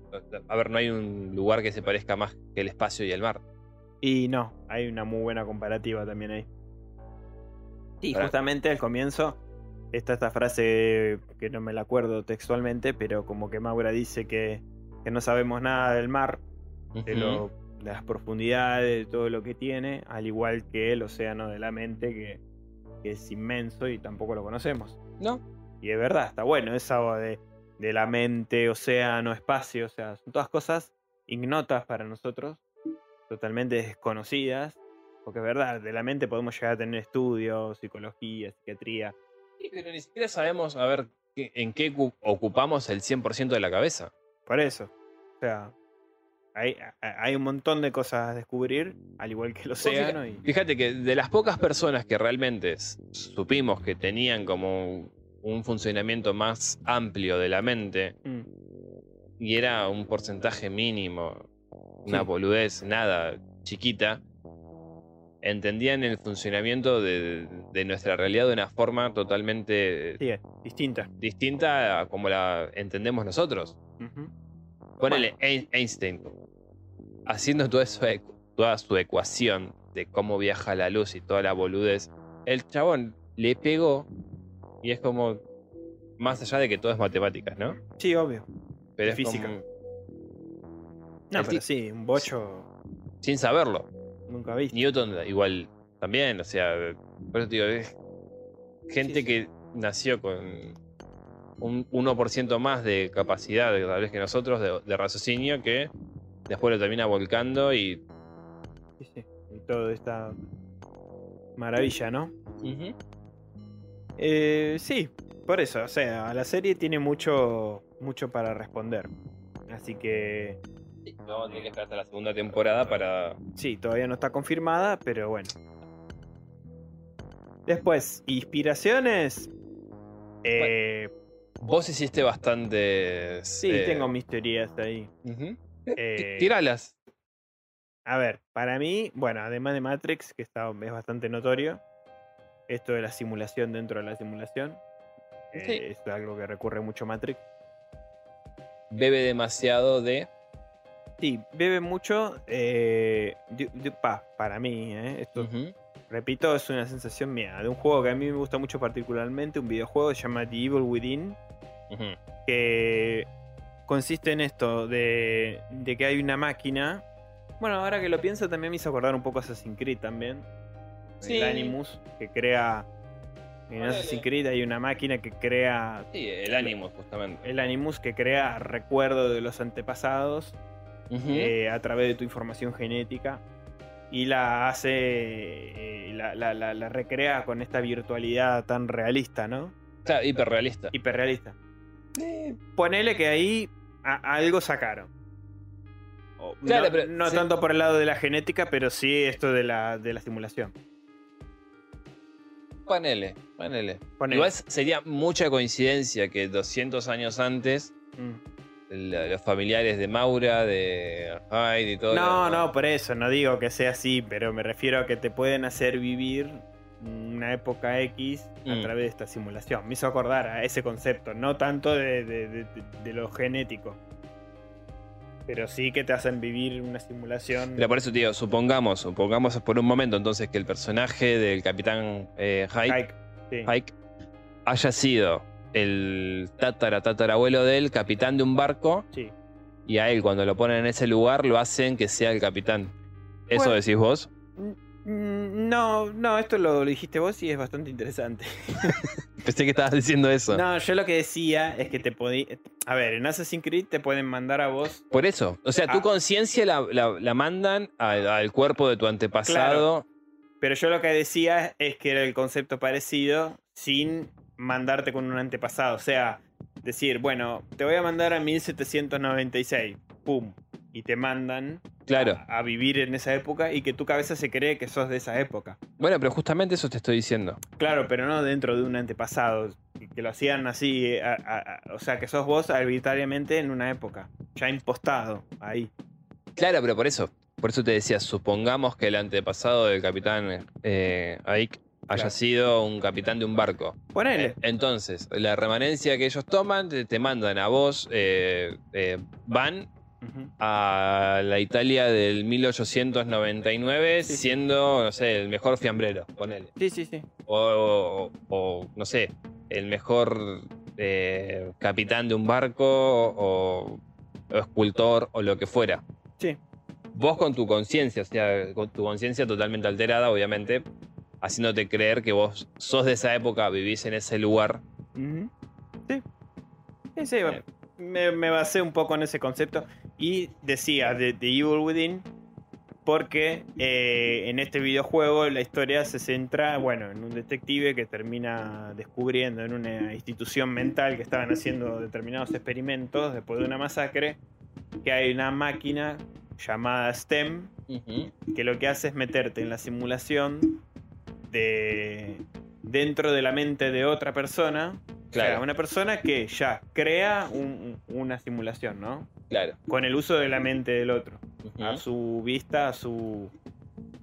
A ver, no hay un lugar que se parezca más que el espacio y el mar.
Y no, hay una muy buena comparativa también ahí. Sí,
Ahora-
justamente al comienzo está esta frase que no me la acuerdo textualmente, pero como que Maura dice que, que no sabemos nada del mar, de, lo- de las profundidades, de todo lo que tiene, al igual que el océano de la mente que, que es inmenso y tampoco lo conocemos.
No,
Y es verdad, está bueno esa de, de la mente, océano, espacio, o sea, son todas cosas ignotas para nosotros, totalmente desconocidas, porque es verdad, de la mente podemos llegar a tener estudios, psicología, psiquiatría.
Sí, pero ni siquiera sabemos, a ver, qué- en qué cu- ocupamos el 100% de la cabeza.
Por eso. O sea, hay, a- hay un montón de cosas a descubrir, al igual que el océano. Y,
Fíjate que de las pocas personas que realmente s- supimos que tenían como un- un funcionamiento más amplio de la mente
Mm,
y era un porcentaje mínimo, una
Sí.
boludez, nada, chiquita, entendían el funcionamiento de, de nuestra realidad de una forma totalmente eh,
sí, distinta.
distinta a como la entendemos nosotros.
Ujú.
Ponele Ein- Einstein haciendo todo eso, de- toda su ecuación de cómo viaja la luz y toda la boludez. El chabón le pegó y es como más allá de que todo es matemáticas, ¿no?
Sí, obvio.
Pero
Y física.
como
No,
El ti-
pero sí, un bocho
sin saberlo.
nunca visto.
Newton igual también, o sea, por eso te digo, es gente
Sí, sí.
que nació con un 1% más de capacidad, tal vez que nosotros, de, de raciocinio, que después lo termina volcando y
Sí, sí. Y todo esta maravilla, ¿no? Eh, sí, por eso, o sea, la serie tiene mucho, mucho para responder. Así que
Sí, Vamos a tener que esperar hasta la segunda temporada para.
sí, todavía no está confirmada, pero bueno. Después, inspiraciones. Eh,
Vos hiciste bastante. eh,
sí, tengo mis teorías ahí. Eh,
Tíralas.
A ver, para mí, bueno, además de Matrix, que está, es bastante notorio, esto de la simulación dentro de la simulación, eh,
Sí.
es algo que recurre mucho Matrix.
Bebe demasiado de.
Sí, bebe mucho, eh, de- de- pa, para mí, eh, esto,
Ujú.
repito, es una sensación mía, de un juego que a mí me gusta mucho particularmente, un videojuego que se llama The Evil Within,
Ujú.
que consiste en esto de, de que hay una máquina. Bueno, ahora que lo pienso también me hizo acordar un poco a Assassin's Creed también.
Sí.
El Animus que crea... En
Ponele.
Assassin's Creed hay una máquina que crea...
Sí, el ánimo, justamente.
El Animus que crea recuerdo de los antepasados
Ujú.
eh, a través de tu información genética y la hace, eh, la, la- la- la recrea con esta virtualidad tan realista, ¿no?
Está hiperrealista.
Hiperrealista. Ponele que ahí a- algo sacaron. O-
Claro,
no
pero
no
se-
tanto por el lado de la genética, pero sí esto de la, de la simulación.
Panele, panele.
Ponele.
Igual sería mucha coincidencia que 200 años antes
Mm.
la- los familiares de Maura, de Hyde y todo.
No,
lo demás-
no, por eso, no digo que sea así, pero me refiero a que te pueden hacer vivir una época X a
Mm.
través de esta simulación. Me hizo acordar a ese concepto, no tanto de, de- de- de lo genético, pero sí que te hacen vivir una simulación.
Pero por eso, tío, supongamos, supongamos por un momento entonces que el personaje del capitán eh, Hyde,
Hike, sí.
Pike haya sido el tatara tatarabuelo de él, capitán de un barco,
Sí.
y a él cuando lo ponen en ese lugar lo hacen que sea el capitán. ¿Eso
Bueno.
decís vos?
Mm, No, no, esto lo, lo dijiste vos y es bastante interesante.
Pensé que estabas diciendo eso.
No, yo lo que decía es que te podí. A ver, en Assassin's Creed te pueden mandar a vos.
Por eso. O sea, tu
Ah.
conciencia la, la- la mandan al, al cuerpo de tu antepasado.
Pero yo lo que decía es que era el concepto parecido sin mandarte con un antepasado. O sea, decir, bueno, te voy a mandar a 1796. ¡Pum! Y te mandan
Claro.
a, a vivir en esa época y que tu cabeza se cree que sos de esa época.
Bueno, pero justamente eso te estoy diciendo.
Claro, pero no dentro de un antepasado. que- Que lo hacían así. eh, a- a- a- o sea, que sos vos arbitrariamente en una época. Ya impostado ahí.
Claro, pero por eso. Por eso te decía, supongamos que el antepasado del capitán eh, Ike haya
Claro.
sido un capitán de un barco. Eh,
Ponele.
Entonces, la remanencia que ellos toman, te, te mandan a vos, eh, eh, van
Ujú.
a la Italia del 1899
Sí, sí.
siendo, no sé, el mejor fiambrero, ponele.
Sí, sí, sí.
o, o, no sé, el mejor eh, capitán de un barco o, o escultor o lo que fuera.
Sí.
Vos con tu conciencia, o sea, con tu conciencia totalmente alterada, obviamente, haciéndote creer que vos sos de esa época, vivís en ese lugar.
Ujú. Sí. Sí, sí, bueno, me, me basé un poco en ese concepto. Y decía de The Evil Within. Porque eh, en este videojuego la historia se centra, bueno, en un detective que termina descubriendo en una institución mental que estaban haciendo determinados experimentos después de una masacre, que hay una máquina llamada STEM, que lo que hace es meterte en la simulación de dentro de la mente de otra persona. Claro.
Claro,
una persona que ya crea un- una simulación, ¿no?
claro.
Con el uso de la mente del otro,
Ujú.
a su vista, a su,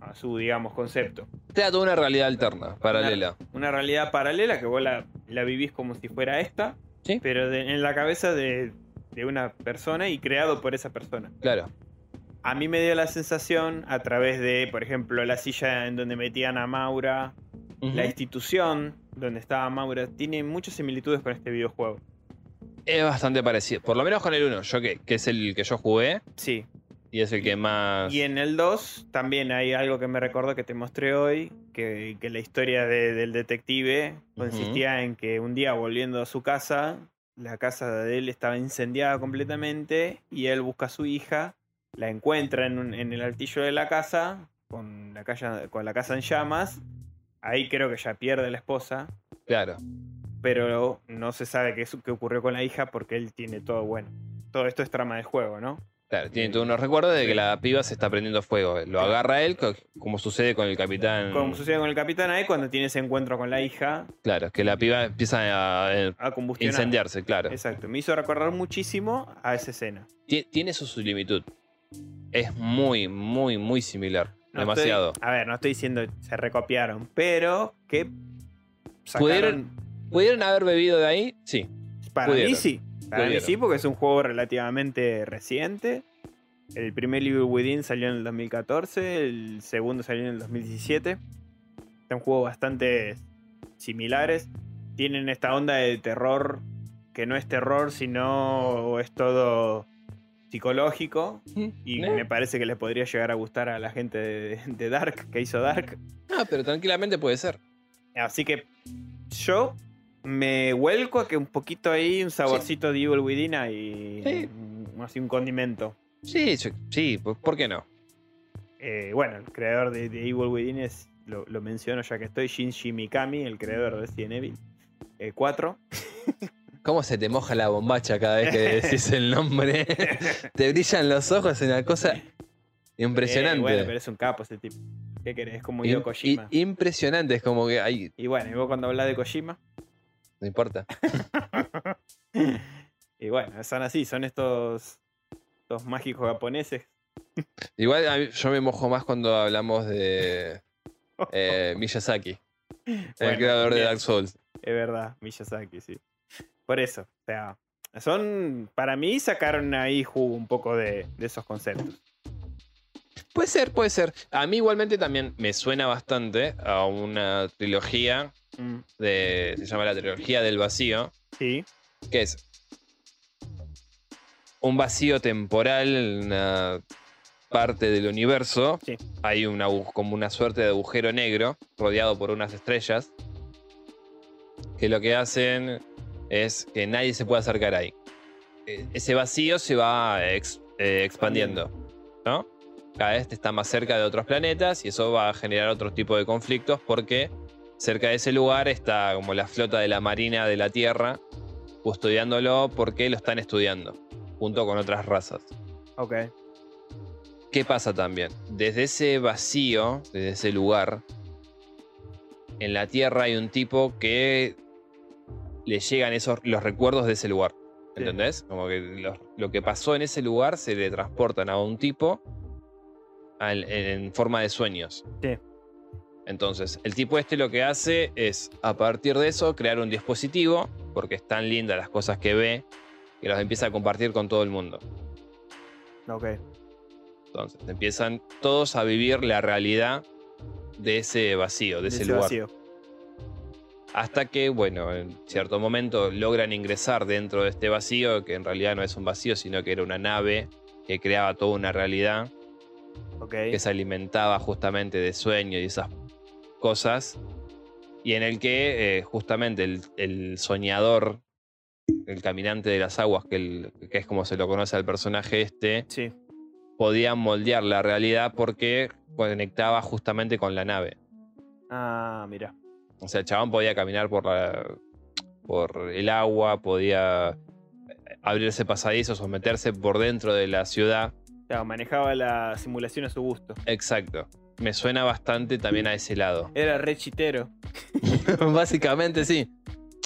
a su, digamos, concepto.
Te da toda una realidad alterna, paralela.
Una realidad paralela que vos la, la vivís como si fuera esta,
Sí.
pero de- en la cabeza de, de una persona y creado por esa persona.
Claro.
A mí me dio la sensación, a través de, por ejemplo, la silla en donde metían a Maura,
Ujú.
la institución donde estaba Maura, tiene muchas similitudes con este videojuego.
Es bastante parecido. Por lo menos con el 1, yo que, que es el que yo jugué
Sí,
y es el que más.
Y en el 2 también hay algo que me recuerdo que te mostré hoy, que, que la historia de- del detective consistía en que un día volviendo a su casa, la casa de él estaba incendiada completamente y él busca a su hija, la encuentra en, un- en el altillo de la casa, con la, calle- con la casa en llamas, ahí creo que ya pierde la esposa,
Claro.
pero no se sabe qué, su- qué ocurrió con la hija porque él tiene todo bueno. Todo esto es trama de juego, ¿no?
Claro,
Eh,
tiene todos unos recuerdos de que la piba se está prendiendo fuego. Lo agarra él, co- como sucede con el capitán.
Como sucede con el capitán ahí cuando tiene ese encuentro con la hija
Claro, que la piba empieza a eh,
a combustión.
incendiarse, claro.
Exacto, me hizo recordar muchísimo a esa escena.
Tie- Tiene su similitud. Es muy, muy, muy similar.
No
Demasiado.
estoy- a ver, no estoy diciendo se recopiaron, pero que
Pudieron-
sacaron
¿Pudieron haber bebido de ahí? Sí.
para
pudieron,
mí sí. Para
pudieron.
mí sí porque es un juego relativamente reciente. El primer Evil Within salió en el 2014, el segundo salió en el 2017. Son juegos bastante similares. Tienen esta onda de terror que no es terror, sino es todo psicológico. Y
Eh,
me parece que les podría llegar a gustar a la gente de, de Dark, que hizo Dark.
Ah, pero tranquilamente puede ser.
Así que yo me vuelco a que un poquito ahí, un saborcito de Evil Within y
Sí.
así un condimento.
Sí, yo- sí, ¿por por qué no?
Eh, bueno, el creador de, de Evil Within es, lo, lo menciono ya que estoy, Shinji Mikami, el creador de Resident Evil eh, 4.
¿Cómo se te moja la bombacha cada vez que decís el nombre? te brillan los ojos, es una cosa impresionante.
Eh, bueno, pero es un capo ese tipo. ¿Qué querés? Es como
Im-
Hideo Kojima.
i- impresionante, es como que ay,
y bueno, y vos cuando hablas de Kojima...
no importa.
Y bueno, son así, son estos, estos mágicos japoneses.
Igual a mí- yo me mojo más cuando hablamos de eh, Miyazaki, el
Bueno,
creador de
bien.
Dark Souls.
Es verdad, Miyazaki, sí. Por eso, o sea, son, para mí sacaron ahí jugo un poco de, de esos conceptos.
Puede ser, puede ser. A mí igualmente también me suena bastante a una trilogía
Mm,
de se llama la trilogía del vacío,
Sí,
que es un vacío temporal en una parte del universo.
Sí.
Hay un agu- como una suerte de agujero negro rodeado por unas estrellas que lo que hacen es que nadie se puede acercar ahí. E- Ese vacío se va ex- eh, expandiendo, ¿no? Cada vez está más cerca de otros planetas y eso va a generar otro tipo de conflictos porque cerca de ese lugar está como la flota de la Marina de la Tierra custodiándolo porque lo están estudiando, junto con otras razas.
ok.
¿Qué pasa también? Desde ese vacío, desde ese lugar, en la Tierra hay un tipo que le llegan esos, los recuerdos de ese lugar.
Sí.
¿Entendés? Como que lo, lo que pasó en ese lugar se le transportan a un tipo al- en forma de sueños.
Sí.
Entonces, el tipo este lo que hace es, a partir de eso, crear un dispositivo, porque es tan linda las cosas que ve, que los empieza a compartir con todo el mundo.
Ok.
Entonces empiezan todos a vivir la realidad de ese vacío, de, ese,
Ese
lugar.
vacío.
Hasta que, bueno, en cierto momento logran ingresar dentro de este vacío, que en realidad no es un vacío, sino que era una nave que creaba toda una realidad,
Ok.
que se alimentaba justamente de sueños y esas cosas, y en el que eh, justamente el, el soñador, el caminante de las aguas, que, el- que es como se lo conoce al personaje este,
Sí.
podían moldear la realidad porque conectaba justamente con la nave.
Ah, mira.
O sea, el chabón podía caminar por, la- por el agua, podía eh, abrirse pasadizos o meterse por dentro de la ciudad.
Claro, manejaba la simulación a su gusto.
Exacto. Me suena bastante también a ese lado.
Era re chitero.
Básicamente sí.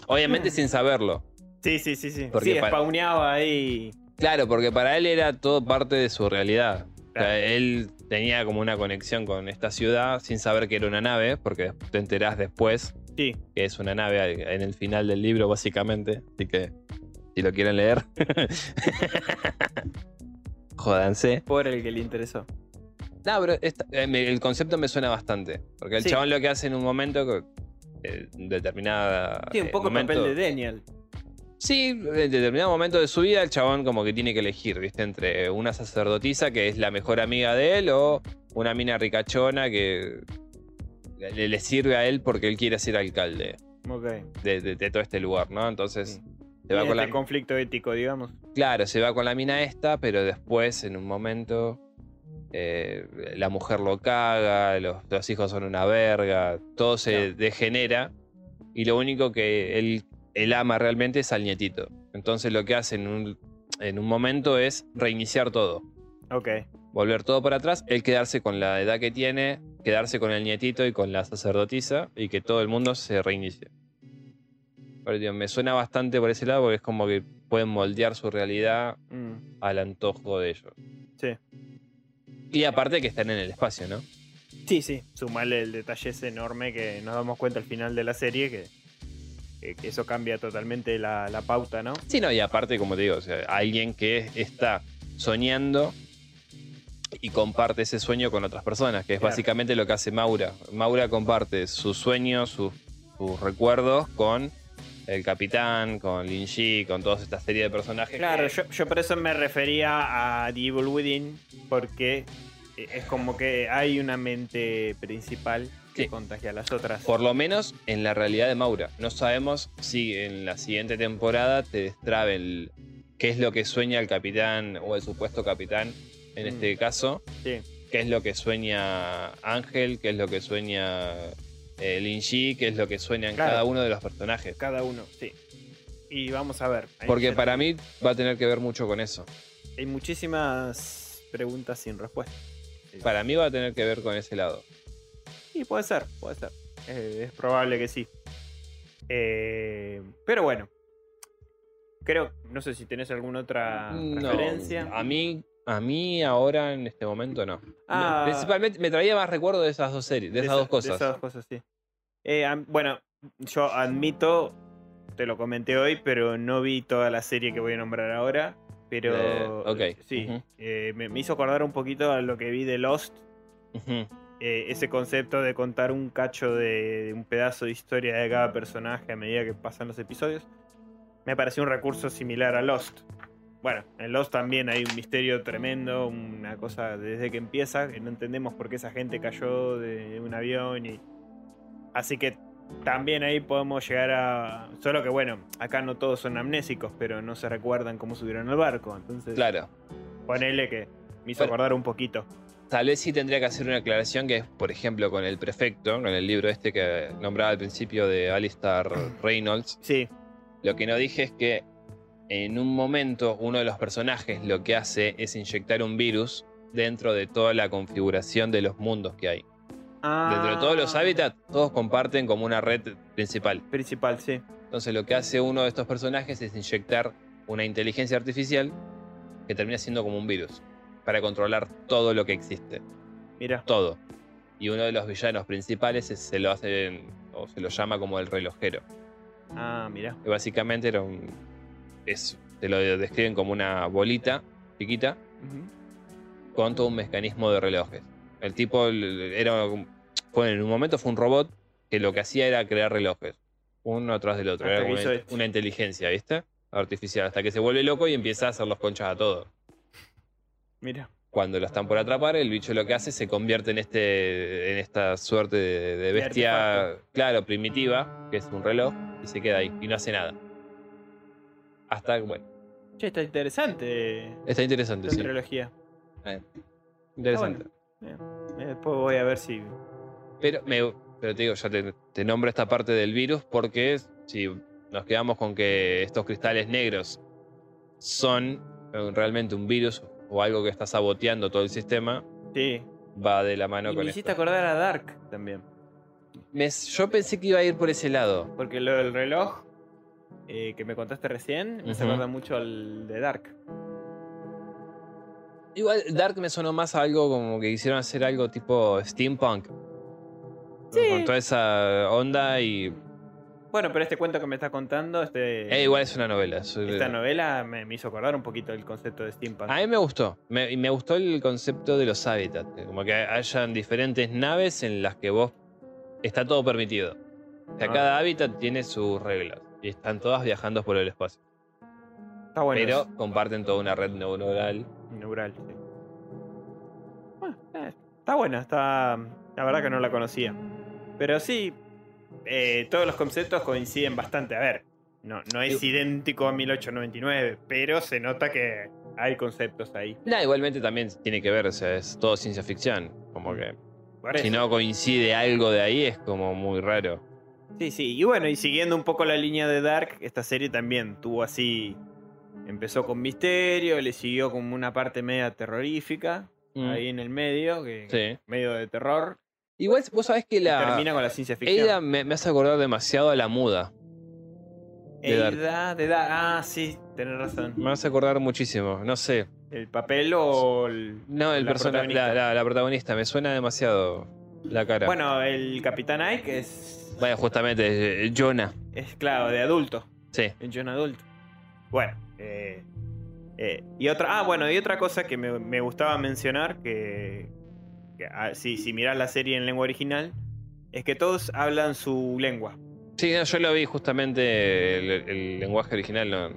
Obviamente sin saberlo.
Sí, sí, sí, sí.
Porque
sí,
para-
spawneaba ahí.
Claro, porque para él era todo parte de su realidad. O sea, él tenía como una conexión con esta ciudad sin saber que era una nave, porque te enterás después
Sí.
que es una nave en el final del libro, básicamente. Así que, si lo quieren leer, jódanse.
Por el que le interesó.
No, pero esta- eh, me- el concepto me suena bastante. Porque el
Sí.
chabón lo que hace en un momento, que, eh, en determinada.
Sí, un
eh,
poco el
momento-
papel de Daniel.
Sí, en determinado momento de su vida, el chabón como que tiene que elegir, ¿viste? Entre una sacerdotisa que es la mejor amiga de él o una mina ricachona que le, le sirve a él porque él quiere ser alcalde
Ok.
de, de- de todo este lugar, ¿no? Entonces. Se
Tiene
va con
este
la,
conflicto ético, digamos.
Claro, se va con la mina esta, pero después en un momento eh, la mujer lo caga, los, los hijos son una verga, todo se degenera y lo único que él, él ama realmente es al nietito. Entonces lo que hace en un, en un momento es reiniciar todo,
Ok.
volver todo para atrás, él quedarse con la edad que tiene, quedarse con el nietito y con la sacerdotisa y que todo el mundo se reinicie. Pero, tío, me suena bastante por ese lado porque es como que pueden moldear su realidad
Mm.
al antojo de ellos.
Sí.
Y aparte que están en el espacio, ¿no?
Sí, sí. Sumale el detalle ese enorme que nos damos cuenta al final de la serie que, que- que eso cambia totalmente la, la pauta, ¿no?
Sí, no, y aparte, como te digo, o sea, alguien que está soñando y comparte ese sueño con otras personas, que es
Claro.
básicamente lo que hace Maura. Maura comparte sus sueños, sus, sus recuerdos con el capitán, con Lin Shi, con toda esta serie de personajes.
Claro,
que-
yo, yo por eso me refería a The Evil Within, porque eh, es como que hay una mente principal que
Sí.
contagia a las otras.
Por lo menos en la realidad de Maura. No sabemos si en la siguiente temporada te destrabe el- qué es lo que sueña el capitán o el supuesto capitán en
Mm.
este caso.
Sí.
Qué es lo que sueña Ángel, qué es lo que sueña eh, Lin Shi, qué es lo que sueñan
Claro.
cada uno de los personajes.
Cada uno, sí. Y vamos a ver. Hay-
Porque para mí va a tener que ver mucho con eso.
Hay muchísimas preguntas sin respuesta.
Para mí va a tener que ver con ese lado.
Y puede ser, puede ser. Eh, es probable que sí. Eh, pero bueno. Creo, no sé si tenés alguna otra
Mm, No,
Ah, referencia.
A mí, a mí ahora en este momento no.
Ah.
Me- Principalmente me traía más recuerdo de esas dos series, de, esas
esa-
dos cosas.
De esas dos cosas, sí. Eh, am- bueno, yo admito, te lo comenté hoy, pero no vi toda la serie que voy a nombrar ahora. Pero
Eh, ok.
sí,
Ujú.
eh, me, me hizo acordar un poquito a lo que vi de Lost.
Ujú.
eh, ese concepto de contar un cacho de, de un pedazo de historia de cada personaje a medida que pasan los episodios, me pareció un recurso similar a Lost. Bueno, en Lost también hay un misterio tremendo, una cosa desde que empieza, que no entendemos por qué esa gente cayó de un avión y... Así que también ahí podemos llegar a... Solo que bueno, acá no todos son amnésicos, pero no se recuerdan cómo subieron al barco, entonces
Claro.
ponele que me hizo
Bueno.
acordar un poquito.
Tal vez sí tendría que hacer una aclaración que es, por ejemplo, con el prefecto, con el libro este que nombraba al principio de Alistair Reynolds.
Sí,
Lo que no dije es que en un momento uno de los personajes lo que hace es inyectar un virus dentro de toda la configuración de los mundos que hay. Dentro de todos los
Ah.
hábitats, todos comparten como una red principal.
principal, sí.
Entonces lo que hace uno de estos personajes es inyectar una inteligencia artificial que termina siendo como un virus para controlar todo lo que existe.
Mira,
todo. Y uno de los villanos principales es- se lo hacen, o se lo llama como el relojero.
ah, mira.
Que básicamente era un. Es, te lo describen como una bolita chiquita con todo un mecanismo de relojes. El tipo l- era. un- Fue, en un momento fue un robot que lo que hacía era crear relojes. Uno atrás del otro.
Hasta
Era
que
una,
hizo esto.
una inteligencia, ¿viste? Artificial. Hasta que se vuelve loco y empieza a hacer los conchas a todo.
Mira,
Cuando lo están por atrapar, el bicho lo que hace se convierte en este. en esta suerte de, de bestia,
artefacto.
claro, primitiva, que es un reloj, y se queda ahí, y no hace nada. Hasta, bueno,
che, está interesante
está interesante,
esta
sí. Ah,
trilogía.
Interesante.
Eh, Después voy a ver si.
Pero, me- pero te digo, ya te, te nombro esta parte del virus porque si nos quedamos con que estos cristales negros son eh, realmente un virus o algo que está saboteando todo el sistema,
Sí.
va de la mano
y
con
me
esto.
hiciste acordar a Dark también.
Me- yo pensé que iba a ir por ese lado.
Porque lo del reloj eh, que me contaste recién me se
Ujú.
acuerda mucho al de Dark.
Igual Dark me sonó más a algo como que quisieron hacer algo tipo steampunk. Con toda esa onda y...
Bueno, pero este cuento que me estás contando, este,
Eh, igual eh. es una novela. es-
esta novela me, me hizo acordar un poquito el concepto de steampunk.
A mí me gustó. Me, y me gustó el concepto de los hábitats. que Como que hayan diferentes naves en las que vos. Está todo permitido. O sea,
Ah.
cada hábitat tiene sus reglas. Y están todas viajando por el espacio.
Está bueno.
pero comparten toda una red neuronal.
es Neural, sí. Bueno, eh, está buena, está. La verdad que no la conocía. Pero sí, eh, todos los conceptos coinciden bastante. A ver, no, no es idéntico a 1899, pero se nota que hay conceptos ahí.
Nah, igualmente también tiene que ver. O sea, es todo ciencia ficción. Como que.
Por eso.
Si no coincide algo de ahí, es como muy raro.
Sí, sí, y bueno, y siguiendo un poco la línea de Dark, esta serie también tuvo así. Empezó con misterio, le siguió como una parte media terrorífica, ahí en el medio, que,
Mm. Sí.
medio de terror,
Igual vos sabés que
y termina
la.
con la ciencia ficción.
Ada me, me hace acordar demasiado a la muda. de Dark.
Eida, de Dark. Ah, sí, tenés razón.
Me hace acordar muchísimo. No sé.
El papel o el...
No, el
La
persona-
protagonista.
La, la- la protagonista. Me suena demasiado la cara.
Bueno, el Capitán Ike es,
Vaya, justamente, eh, Jonah.
es claro, de adulto.
Sí.
El John adulto. Bueno, eh, eh, y otra... Ah, bueno, y otra cosa que me, me gustaba mencionar, que, que, ah, sí, si mirás la serie en lengua original, es que todos hablan su lengua.
Sí, no, yo lo vi justamente el, el lenguaje original. no. Eh,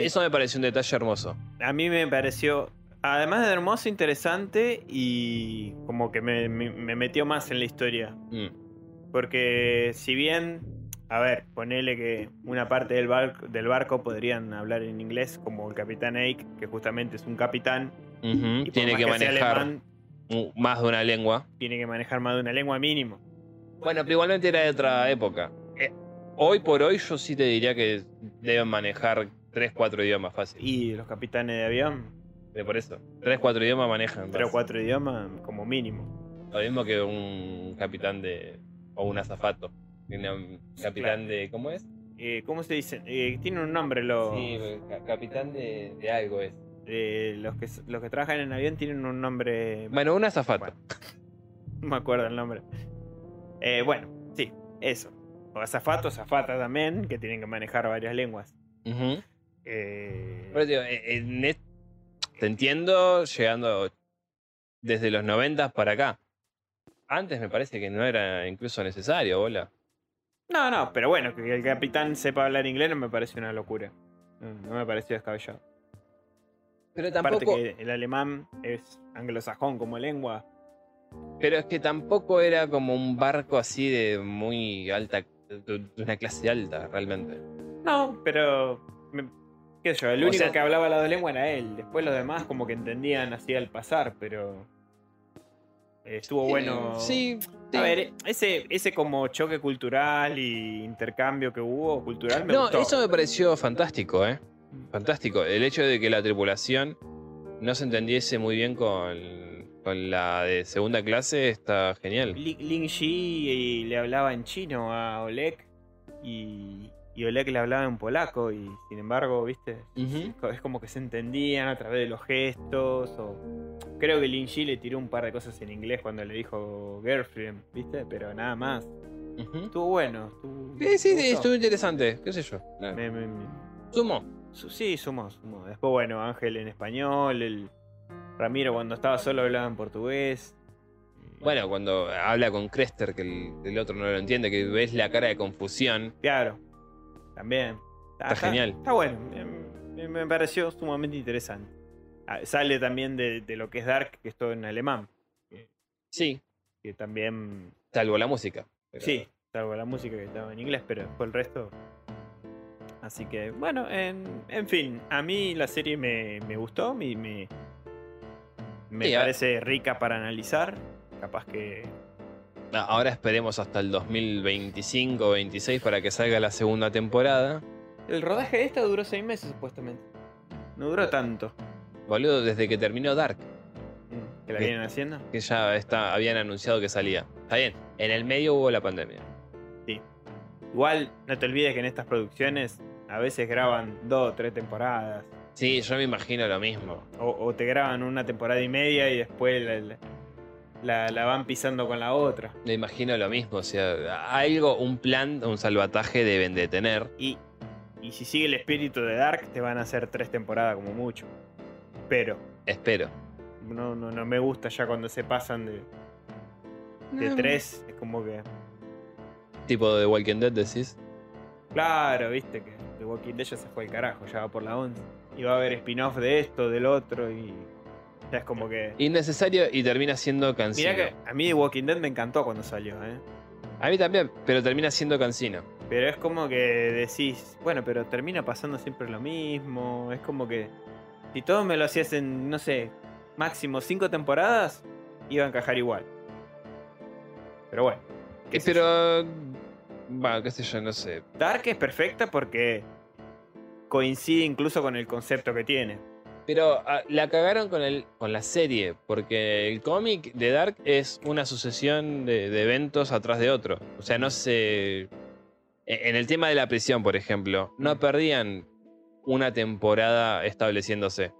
Sí.
Eso me pareció un detalle hermoso.
A mí me pareció, además de hermoso, interesante y como que me- me- me metió más en la historia.
Mm.
Porque si bien, a ver, ponele que una parte del barco, del barco podrían hablar en inglés, como el capitán Ake, que justamente es un capitán.
Ujú,
y por
Tiene
más
que
sea
manejar
alemán,
mu- más de una lengua.
tiene que manejar más de una lengua mínimo.
Bueno, pero igualmente era de otra época. Eh, hoy por hoy yo sí te diría que deben manejar 3, 4 idiomas fácil.
Y los capitanes de avión,
Pero por eso. 3, 4 idiomas manejan.
tres o
fácil.
cuatro idiomas como mínimo.
Lo mismo que un capitán de... o un azafato. Un capitán de... ¿Cómo es?
Eh, ¿Cómo se dice? Eh, tiene un nombre los,
Sí, ca- capitán de, de algo es.
eh, los que los que trabajan en avión tienen un nombre
Bueno, un azafato.
Bueno. No me acuerdo el nombre. Eh, bueno, sí, eso. O azafato, azafata también, que tienen que manejar varias lenguas.
Ujú.
Eh,
Por eso digo, eh, en es- te entiendo llegando desde los 90 para acá. Antes me parece que no era incluso necesario, bola.
no, no, pero bueno, que el capitán sepa hablar inglés no me parece una locura. No, no me pareció descabellado.
Pero
Aparte
tampoco,
que el alemán es anglosajón como lengua.
pero es que tampoco era como un barco así de muy alta, de- de una clase alta realmente.
No, pero... me- qué sé yo, el
O
único
sea-
que hablaba las dos lenguas era él. Después los demás como que entendían así al pasar, pero... eh, Estuvo bueno...
Sí, sí.
A ver, ese, ese como choque cultural y intercambio que hubo cultural me
no,
gustó.
eso me pareció fantástico, ¿eh? Fantástico. El hecho de que la tripulación no se entendiese muy bien con, con la de segunda clase está genial.
Li- Ling Shi y le hablaba en chino a Oleg y, y Oleg le hablaba en polaco y sin embargo, viste,
Ujú.
es como que se entendían a través de los gestos o... Creo que Lin Shi le tiró un par de cosas en inglés cuando le dijo girlfriend, viste, pero nada más.
Ujú.
Estuvo bueno. estuvo-
Sí, sí,
me
sí,
gustó.
estuvo interesante, qué sé yo.
Me- me- me-
Sumo.
Su- Sí, sumó, sumó. Después, bueno, Ángel en español, el Ramiro cuando estaba solo hablaba en portugués.
Bueno, cuando habla con Crester, que el, el otro no lo entiende, que ves la cara de confusión.
Claro, también.
Está genial.
Está, bueno, me, me pareció sumamente interesante. Ah, Sale también de, de lo que es Dark, que es todo en alemán,
Sí.
que también...
Salvo la música. pero-
Sí, salvo la música que estaba en inglés, pero después el resto... Así que, bueno, en, en fin, a mí la serie me, me gustó, me, me, me
Sí, a-
parece rica para analizar. Capaz que
A- Ahora esperemos hasta el 2025 o 26 para que salga la segunda temporada.
El rodaje de esta duró seis meses, supuestamente. No duró tanto.
Boludo, desde que terminó Dark,
¿Que la
Sí.
vienen haciendo?
que ya está, habían anunciado que salía. Está bien, en el medio hubo la pandemia.
Igual, no te olvides que en estas producciones a veces graban dos o tres temporadas.
Sí, yo me imagino lo mismo.
O, o te graban una temporada y media y después la, la- la- la van pisando con la otra.
Me imagino lo mismo. O sea, algo, un plan, un salvataje deben de tener.
Y, y si sigue el espíritu de Dark, te van a hacer tres temporadas como mucho. Pero
Espero.
no, no, no me gusta ya cuando se pasan de, de tres. Es como que.
Tipo de Walking Dead, decís.
Claro, viste que The Walking Dead ya se fue el carajo, ya va por la 11. Y va a haber spin-off de esto, del otro, y. Ya es como que.
Innecesario y termina siendo cansino.
Mirá que a mí The Walking Dead me encantó cuando salió, ¿eh?
A mí también, pero termina siendo cansino.
Pero es como que decís, bueno, pero termina pasando siempre lo mismo. Es como que. Si todo me lo hacías en, no sé, máximo cinco temporadas, iba a encajar igual. Pero bueno. qué
Eh,
sé yo.
Pero Bueno, qué sé yo, no sé.
Dark es perfecta porque coincide incluso con el concepto que tiene.
Pero ah, la cagaron con, el, con la serie, porque el cómic de Dark es una sucesión de, de eventos atrás de otro. O sea, no se... e, En en el tema de la prisión, por ejemplo,
Mm.
no perdían una temporada estableciéndose.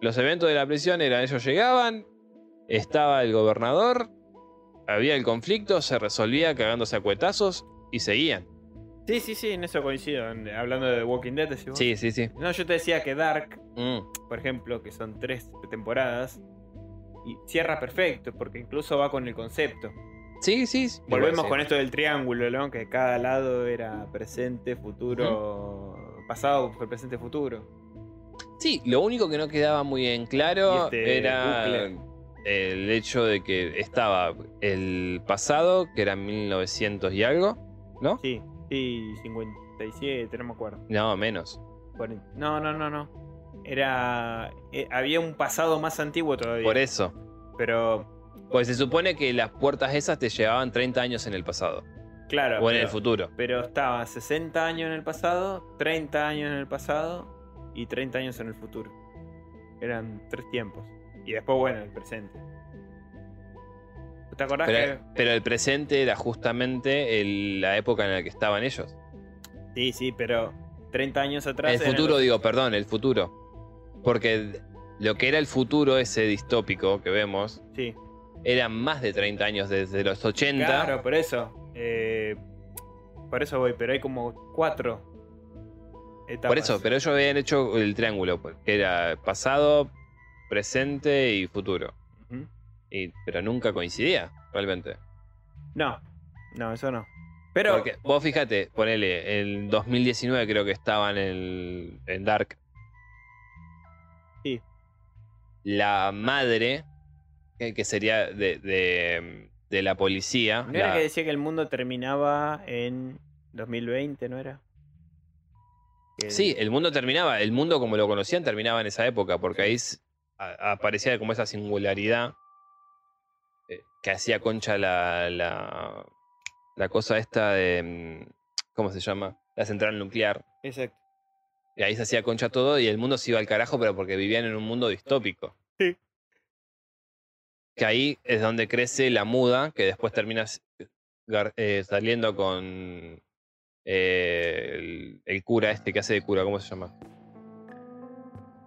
Los eventos de la prisión eran ellos llegaban, estaba el gobernador, había el conflicto, se resolvía cagándose a cuetazos y seguían.
Sí, sí, sí, en eso coincido. en- Hablando de Walking Dead, decís vos.
Sí, sí, sí.
No, yo te decía que Dark,
Mm.
por ejemplo, que son tres temporadas, y cierra perfecto, porque incluso va con el concepto.
Sí, sí. sí.
Volvemos
Sí.
con esto del triángulo, ¿no? Que cada lado era presente, futuro, pasado, presente, futuro.
Sí, lo único que no quedaba muy en
Y
claro
este
era
bucle.
el hecho de que estaba el pasado, que era 1900 y algo, ¿no?
Sí, sí, 57, no me acuerdo.
No, menos.
40. No, no, no, no. Era. eh, había un pasado más antiguo todavía.
Por e- eso.
Pero,
Pues se supone que las puertas esas te llevaban 30 años en el pasado.
claro.
o en
pero-
el futuro.
Pero estaba 60 años en el pasado, 30 años en el pasado y 30 años en el futuro. Eran tres tiempos. Y después, bueno, el presente. ¿Te acordás
Pero, pero el presente era justamente el- la época en la que estaban ellos.
que.? Sí, sí, pero 30 años atrás.
El
eran
futuro,
los-
digo, perdón, el futuro. Porque lo que era el futuro, ese distópico que vemos,
Sí.
eran más de 30 años desde los 80.
Claro, por eso. eh, por eso voy, pero hay como cuatro. Etapas.
Por eso, pero ellos habían hecho el triángulo, pues, que era pasado, presente y futuro.
Ujú.
Y, pero nunca coincidía, realmente.
No, no, eso no. Pero.
Porque vos fíjate, ponele, en 2019 creo que estaban en, en Dark.
Sí.
La madre, que, que sería de, de- de la policía.
¿No era
la-
que decía que el mundo terminaba en 2020, no era? Que-
Sí, el mundo terminaba, el mundo como lo conocían terminaba en esa época, porque ahí s- a- aparecía como esa singularidad eh, que hacía concha la, la, la cosa esta de, mm, ¿cómo se llama? La central nuclear.
Exacto.
Y ahí se hacía concha todo y el mundo se iba al carajo, pero porque vivían en un mundo distópico.
Sí.
Que ahí es donde crece la muda, que después termina s- gar- eh, saliendo con eh, el, el cura este que hace de cura, ¿cómo se llama?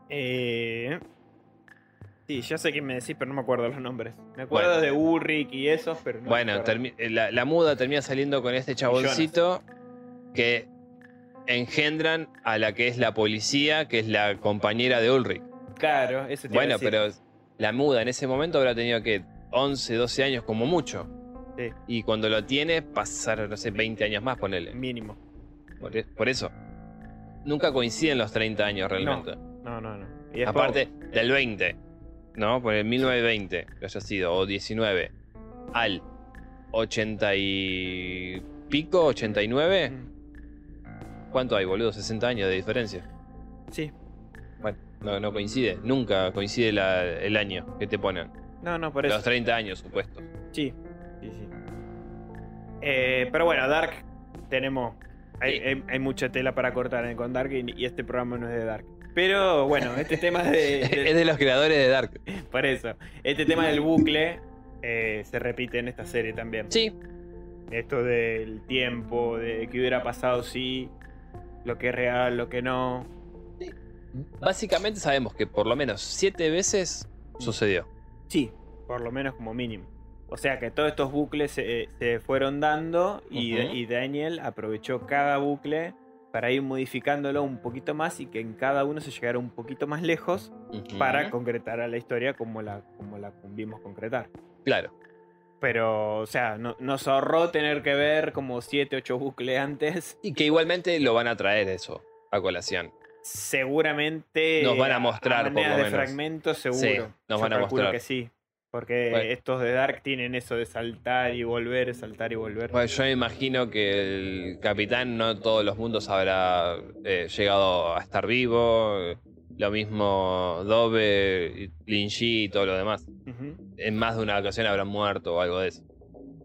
Eh, Sí, ya sé que me decís, pero no me acuerdo los nombres. Me acuerdo
Bueno.
de Urric y esos, pero no. me
Bueno,
acuerdo.
termi- eh, la, la muda termina saliendo con este chaboncito que engendran a la que es la policía, que es la compañera de Ulrich.
Claro, eso te iba a
Bueno,
decir.
pero la muda en ese momento habrá tenido que 11, 12 años como mucho.
Sí.
Y cuando lo tiene, pasaron, no sé, 20 años más, ponele.
Mínimo.
Por, e- por eso. Nunca coinciden los 30 años realmente.
No, no, no. Y después-
Aparte del 20, ¿no? Por el 1920, que haya sido, o 19, al 80 y pico, 89.
Mm,
¿Cuánto hay, boludo? 60 años de diferencia.
Sí.
Bueno, no, no coincide, nunca coincide la- el año que te ponen.
No, no, por eso.
Los 30 años, supuesto.
Sí, sí, sí. Eh, pero bueno, Dark tenemos. Hay,
Sí.
hay- hay mucha tela para cortar eh, con Dark y, y este programa no es de Dark. Pero bueno, este tema de,
es de los creadores de Dark.
Por eso. Este tema del bucle eh, se repite en esta serie también.
Sí,
Esto del tiempo, de qué hubiera pasado si, lo que es real, lo que no.
básicamente sabemos que por lo menos 7 veces sucedió.
Sí. Por lo menos como mínimo. O sea que todos estos bucles se, se fueron dando y,
Ujú.
y Daniel aprovechó cada bucle para ir modificándolo un poquito más y que en cada uno se llegara un poquito más lejos para concretar a la historia como la, como la vimos concretar.
Claro.
Pero, o sea, no- nos ahorró tener que ver como 7, 8 bucles antes.
Y que igualmente lo van a traer eso a colación.
Seguramente.
Nos van a mostrar, por
manera
lo
de
menos.
fragmentos, seguro.
Sí, nos
Yo
van a
calculo
mostrar.
que sí. Porque
Bueno.
estos de Dark tienen eso de saltar y volver, saltar y volver.
Pues yo imagino que el capitán no en todos los mundos habrá eh, llegado a estar vivo. eh, Lo mismo Dove, Lin Shi y todo lo demás.
Ujú.
En más de una ocasión habrán muerto o algo de eso.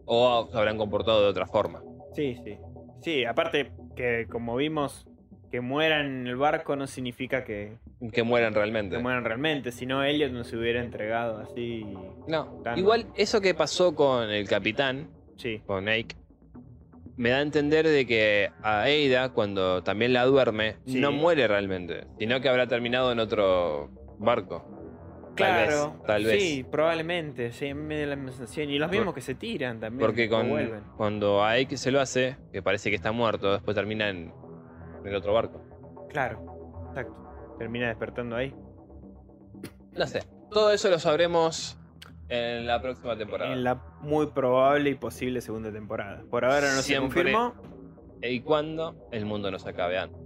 O habrán comportado de otra forma.
Sí, sí. Sí, aparte que como vimos, que mueran en el barco no significa que,
Que mueran realmente.
que mueran realmente, si no Elliot no se hubiera entregado así.
No.
Tan-
Igual eso que pasó con el capitán,
Sí,
con Ike, me da a entender de que a Ada, cuando también la duerme,
Sí.
no muere realmente, sino que habrá terminado en otro barco. Tal
claro.
vez, tal vez.
Sí, probablemente, sí, me da la misma sensación. Y los
Por-
mismos que se tiran también.
Porque
no
con-
vuelven.
cuando a Ike se lo hace, que parece que está muerto, después termina en, en el otro barco.
Claro, exacto. Termina despertando ahí.
No sé. Todo eso lo sabremos en la próxima temporada.
En la muy probable y posible segunda temporada. Por ahora no
Siempre.
se confirmó.
E Y cuando el mundo nos acabe antes.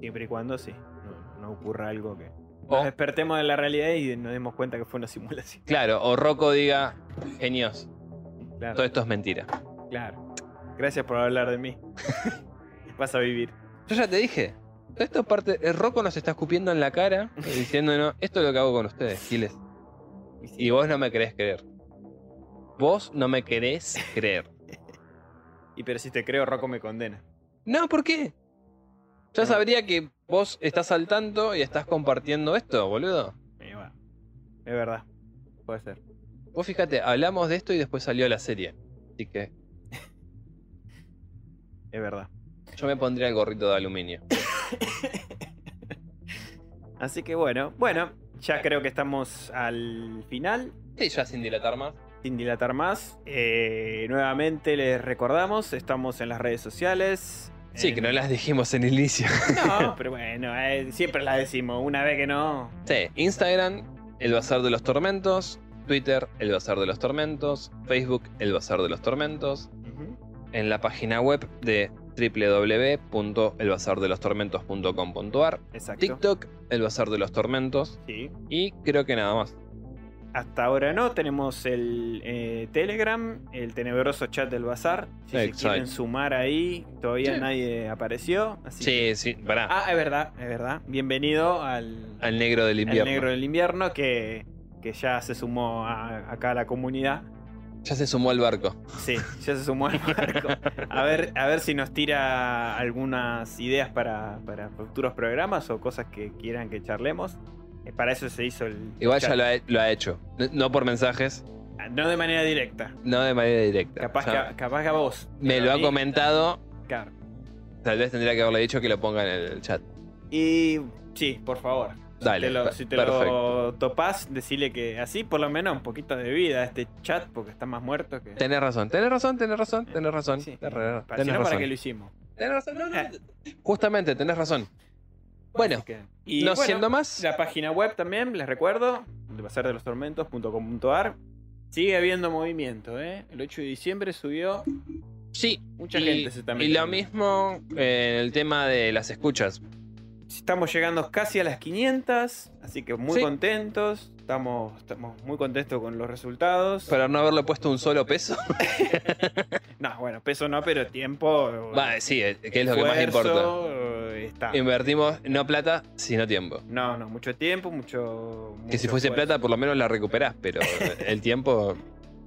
Siempre y cuando sí. No, no ocurra algo que. Nos
O,
despertemos de la realidad y nos demos cuenta que fue una simulación.
claro, o Rocco diga, genios, todo
Claro,
esto es mentira.
claro. Gracias por hablar de mí. Vas a vivir.
Yo ya te dije. Todo esto es parte. El Rocco nos está escupiendo en la cara diciéndonos, esto es lo que hago con ustedes, Giles. Y vos no me querés creer. Vos no me querés creer.
Y pero si te creo, Rocco me condena.
No, ¿por qué? Yo
No.
sabría que vos estás al tanto y estás compartiendo esto, boludo.
Me va. Es verdad. Puede ser.
Vos fíjate, hablamos de esto y después salió la serie. Así que
Es verdad.
yo me pondría el gorrito de aluminio.
Así que bueno, bueno, ya creo que estamos al final.
Y ya sin dilatar más.
Sin dilatar más, eh, nuevamente les recordamos, estamos en las redes sociales.
Sí, que
en-
no las dijimos en el inicio.
No, pero bueno, eh, siempre las decimos. Una vez que no,
Sí, Instagram, El Bazar de los Tormentos. Twitter, El Bazar de los Tormentos. Facebook, El Bazar de los Tormentos. En la página web de www.elbazardelostormentos.com.ar.
Exacto.
TikTok, El Bazar de los Tormentos.
Sí.
Y creo que nada más.
Hasta ahora no, tenemos el eh, Telegram, el tenebroso chat del bazar. Si se
Exacto.
quieren sumar ahí, todavía
Sí.
nadie apareció. Así que-
Sí, sí, pará.
Ah, es verdad, es verdad. Bienvenido al,
Al negro del
al
invierno.
negro del invierno que, que ya se sumó a- acá a la comunidad.
Ya se sumó al barco.
Sí, ya se sumó al barco. A ver, a ver si nos tira algunas ideas para, para futuros programas o cosas que quieran que charlemos. Eh, Para eso se hizo el.
Igual ya
chat. Ah,
lo ha, lo ha hecho. No- No por mensajes,
No de manera directa.
no de manera directa.
Capaz,
Ya
que, capaz que a vos.
me
pero
lo
a
ha
mí,
comentado.
claro.
Tal vez tendría que haberle dicho que lo ponga en el chat.
Y sí, por favor.
Dale.
Te lo-
per-
si te
perfecto.
lo topás, decirle que así por lo menos un poquito de vida a este chat porque está más muerto que.
Tenés razón, tenés razón, tenés razón, tenés razón.
Sí.
Tenés razón.
Para, si
tenés
no, para
razón.
qué lo hicimos.
Tenés razón, no, no,
Eh.
Justamente, tenés razón. Bueno,
Así que- y
no
bueno,
siendo más,
La página web también, les recuerdo, de pasar de los tormentos.com.ar. Sigue habiendo movimiento, ¿eh? El 8 de diciembre subió
sí.
mucha
y,
gente. Se también
y lo mismo eh, en el tema de las escuchas.
Estamos llegando casi a las 500, así que muy
Sí.
contentos. Estamos, estamos muy contentos con los resultados.
Para no haberle puesto un solo peso.
No, bueno, peso no, pero tiempo.
Va, sí, eh, que es lo que más importa.
esfuerzo, eh, Está.
Invertimos no plata, sino tiempo.
No, no, mucho tiempo, mucho.
Que si
mucho
fuese
esfuerzo.
plata, por lo menos la recuperás, pero eh, el tiempo,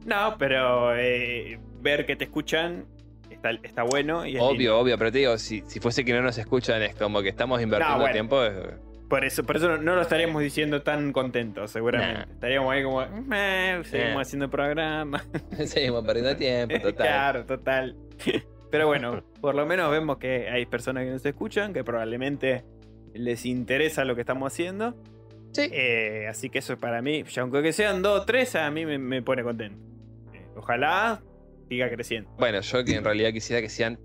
No, pero eh, ver que te escuchan está, está bueno. Y es lindo.
obvio, obvio, pero te digo, si, si fuese que no nos escuchan, es como que estamos invirtiendo
No, bueno.
tiempo. eh,
Por eso, por eso no, no lo estaríamos diciendo tan contentos, seguramente. Estaríamos ahí como, "Meh, seguimos
Nah.
haciendo programa.
Seguimos perdiendo tiempo, total.
claro, total. Pero bueno, por lo menos vemos que hay personas que nos escuchan, que probablemente les interesa lo que estamos haciendo.
Sí.
Eh, así que eso para mí, ya aunque sean dos o tres, a mí me, me pone contento. Eh, ojalá siga creciendo.
Bueno, yo que en realidad quisiera que sean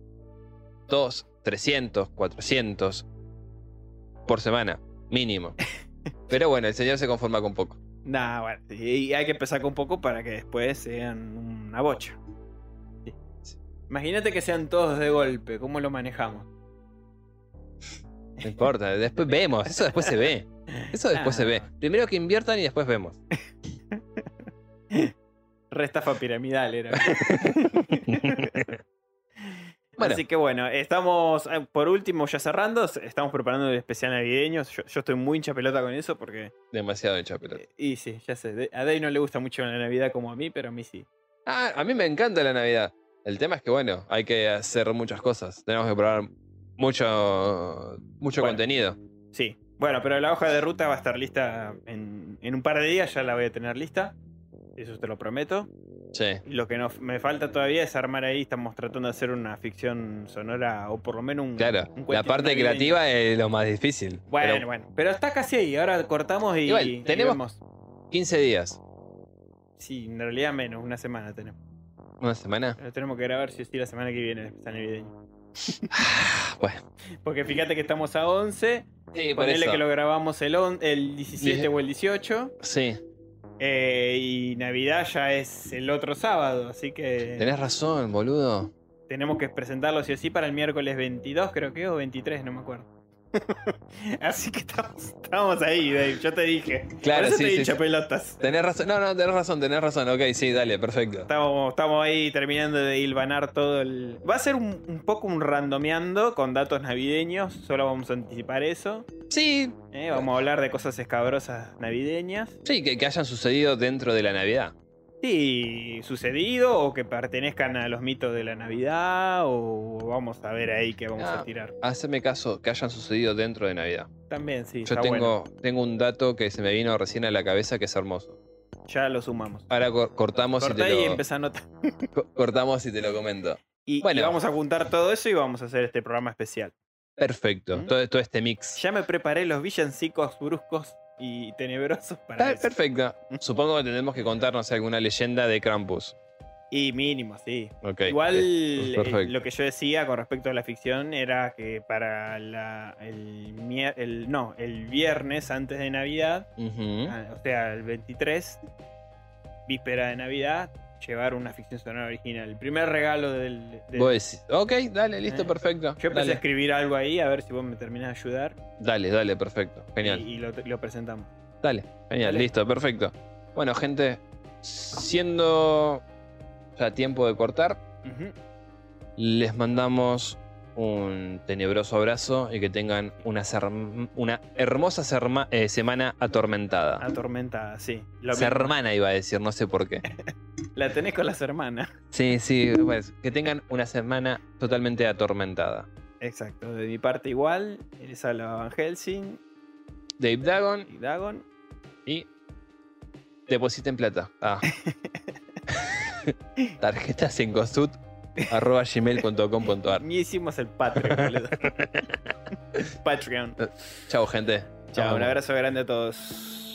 2, 300, 400 por semana, mínimo. Pero bueno, el señor se conforma con poco.
Nah, bueno, y y hay que empezar con un poco para que después sean una bocha. Sí. Imagínate que sean todos de golpe, ¿cómo lo manejamos?
No importa, después vemos, eso después se ve. Eso después se
Ah.
ve. Primero que inviertan y después vemos.
Restafa piramidal era.
Bueno,
Así que bueno, estamos, eh, por último, ya cerrando, s- estamos preparando el especial navideño. Yo, yo estoy muy hincha pelota con eso porque...
demasiado hecho, pero...
eh, Y sí, ya sé, de- a Dave no le gusta mucho la Navidad como a mí, pero a mí sí.
Ah, a mí me encanta la Navidad. El tema es que, bueno, hay que hacer muchas cosas. Tenemos que probar mucho, mucho
Bueno.
contenido.
Sí. Bueno, pero la hoja de ruta va a estar lista en, en un par de días, ya la voy a tener lista. Eso te lo prometo.
Sí.
Y lo que nos, me falta todavía es armar ahí, estamos tratando de hacer una ficción sonora o por lo menos un...
Claro,
un
la
cuento
parte
navideño.
creativa es lo más difícil.
Bueno,
Pero
bueno. Pero está casi ahí, ahora cortamos y...
Igual,
y
tenemos-
vemos.
15 días,
Sí, en realidad menos, una semana tenemos.
una semana.
Pero tenemos que grabar si sí, la semana que viene, el especial navideño.
Bueno,
Porque fíjate que estamos a 11,
sí, por
ponele
eso.
que lo grabamos el, on- el 17
Dije-
o el 18,
Sí,
eh, y Navidad ya es el otro sábado, así que...
tenés razón, boludo.
Tenemos que presentarlo sí o sí para el miércoles 22, creo que, o 23, no me acuerdo. Así que estamos, estamos ahí, Dave, yo te dije.
Claro,
Por eso
sí,
te
sí,
he dicho
sí.
pelotas.
Tenés razón, no, no, tenés razón, tenés razón. Ok, sí, dale, perfecto.
Estamos, estamos ahí terminando de hilvanar todo el... Va a ser un, un poco un randomeando con datos navideños, solo vamos a anticipar eso.
Sí,
¿eh? Vamos a hablar de cosas escabrosas navideñas.
sí, que, que hayan sucedido dentro de la Navidad.
Sí, sucedido o que pertenezcan a los mitos de la Navidad o vamos a ver ahí qué vamos
Ah.
a tirar.
Haceme caso, que hayan sucedido dentro de Navidad.
También, sí.
Yo
está bueno.
tengo, tengo un dato que se me vino recién a la cabeza que es hermoso.
Ya lo sumamos.
Ahora cor- cortamos, y
Cortá
Oh, te
y
lo,
empezá a notar.
co- cortamos y te lo comento.
Y,
Bueno.
y vamos a juntar todo eso y vamos a hacer este programa especial.
Perfecto,
¿Mm?
todo, todo este mix.
Ya me preparé los villancicos bruscos y tenebrosos para
Está
eso.
perfecto. Supongo que tendremos que contarnos alguna leyenda de Krampus.
Y mínimo, sí.
Ok.
Igual
Eh,
eh,
perfecto.
lo que yo decía con respecto a la ficción era que para la, el, mier- el- no, el viernes antes de Navidad,
Ujú.
ah, o sea, el 23, víspera de Navidad, llevar una ficción sonora original. El primer regalo del... del-
Vos decís, ok, dale, listo,
Eh,
perfecto.
yo empecé a
Dale,
escribir algo ahí, a ver si vos me terminás de ayudar.
dale, dale, perfecto. Genial.
Y, y lo, lo presentamos.
Dale, genial,
Dale.
listo, perfecto. Bueno, gente, siendo ya tiempo de cortar,
Ujú.
les mandamos un tenebroso abrazo y que tengan una, ser- una hermosa serma- eh, semana
Ah.
atormentada.
Atormentada, sí. Lo mismo.
Sermana iba a decir, no sé por qué.
La tenés con las hermanas.
Sí, sí, pues, que tengan una semana totalmente atormentada.
Exacto. De mi parte igual. Eres a la Van Helsing
Dave Dagon
y Dagon.
y depositen plata. Ah. Tarjetas en cosut arroba gmail.com.ar.
Ni hicimos el Patreon, boludo. Patreon.
Chao, gente.
Chao,
Nos
un
vemos.
abrazo grande a todos.